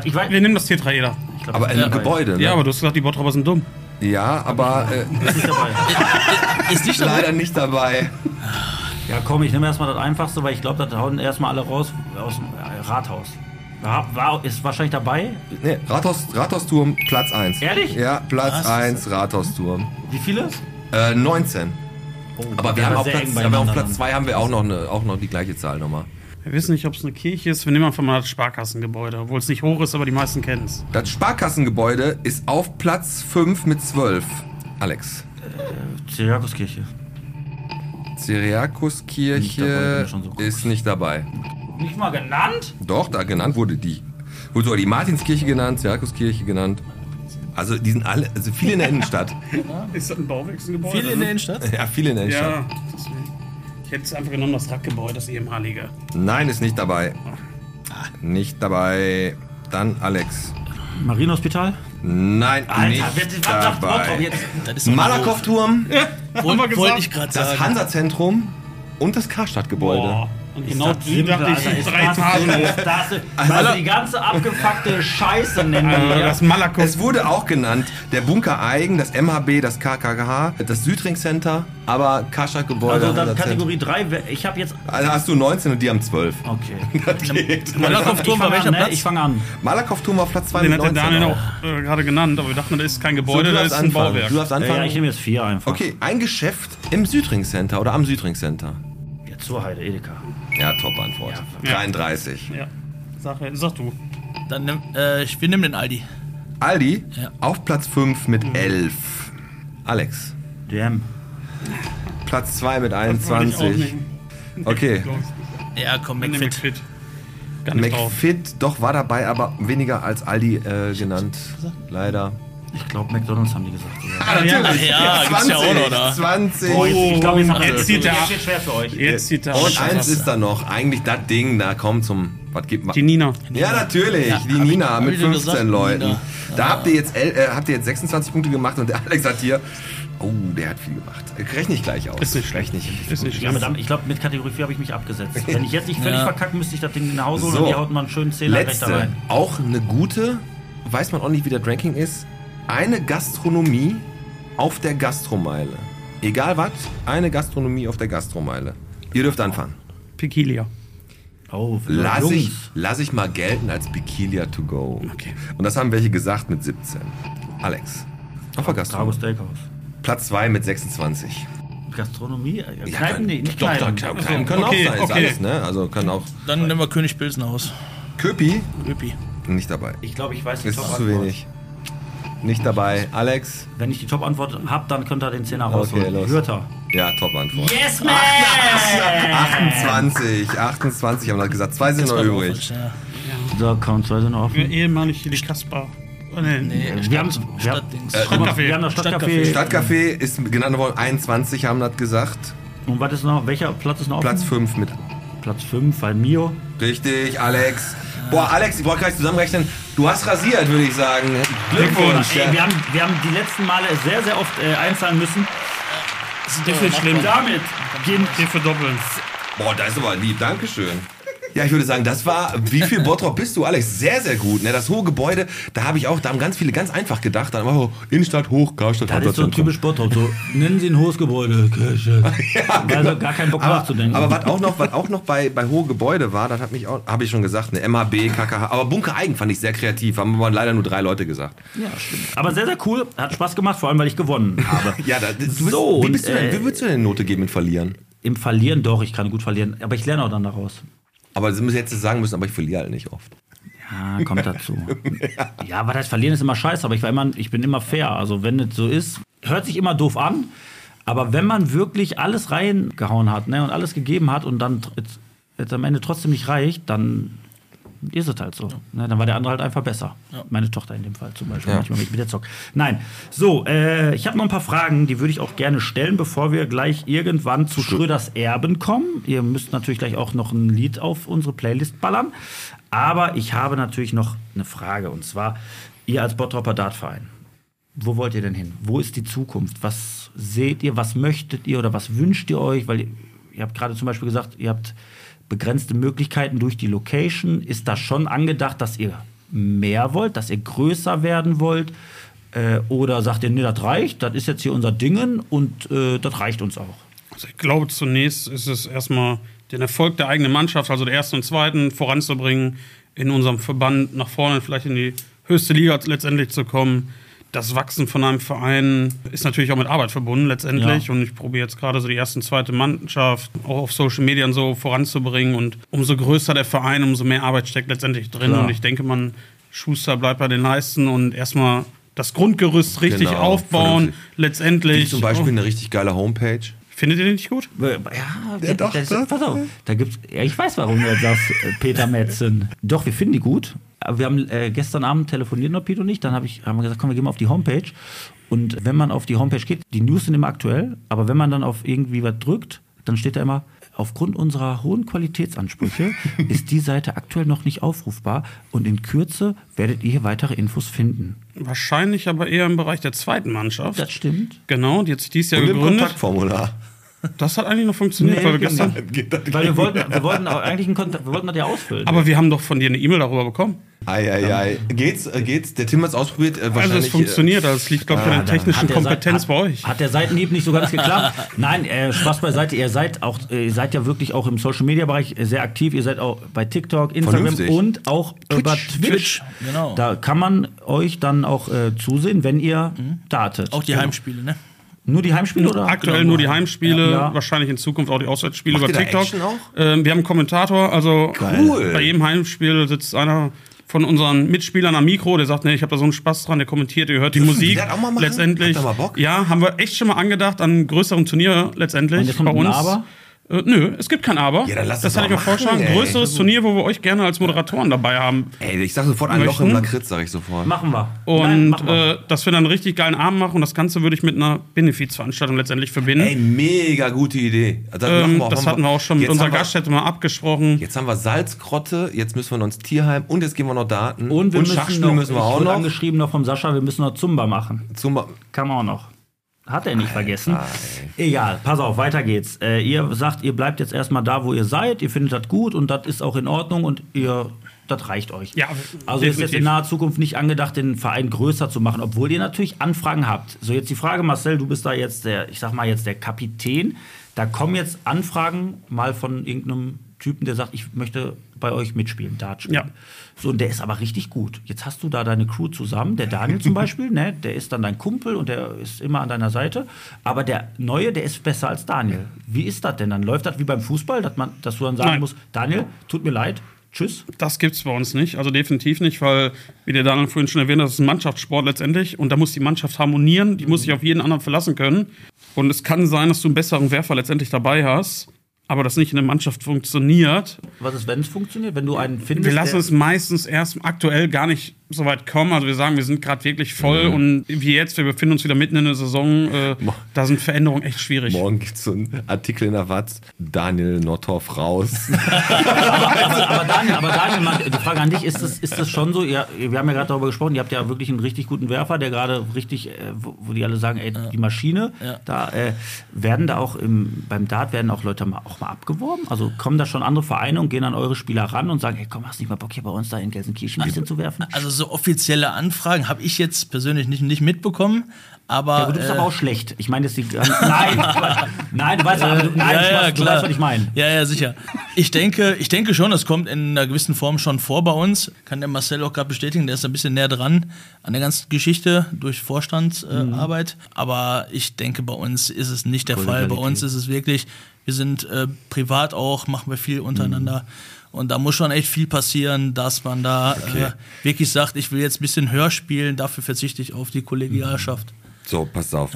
Ich weiß,
Wir nehmen das Tetraeder.
ich glaub,
Aber
ich
ein
bin dabei.
Gebäude. Ne?
Ja, aber du hast gesagt, die Bottroper sind dumm.
ja, aber äh,
Ich bin dabei.
Ist nicht dabei.
leider nicht dabei.
Ja, komm, ich nehme erstmal das Einfachste, weil ich glaube, das hauen erstmal alle raus aus dem äh, Rathaus. War, war, ist wahrscheinlich dabei.
Nee, Rathaus, Rathausturm, Platz 1.
Ehrlich?
Ja, Platz
Was?
1, Rathausturm.
Wie viele?
Äh, 19. aber wir haben auf
sehr
Platz,
eng
aber auf
beieinander
Platz
dann.
2 haben wir auch noch, eine, auch noch die gleiche Zahl nochmal.
Wir wissen nicht, ob es eine Kirche ist. Wir nehmen einfach mal das Sparkassengebäude, obwohl es nicht hoch ist, aber die meisten kennen es.
Das Sparkassengebäude ist auf Platz 5 mit 12. Alex.
Syriakuskirche. Nicht dabei, wenn
Syriakuskirche
du schon so guckst.
ist nicht dabei.
Nicht mal genannt?
Doch, da genannt wurde die. Wurde sogar die Martinskirche genannt, Syriakuskirche genannt. Also die sind alle, also viele in der Innenstadt.
Ist das ein Bauwechselgebäude?
Viel in der Innenstadt?
ja, viele in der Innenstadt.
Ja, deswegen. Ich hätte es einfach genommen, das Rackgebäude, das ehemalige.
Nein, ist nicht dabei. Nicht dabei. Dann Alex.
Marienhospital?
Nein,
Alter, wer-
nicht
was sagt Bottrop
dabei.
jetzt?
Das ist doch
Malakow-Turm,
doof. Wollte wollte ich gerade
das
sagen.
Hansa-Zentrum und das Karstadt-Gebäude.
Boah. Und
Ist
genau
das
die
simpel,
dachte
Alter,
ich
ist
drei
das simpel,
Tage.
ist Das, also die ganze abgefuckte Scheiße nennen
Also
wir
Das Malakow.
Es wurde auch genannt der Bunker Eigen, das MHB, das KKH, das Südring Center, aber Karstadt-Gebäude.
Also dann
Hansa-Zentrum.
Kategorie 3, ich habe jetzt...
also hast du 19 und die haben 12.
Okay.
Malakow-Turm war welcher
Ich fange an, ne?
Platz?
ich fange an.
Malakow-Turm auf Platz 2
Den
mit
hat der
19.
Daniel
auch.
auch äh, gerade genannt, aber wir dachten, das ist kein
So,
Gebäude,
du
das
darfst
ist ein
anfangen.
Bauwerk.
Du darfst
Ja,
anfangen.
ja, ich nehme jetzt 4 einfach.
Okay, ein Geschäft im Südring Center oder am Südring Center.
Ja, zur Heide, Edeka.
Ja, Top-Antwort. 33.
Ja. Sag, äh, sag du.
Dann nimm, äh, ich, wir nehmen den Aldi.
Aldi
Ja.
auf Platz 5 mit
Mhm.
11. Alex,
DM.
Platz 2 mit
Wollte ich auch
21.
nehmen.
Okay,
Glaub ich.
Ja, komm,
Dann nehme ich
McFit.
fit. gar nicht drauf.
McFit, doch, war dabei, aber weniger als Aldi äh, genannt. Leider.
Ich glaube, McDonalds haben die gesagt. Oder?
Ah, natürlich.
Ja, gibt's ja auch noch, oder?
20.
ich glaube, jetzt,
Oh, jetzt
jetzt,
zieht der ab.
jetzt schwer für euch.
Jetzt zieht er
Und
aus.
eins ist da noch. Eigentlich das Ding, da komm zum. Was gibt man?
Die Nina.
Ja, natürlich. die
hab ich-
Nina
hab
mit
ich dir
15
gesagt,
Leuten.
Nina.
Da habt ihr, jetzt el äh, habt ihr jetzt 26 Punkte gemacht und der Alex hat hier. Oh, der hat viel gemacht. Rechne ich gleich aus.
Ist nicht schlecht.
Rechne ich.
Ist nicht
Ja,
schlecht.
mit, ich glaube, mit Kategorie 4 habe ich mich abgesetzt. Wenn ich jetzt nicht völlig
Ja.
verkacken, müsste ich das Ding nach Hause holen
So.
und die haut mal einen schönen Zähler rechter
Letzte.
rein.
Auch eine gute. Weiß man auch nicht, wie das Ranking ist. Eine Gastronomie auf der Gastromeile. Egal was, eine Gastronomie auf der Gastromeile. Ihr dürft anfangen.
Pekilia.
Oh, für
Lass
Jungs.
ich, lass ich mal gelten als Bikilia to go.
Okay.
Und das haben welche gesagt mit 17. Alex. Auf der
Trago
Gastronomie.
Steakhouse.
Platz 2 mit 26.
Gastronomie? Äh,
Ja,
Kneipen? Nee, nicht
doch, doch,
Kneipen.
doch,
Achso.
Kneipen können
okay,
auch sein. Ist
okay.
alles, ne? Also kann auch.
Dann nehmen wir König Pilsen aus.
Köpi
Üppi.
nicht dabei.
Ich glaube, ich weiß die
Ist zu
Top-Antwort.
wenig. Nicht dabei. Alex.
Wenn ich die Top-Antwort habe, dann könnt ihr den Zehner
Okay,
rausholen.
los.
Hürter.
Ja, Top-Antwort.
Yes, man!
28, 28 haben wir gesagt. Zwei sind noch übrig.
Ja.
Da kommen zwei sind noch offen.
Ehemalig die Kaspar. Oh, nee.
Nee,
Wir haben wir haben-
Stadtdings.
Stadtcafé.
wir haben das Stadtcafé.
Stadtcafé ist genannt worden, 21 haben das gesagt.
Und was ist noch? Welcher Platz ist noch
Platz
offen?
5 mit.
Platz 5, weil Mio.
Richtig, Alex. Boah, Alex, ich brauche gar nicht zusammenrechnen. Du hast rasiert, würde ich sagen. Glückwunsch.
Ey, wir,
Ja.
haben, wir haben die letzten Male sehr, sehr oft äh, einzahlen müssen. Äh,
Ist nicht schlimm.
Damit gehen
Hier verdoppeln.
Boah, das ist aber lieb. Dankeschön. Ja, ich würde sagen, das war, wie viel Bottrop bist du, Alex? Sehr, sehr gut. Ne? Das hohe Gebäude, da habe ich auch, da haben ganz viele ganz einfach gedacht. Dann, oh, Innenstadt hoch, Karstadt,
Das ist so
Hauptstadtzentrum.
typisch Bottrop. So, nennen Sie ein hohes Gebäude. Kirche. Also gar keinen Bock nachzudenken.
genau. Aber was auch noch, was auch noch bei, bei hohe Gebäude war, das hat mich auch, habe ich schon gesagt, ne, MHB, KKH. Aber Bunker Eigen fand ich sehr kreativ, haben aber leider nur drei Leute gesagt.
Aber sehr, sehr cool. Hat Spaß gemacht, vor allem, weil ich gewonnen habe.
Ja, da, du bist,
So,
wie, bist du
und,
denn,
äh,
wie würdest du denn eine Note geben mit Verlieren?
Im Verlieren, doch, ich kann gut verlieren. Aber ich lerne auch dann daraus.
Aber sie müssen jetzt sagen müssen, aber ich verliere halt nicht oft.
Ja, Ah, kommt dazu. ja, was heißt verlieren ist immer scheiße, aber ich, war immer, ich bin immer fair. Also wenn es so ist, hört sich immer doof an. Aber wenn man wirklich alles reingehauen hat ne, und alles gegeben hat und dann tr- jetzt, jetzt am Ende trotzdem nicht reicht, dann ist es halt so. Ne, dann war der andere halt einfach besser. Meine Tochter in dem Fall zum Beispiel. Manchmal, wenn ich mit der zock. Nein, so, äh, ich habe noch ein paar Fragen, die würde ich auch gerne stellen, bevor wir gleich irgendwann zu Schröders Erben kommen. Ihr müsst natürlich gleich auch noch ein Lied auf unsere Playlist ballern. Aber ich habe natürlich noch eine Frage und zwar, ihr als Bottropper Dartverein, wo wollt ihr denn hin? Wo ist die Zukunft? Was seht ihr, was möchtet ihr oder was wünscht ihr euch? Weil ihr, ihr habt gerade zum Beispiel gesagt, ihr habt begrenzte Möglichkeiten durch die Location. Ist das schon angedacht, dass ihr mehr wollt, dass ihr größer werden wollt? Äh, oder sagt ihr, nee, das reicht, das ist jetzt hier unser Dingen und äh, das reicht uns auch?
Also ich glaube, zunächst ist es erstmal den Erfolg der eigenen Mannschaft, also der ersten und zweiten, voranzubringen, in unserem Verband nach vorne, vielleicht in die höchste Liga letztendlich zu kommen. Das Wachsen von einem Verein ist natürlich auch mit Arbeit verbunden letztendlich.
Ja.
Und ich probiere jetzt gerade so die erste und zweite Mannschaft auch auf Social Media und so voranzubringen. Und umso größer der Verein, umso mehr Arbeit steckt letztendlich drin.
Klar.
Und ich denke, man, Schuster bleibt bei den Leisten und erstmal das Grundgerüst richtig
Genau,
aufbauen.
vernünftig.
Letztendlich. Oh,
Wie zum Beispiel eine richtig geile Homepage.
Findet ihr den nicht gut?
Ja, ja
doch,
das,
das-
pass auf, da gibt's, ja, ich weiß, warum du das sagst, äh, Peter Metzen. Doch, wir finden die gut. Aber Wir haben äh, gestern Abend telefoniert noch, Peter und ich. Dann hab ich, haben wir gesagt, komm, wir gehen mal auf die Homepage. Und wenn man auf die Homepage geht, die News sind immer aktuell, aber wenn man dann auf irgendwie was drückt, dann steht da immer, aufgrund unserer hohen Qualitätsansprüche ist die Seite aktuell noch nicht aufrufbar und in Kürze werdet ihr hier weitere Infos finden.
Wahrscheinlich aber eher im Bereich der zweiten Mannschaft.
Das stimmt.
Genau, die hat sich dieses Jahr
Und im
gegründet.
Kontaktformular.
Das hat eigentlich noch funktioniert, weil wir
geht
gestern.
nicht. Weil wir wollten, wir wollten auch eigentlich einen Kontakt, wir wollten das ja ausfüllen.
Aber wir haben doch von dir eine E-Mail darüber bekommen.
Eieiei. Geht's, äh, geht's? Der Tim hat's ausprobiert. Äh, wahrscheinlich,
Also es funktioniert, also es liegt, glaube ich, an der
dann
technischen
hat der
Kompetenz
Seit-
bei
hat,
euch.
Hat der Seitenhieb nicht so ganz geklappt? Nein, äh, Spaß beiseite. Ihr seid auch, äh, ihr seid ja wirklich auch im Social Media Bereich sehr aktiv. Ihr seid auch bei TikTok, Instagram
Vernünftig.
und auch über Twitch.
Twitch, genau.
Da kann man euch dann auch äh, zusehen, wenn ihr dartet.
Mhm. Auch die Heimspiele, ne?
Nur die Heimspiele oder?
Aktuell nur die Heimspiele,
Genau. Ja.
wahrscheinlich in Zukunft auch die Auswärtsspiele
Macht
über
ihr da
TikTok.
Action auch?
Ähm, wir haben einen Kommentator, also
Cool.
bei jedem Heimspiel sitzt einer von unseren Mitspielern am Mikro, der sagt, nee, ich habe da so einen Spaß dran, der kommentiert, ihr hört die
Dürfen wir
Musik
das auch mal machen?
letztendlich.
Habt ihr mal Bock?
Ja, haben wir echt schon mal angedacht an einem größeren Turnier
Und
letztendlich
jetzt kommt
bei
ein
uns.
Aber?
Äh, nö, es gibt kein Aber.
Ja, dann lass
das
das
hatte ich
doch
auch vorgeschlagen.
machen, ey.
Größeres Turnier, wo wir euch gerne als Moderatoren dabei haben.
Ey, ich sag sofort ein Loch im
Möchten?
Lakritz, sag ich sofort.
Machen wir.
Und
Nein, machen wir.
äh, dass wir dann einen richtig geilen Abend machen. Und das Ganze würde ich mit einer Benefizveranstaltung letztendlich verbinden.
Ey, mega gute Idee. Also, Das, Äh, machen
ähm,
wir auch.
das
Haben
hatten wir auch schon mit
Jetzt
unserer
haben wir-
Gaststätte mal abgesprochen.
Jetzt haben wir Salzgrotte, jetzt müssen wir noch ins Tierheim und jetzt gehen wir noch Daten.
Und wir müssen
Schachspiel
noch,
müssen wir
ich
auch
wurde
noch.
angeschrieben noch vom Sascha, wir müssen noch Zumba machen.
Zum,
Kann man auch noch. Hat er nicht vergessen. Egal, pass auf, weiter geht's. Äh, ihr sagt, ihr bleibt jetzt erstmal da, wo ihr seid, ihr findet das gut und das ist auch in Ordnung und ihr, das reicht euch.
Ja,
also ist jetzt
definitiv.
in naher Zukunft nicht angedacht, den Verein größer zu machen, obwohl ihr natürlich Anfragen habt. So, jetzt die Frage, Marcel, du bist da jetzt der, ich sag mal jetzt der Kapitän. Da kommen jetzt Anfragen mal von irgendeinem Typen, der sagt, ich möchte bei euch mitspielen, Dart spielen.
Ja.
So, und der ist aber richtig gut. Jetzt hast du da deine Crew zusammen. Der Daniel zum Beispiel, ne, der ist dann dein Kumpel und der ist immer an deiner Seite. Aber der Neue, der ist besser als Daniel. Wie ist das denn? Dann läuft das wie beim Fußball, dass, man, dass du dann sagen
Nein.
musst, Daniel, tut mir leid, tschüss.
Das gibt's bei uns nicht. Also definitiv nicht, weil, wie der Daniel vorhin schon erwähnt hat, das ist ein Mannschaftssport letztendlich und da muss die Mannschaft harmonieren, die muss
Mhm.
sich auf jeden anderen verlassen können. Und es kann sein, dass du einen besseren Werfer letztendlich dabei hast, aber das nicht in der Mannschaft funktioniert.
Was ist, wenn es funktioniert? Wenn du einen findest,
Wir lassen
der-
es meistens erst aktuell gar nicht so weit kommen. Also wir sagen, wir sind gerade wirklich voll
Mhm.
und wie jetzt, wir befinden uns wieder mitten in der Saison, äh, da sind Veränderungen echt schwierig.
morgen gibt es so einen Artikel in der Watz. Daniel Nottorf raus.
aber, Also, aber Daniel, aber Daniel mal, die Frage an dich, ist das, ist das schon so? Ihr, wir haben ja gerade darüber gesprochen, ihr habt ja wirklich einen richtig guten Werfer, der gerade richtig, äh, wo, wo die alle sagen, ey, die Maschine, da äh, werden da auch im, beim Dart werden auch Leute mal, auch mal abgeworben? Also kommen da schon andere Vereine und gehen an eure Spieler ran und sagen, ey, komm, hast nicht mal Bock hier bei uns da in Gelsenkirchen ein bisschen zu werfen?
Also so offizielle Anfragen habe ich jetzt persönlich nicht, nicht mitbekommen, aber.
Ja, aber du bist
äh,
aber auch schlecht. Ich meine, dass die. ähm, Nein, Quatsch. nein, du weißt, aber du, nein,
ja,
ich
ja,
weiß, du
klar.
weißt, was ich meine.
Ja, ja, sicher. Ich denke, ich denke schon, das kommt in einer gewissen Form schon vor bei uns. Kann der Marcel auch gerade bestätigen, der ist ein bisschen näher dran an der ganzen Geschichte durch Vorstandsarbeit. Äh, Arbeit.
Mhm.
Aber ich denke, bei uns ist es nicht der Fall. Bei uns ist es wirklich, wir sind äh, privat auch, machen wir viel untereinander.
Mhm.
Und da muss schon echt viel passieren, dass man da äh, wirklich sagt, ich will jetzt ein bisschen höher spielen, dafür verzichte ich auf die Kollegialschaft.
Mhm.
So, passt auf.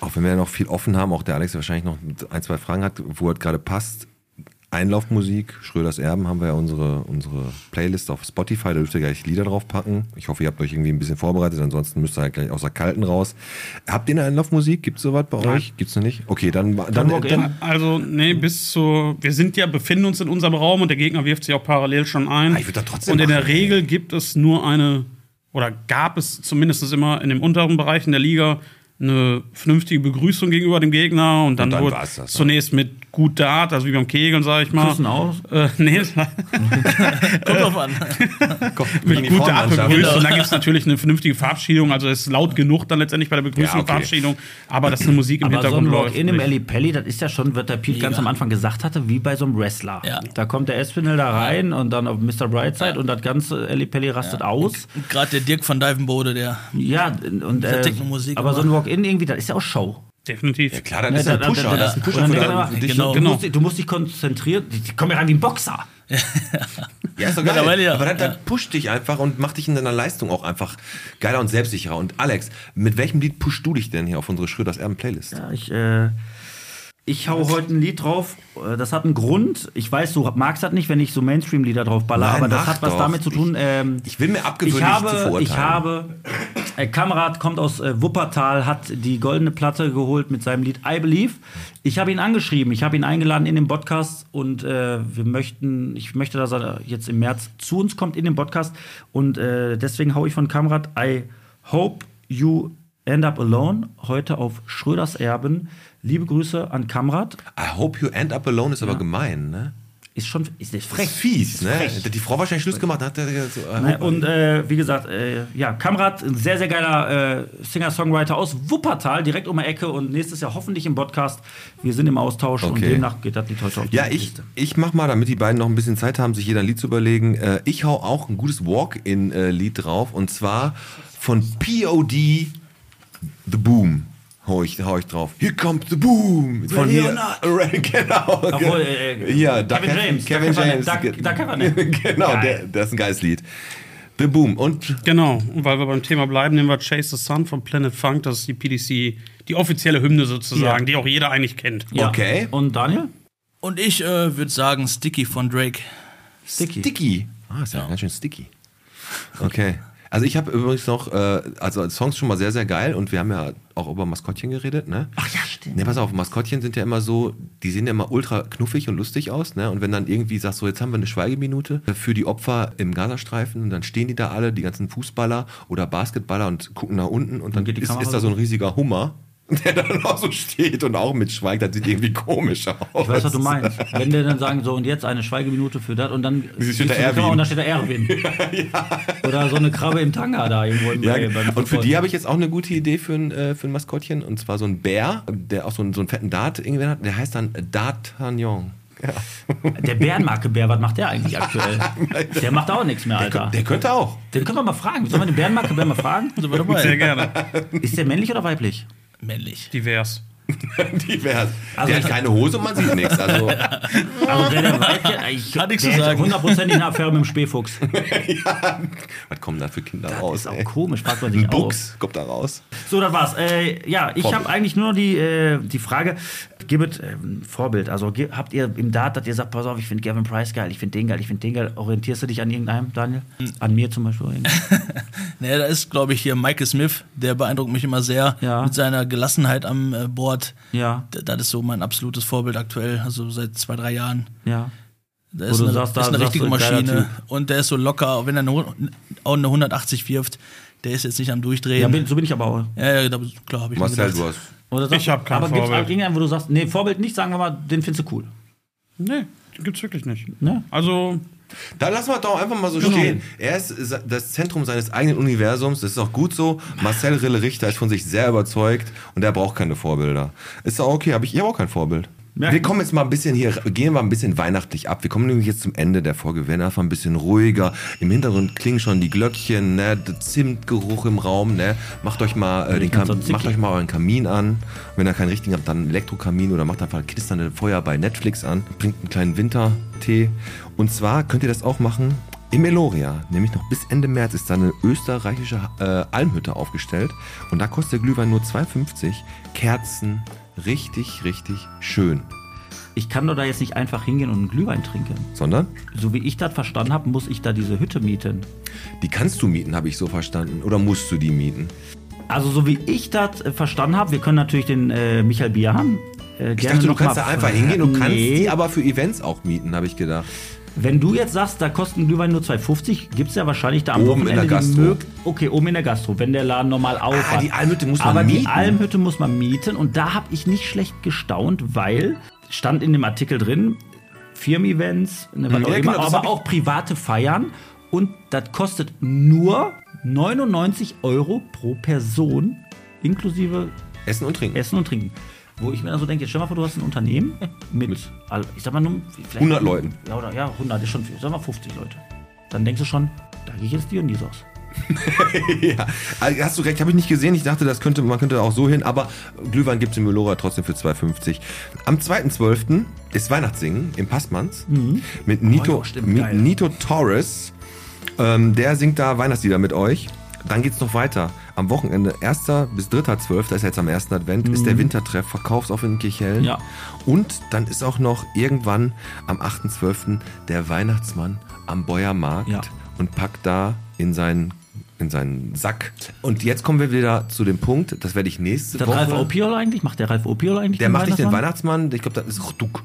Auch wenn wir noch viel offen haben, auch der Alex wahrscheinlich noch ein, zwei Fragen hat, wo halt gerade passt. Einlaufmusik, Schröders Erben haben wir ja unsere, unsere Playlist auf Spotify, da dürft ihr gleich Lieder drauf packen. Ich hoffe, ihr habt euch irgendwie ein bisschen vorbereitet, ansonsten müsst ihr halt gleich aus der Kalten raus. Habt ihr eine Einlaufmusik? Gibt es sowas bei euch? Gibt es noch nicht? Okay, dann, dann, dann,
Also, nee,
Hm.
bis zu. Wir sind ja, befinden uns in unserem Raum und der Gegner wirft sich auch parallel schon ein.
Ah, ich würd da trotzdem
und in der
machen,
Regel gibt es nur eine, oder gab es zumindest immer in den unteren Bereichen der Liga eine vernünftige Begrüßung gegenüber dem Gegner und dann,
dann
wurde
war's das, ne?
zunächst mit gut Dart, also wie beim Kegeln, sage ich mal.
Küssen auch?
Äh, nee,
Kommt drauf an.
mit guter Art
Uniformmannschaft.
begrüßt. Und dann gibt es natürlich eine vernünftige Verabschiedung. Also es ist laut genug dann letztendlich bei der Begrüßung
Ja,
und
okay.
Verabschiedung. Aber dass eine Musik im
Aber so ein
Hintergrund läuft.
Walk-In im
nicht.
Eli Pelli, das ist ja schon, was der Pete ganz am Anfang gesagt hatte, wie bei so einem Wrestler.
Ja.
Da kommt der Espinel da rein und dann auf Mr. Brightside und das ganze Eli Pelli rastet aus.
Gerade der Dirk von Divenbode, der
Ja, und
Diese
äh,
Techno-Musik
aber so ein
immer.
Walk-In irgendwie, das ist ja auch Show.
Definitiv.
Ja, klar, das ist
Ja,
ein
da- da-
Pusher.
da-
Das ist ein
und
Pusher
dann
für
denkt man
dein-
immer,
dich.
genau. du,
genau.
musst, dich- du musst dich konzentrieren, die, die kommen ja rein wie ein Boxer.
Ja, ist doch geil.
Mittlerweile ja.
Aber dann, dann
Ja.
pusht dich einfach und macht dich in deiner Leistung auch einfach geiler und selbstsicherer. Und Alex, mit welchem Lied pushst du dich denn hier auf unsere Schröders Erben-Playlist?
Ja, ich, äh, ich hau heute ein Lied drauf, äh, das hat einen Grund. Ich weiß, du magst das nicht, wenn ich so Mainstream-Lieder drauf baller,
Nein,
aber das
mach
hat was
doch.
damit zu tun. ähm,
Ich will mir abgewöhnen,
Ich
dich zu
habe,
verurteilen.
ich habe, äh, Kamerad kommt aus äh, Wuppertal, hat die goldene Platte geholt mit seinem Lied I Believe. Ich habe ihn angeschrieben, ich habe ihn eingeladen in den Podcast und äh, wir möchten, ich möchte, dass er jetzt im März zu uns kommt in den Podcast und äh, deswegen hau ich von Kamerad I hope you end up alone heute auf Schröders Erben. Liebe Grüße an Kamerad.
I hope you end up alone ist aber gemein, ne?
Ist schon, ist nicht frech.
Fies, ne? Hätte die Frau wahrscheinlich Schluss gemacht, dann hat er gesagt so, I
Ne,
hope-
Und äh, wie gesagt, äh, ja, Kamrat, ein sehr, sehr geiler äh, Singer-Songwriter aus Wuppertal, direkt um die Ecke und nächstes Jahr hoffentlich im Podcast. Wir sind im Austausch und
Okay.
demnach geht das nicht heute auf die
Ja, ich,
Liste.
ich mach mal, damit die beiden noch ein bisschen Zeit haben, sich jeder ein Lied zu überlegen. Äh, ich hau auch ein gutes Walk-In-Lied drauf und zwar von POD The Boom. Hau ich, hau ich drauf. Here comes the boom. Von
Ready or
hier.
not?
Ready, genau.
Obwohl, äh,
ja, Doug
Kevin
Hef-
James,
Kevin
Doug
James.
Heffernan, Doug- Doug Heffernan.
genau, der,
Geil.
das ist ein geiles Lied. The Boom. Und
Genau, und weil wir beim Thema bleiben, nehmen wir Chase the Sun von Planet Funk, das ist die PDC, die offizielle Hymne
Ja.
sozusagen, die auch jeder eigentlich kennt.
Ja.
okay.
Und Daniel?
Und ich äh, würde sagen Sticky von Drake.
Sticky. Ah, ist ja, ganz schön sticky. Okay. Also ich habe übrigens noch, äh, also als Songs schon mal sehr, sehr geil und wir haben ja auch über Maskottchen geredet, ne? Ach ja, stimmt. Ne, pass auf, Maskottchen sind ja immer so, die sehen ja immer ultra knuffig und lustig aus, ne? Und wenn dann irgendwie sagst, so jetzt haben wir eine Schweigeminute für die Opfer im Gazastreifen und dann stehen die da alle, die ganzen Fußballer oder Basketballer und gucken nach unten und dann
geht die
ist,
Kamera
ist da so ein riesiger Hummer. Der dann auch so steht und auch mitschweigt, das sieht irgendwie komisch aus.
Ich weiß, was du meinst. Wenn die dann sagen, so und jetzt eine Schweigeminute für das und dann
Wie sich
siehst du
hinter
die Kamera
Erwin.
und da steht der Erwin. Oder so eine Krabbe im Tanga da irgendwo im
Ja,
Mai beim
und für
Football.
die habe ich jetzt auch eine gute Idee für ein, äh, für ein Maskottchen. Und zwar so ein Bär, der auch so einen, so einen fetten Dart irgendwie hat. Der heißt dann D'Artagnan.
Der Bärenmarke-Bär, was macht der eigentlich aktuell? der macht auch nichts mehr, Alter.
Der könnte auch.
Den können wir mal fragen. Sollen wir den Bärenmarke-Bär mal fragen?
Sind wir dabei?
Sehr gerne.
Ist der männlich oder weiblich?
Männlich.
Divers.
Divers.
Also
der
ich-
hat keine Hose, man sieht nichts. Also,
Also der, der weibliche, ich
Hat nichts
der
zu
hätte
sagen.
hundertprozentig eine Affäre mit dem Spähfuchs.
was kommen da für Kinder raus?
Ist auch
Ey?
komisch, fragt man sich
Ein
auch.
Buchs kommt da raus.
So, das war's. Äh, ja, ich
Vorbild.
habe eigentlich nur noch die, äh, die Frage, gebet äh, ein Vorbild, also ge habt ihr im Dart, dass ihr sagt, pass auf, ich finde Gavin Price geil, ich finde den geil, ich finde den geil, orientierst du dich an irgendeinem, Daniel?
Hm.
An mir zum Beispiel?
Ne, da ist, glaube ich, hier Michael Smith, der beeindruckt mich immer sehr
Ja.
mit seiner Gelassenheit am äh, Board.
ja,
D- Das ist so mein absolutes Vorbild aktuell, also seit zwei, drei Jahren.
ja.
Der
Wo
ist
du
eine,
sagst, da
ist eine
sagst
richtige
du, geiler
Maschine und der ist so locker, wenn er eine, hun- auch eine 180 wirft, der ist jetzt nicht am Durchdrehen.
ja bin, so bin ich aber auch.
ja, ja, da- klar, habe ich mir
Marcel,
gedacht.
du hast.
Oder sagst
Ich
du-
hab kein
Aber gibt's
Vorbild.
auch irgendeinen, wo du sagst, nee, Vorbild nicht, sagen wir mal, den findest du cool.
Nee, gibt's wirklich nicht.
Ne?
Also,
Da lassen wir doch einfach mal
Genau.
so stehen. Er ist se- das Zentrum seines eigenen Universums. Das ist auch gut so. Marcel Rille Richter ist von sich sehr überzeugt und er braucht keine Vorbilder. Ist auch okay, hab ich, ich habe auch kein Vorbild.
Merken.
Wir kommen jetzt mal ein bisschen hier, gehen wir ein bisschen weihnachtlich ab. Wir kommen nämlich jetzt zum Ende der Folge. Wir werden einfach ein bisschen ruhiger. Im Hintergrund klingen schon die Glöckchen, ne? Der Zimtgeruch im Raum, ne? Macht euch mal, äh, den Kam
so ein Zickli.
macht euch mal euren Kamin an. Wenn ihr keinen richtigen habt, dann einen Elektrokamin oder macht einfach knisternde Feuer bei Netflix an. Bringt einen kleinen Wintertee. Und zwar könnt ihr das auch machen im Eloria. Nämlich noch bis Ende März ist da eine österreichische äh, Almhütte aufgestellt. Und da kostet der Glühwein nur 2,50. Kerzen. Richtig, richtig schön.
Ich kann doch da jetzt nicht einfach hingehen und einen Glühwein trinken.
Sondern
So wie ich das verstanden habe, muss ich da diese Hütte mieten.
die kannst du mieten, habe ich so verstanden. Oder musst du die mieten?
Also so wie ich das äh, verstanden habe, wir können natürlich den äh, Michael Bihan äh,
Ich dachte, du kannst da einfach hingehen und kannst
nee.
die aber für Events auch mieten, habe ich gedacht.
Wenn du jetzt sagst, da kostet ein Glühwein nur 2,50, gibt es ja wahrscheinlich da am
Oben in
Wochenende
der
die
Gastro.
Mög- Okay, oben in der Gastro, wenn der Laden normal auf
Ah,
hat.
die Almhütte muss man
Aber die
mieten.
Almhütte muss man mieten und da habe ich nicht schlecht gestaunt, weil stand in dem Artikel drin, Firmen-Events, ne, was
Ja,
auch
genau,
immer,
das hab
aber
ich-
auch private Feiern und das kostet nur 99 Euro pro Person inklusive
Essen und Trinken.
Essen und Trinken. Wo ich mir dann so denke, jetzt stell mal vor, du hast ein Unternehmen mit, all- ich sag mal, nur vielleicht
100 Leuten.
Ja, oder, ja, 100 ist schon viel, sag mal 50 Leute. Dann denkst du schon, da gehe ich ins Dionysos.
Ja, also hast du recht, habe ich nicht gesehen. Ich dachte, das könnte, man könnte auch so hin, aber Glühwein gibt es im Melora trotzdem für 2,50. Am 2.12. ist Weihnachtssingen im Passmanns mit, Nito,
Mhm. Oh, ja, stimmt,
mit
geil.
Nito Torres. Ähm, der singt da Weihnachtslieder mit euch. Dann geht's noch weiter. Am Wochenende 1. bis 3.12., das ist jetzt am ersten Advent, ist der Wintertreff, Verkaufsoff in Kirchhellen.
Mhm. Ja.
Und dann ist auch noch irgendwann am 8.12. der Weihnachtsmann am Bäuermarkt
Ja.
und packt da in seinen, in seinen Sack. Und jetzt kommen wir wieder zu dem Punkt, das werde ich nächste
Ist das Ralf oh,
Woche...
Opiol eigentlich? Macht der Ralf Opiol eigentlich
Der macht nicht den
Weihnachtsmann?
Weihnachtsmann, ich glaube, das ist Ruck.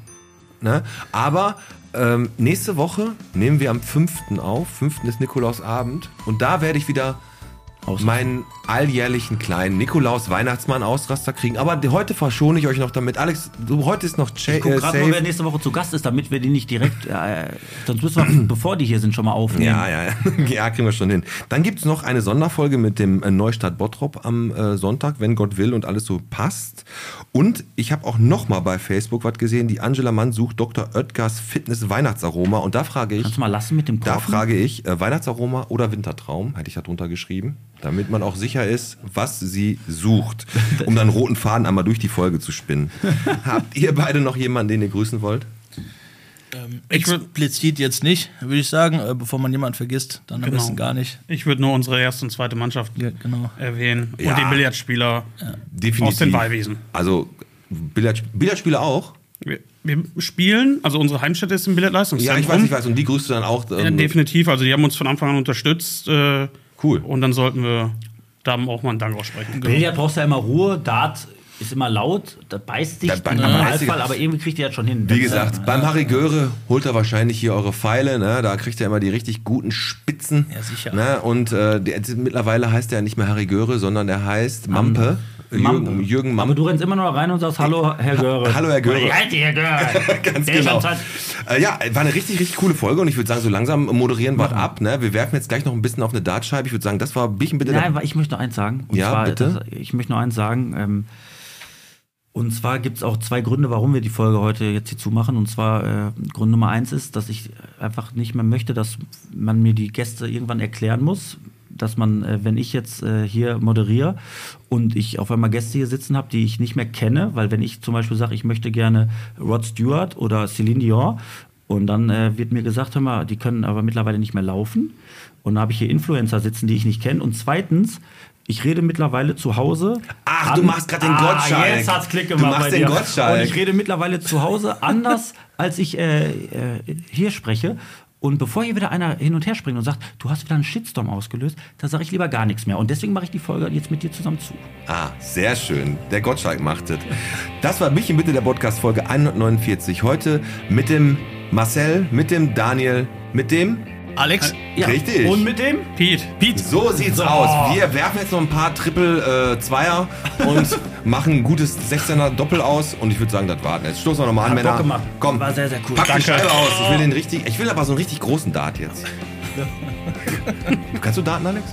Ne? Aber ähm, nächste Woche nehmen wir am 5. auf. 5. ist Nikolausabend. Und da werde ich wieder
Ausrasten.
meinen alljährlichen kleinen Nikolaus-Weihnachtsmann-Ausraster kriegen. Aber die- heute verschone ich euch noch damit. Alex, du, heute ist noch äh, Ch
Ich guck gerade nur, wer nächste Woche zu Gast ist, damit wir die nicht direkt, äh, sonst müssen wir, bevor die hier sind, schon mal aufnehmen.
Ja, ja, ja. ja, kriegen wir schon hin. Dann gibt's noch eine Sonderfolge mit dem äh, Neustadt Bottrop am äh, Sonntag, wenn Gott will und alles so passt. Und ich habe auch noch mal bei Facebook was gesehen, die Angela Mann sucht Dr. Oetkers Fitness Weihnachtsaroma. Und da frage ich,
Kannst du mal lassen mit dem
da
Kochen?
frage ich, äh, Weihnachtsaroma oder Wintertraum, hätte ich da drunter geschrieben, damit man auch sicher ist, was sie sucht, um dann roten Faden einmal durch die Folge zu spinnen. Habt ihr beide noch jemanden, den ihr grüßen wollt?
Ich würd-
Explizit jetzt nicht, würde ich sagen, äh, bevor man jemanden vergisst, dann am
Genau.
besten gar nicht.
ich würde nur unsere erste und zweite Mannschaft
Ja, genau.
erwähnen.
Ja.
Und die Billardspieler
Definitiv.
aus den Ballwiesen.
Also Billard, Billardspieler auch?
Wir, wir spielen, also unsere Heimstätte ist im
Ja,
Billettleistungszentrum.
ich weiß, ich weiß. Und die grüßt du dann auch.
Ja,
ähm,
definitiv. Also die haben uns von Anfang an unterstützt. Äh,
Cool.
Und dann sollten wir da auch mal einen Dank aussprechen.
Billard brauchst du ja immer Ruhe, Dart ist immer laut, da beißt dich
Da
im
beißt- da beißt
Normalfall,
dich.
aber irgendwie kriegt ihr das schon hin.
Wie gesagt, beim Harry Göre holt er wahrscheinlich hier eure Pfeile, ne? da kriegt er immer die richtig guten Spitzen.
Ja, sicher.
Ne? Und äh, der, mittlerweile heißt er nicht mehr Harry Göre, sondern er heißt Mampe. Jürgen, Jürgen
Aber
Mampe.
du rennst immer noch rein und sagst, hallo, Herr Göre.
Hallo, Herr Göre.
Ich halte, Herr Göre.
Ganz
Der ist
genau.
am Zeit.
Äh, ja, war eine richtig, richtig coole Folge und ich würde sagen, so langsam moderieren wir ab. Ne? Wir werfen jetzt gleich noch ein bisschen auf eine Dartscheibe. Ich würde sagen, das war Bierchen bitte.
Nein, ich möchte noch eins sagen. Und
Ja,
zwar,
bitte?
Das, ich möchte noch eins sagen. Ähm, und zwar gibt es auch zwei Gründe, warum wir die Folge heute jetzt hier zumachen. Und zwar äh, Grund Nummer eins ist, dass ich einfach nicht mehr möchte, dass man mir die Gäste irgendwann erklären muss, dass man, äh, wenn ich jetzt äh, hier moderiere und ich auf einmal Gäste hier sitzen habe, die ich nicht mehr kenne, weil wenn ich zum Beispiel sage, ich möchte gerne Rod Stewart oder Celine Dion und dann äh, wird mir gesagt, hör mal, die können aber mittlerweile nicht mehr laufen. Und dann habe ich hier Influencer sitzen, die ich nicht kenne. Und zweitens, ich rede mittlerweile zu Hause.
Ach, du machst grad den Gottschalk.
Ah, jetzt hat's Klick
Du
gemacht.
machst
bei
den
dir.
Gottschalk.
Und ich rede mittlerweile zu Hause anders, als ich äh, äh, hier spreche. Und bevor hier wieder einer hin und her springt und sagt, du hast wieder einen Shitstorm ausgelöst, da sage ich lieber gar nichts mehr. Und deswegen mache ich die Folge jetzt mit dir zusammen zu.
Ah, sehr schön. Der Gottschalk macht es. Das war Bierchen bitte der Podcast Folge 149. Heute mit dem Marcel, mit dem Daniel, mit dem.
Genau.
Alex,
Richtig.
Und mit Oh. dem?
Pete, Pete.
So sieht's aus. Wir werfen jetzt noch ein paar Triple äh, Zweier und machen ein gutes 16er Doppel aus. Und ich würde sagen, das warten. Jetzt stoßen wir nochmal an,
Hat
Männer.
Bock gemacht.
Komm,
War sehr, sehr cool. Oh.
pack die
Danke.
Scheibe aus. Ich will, den richtig, ich will aber so einen richtig großen Dart jetzt. Kannst du Darten, Alex?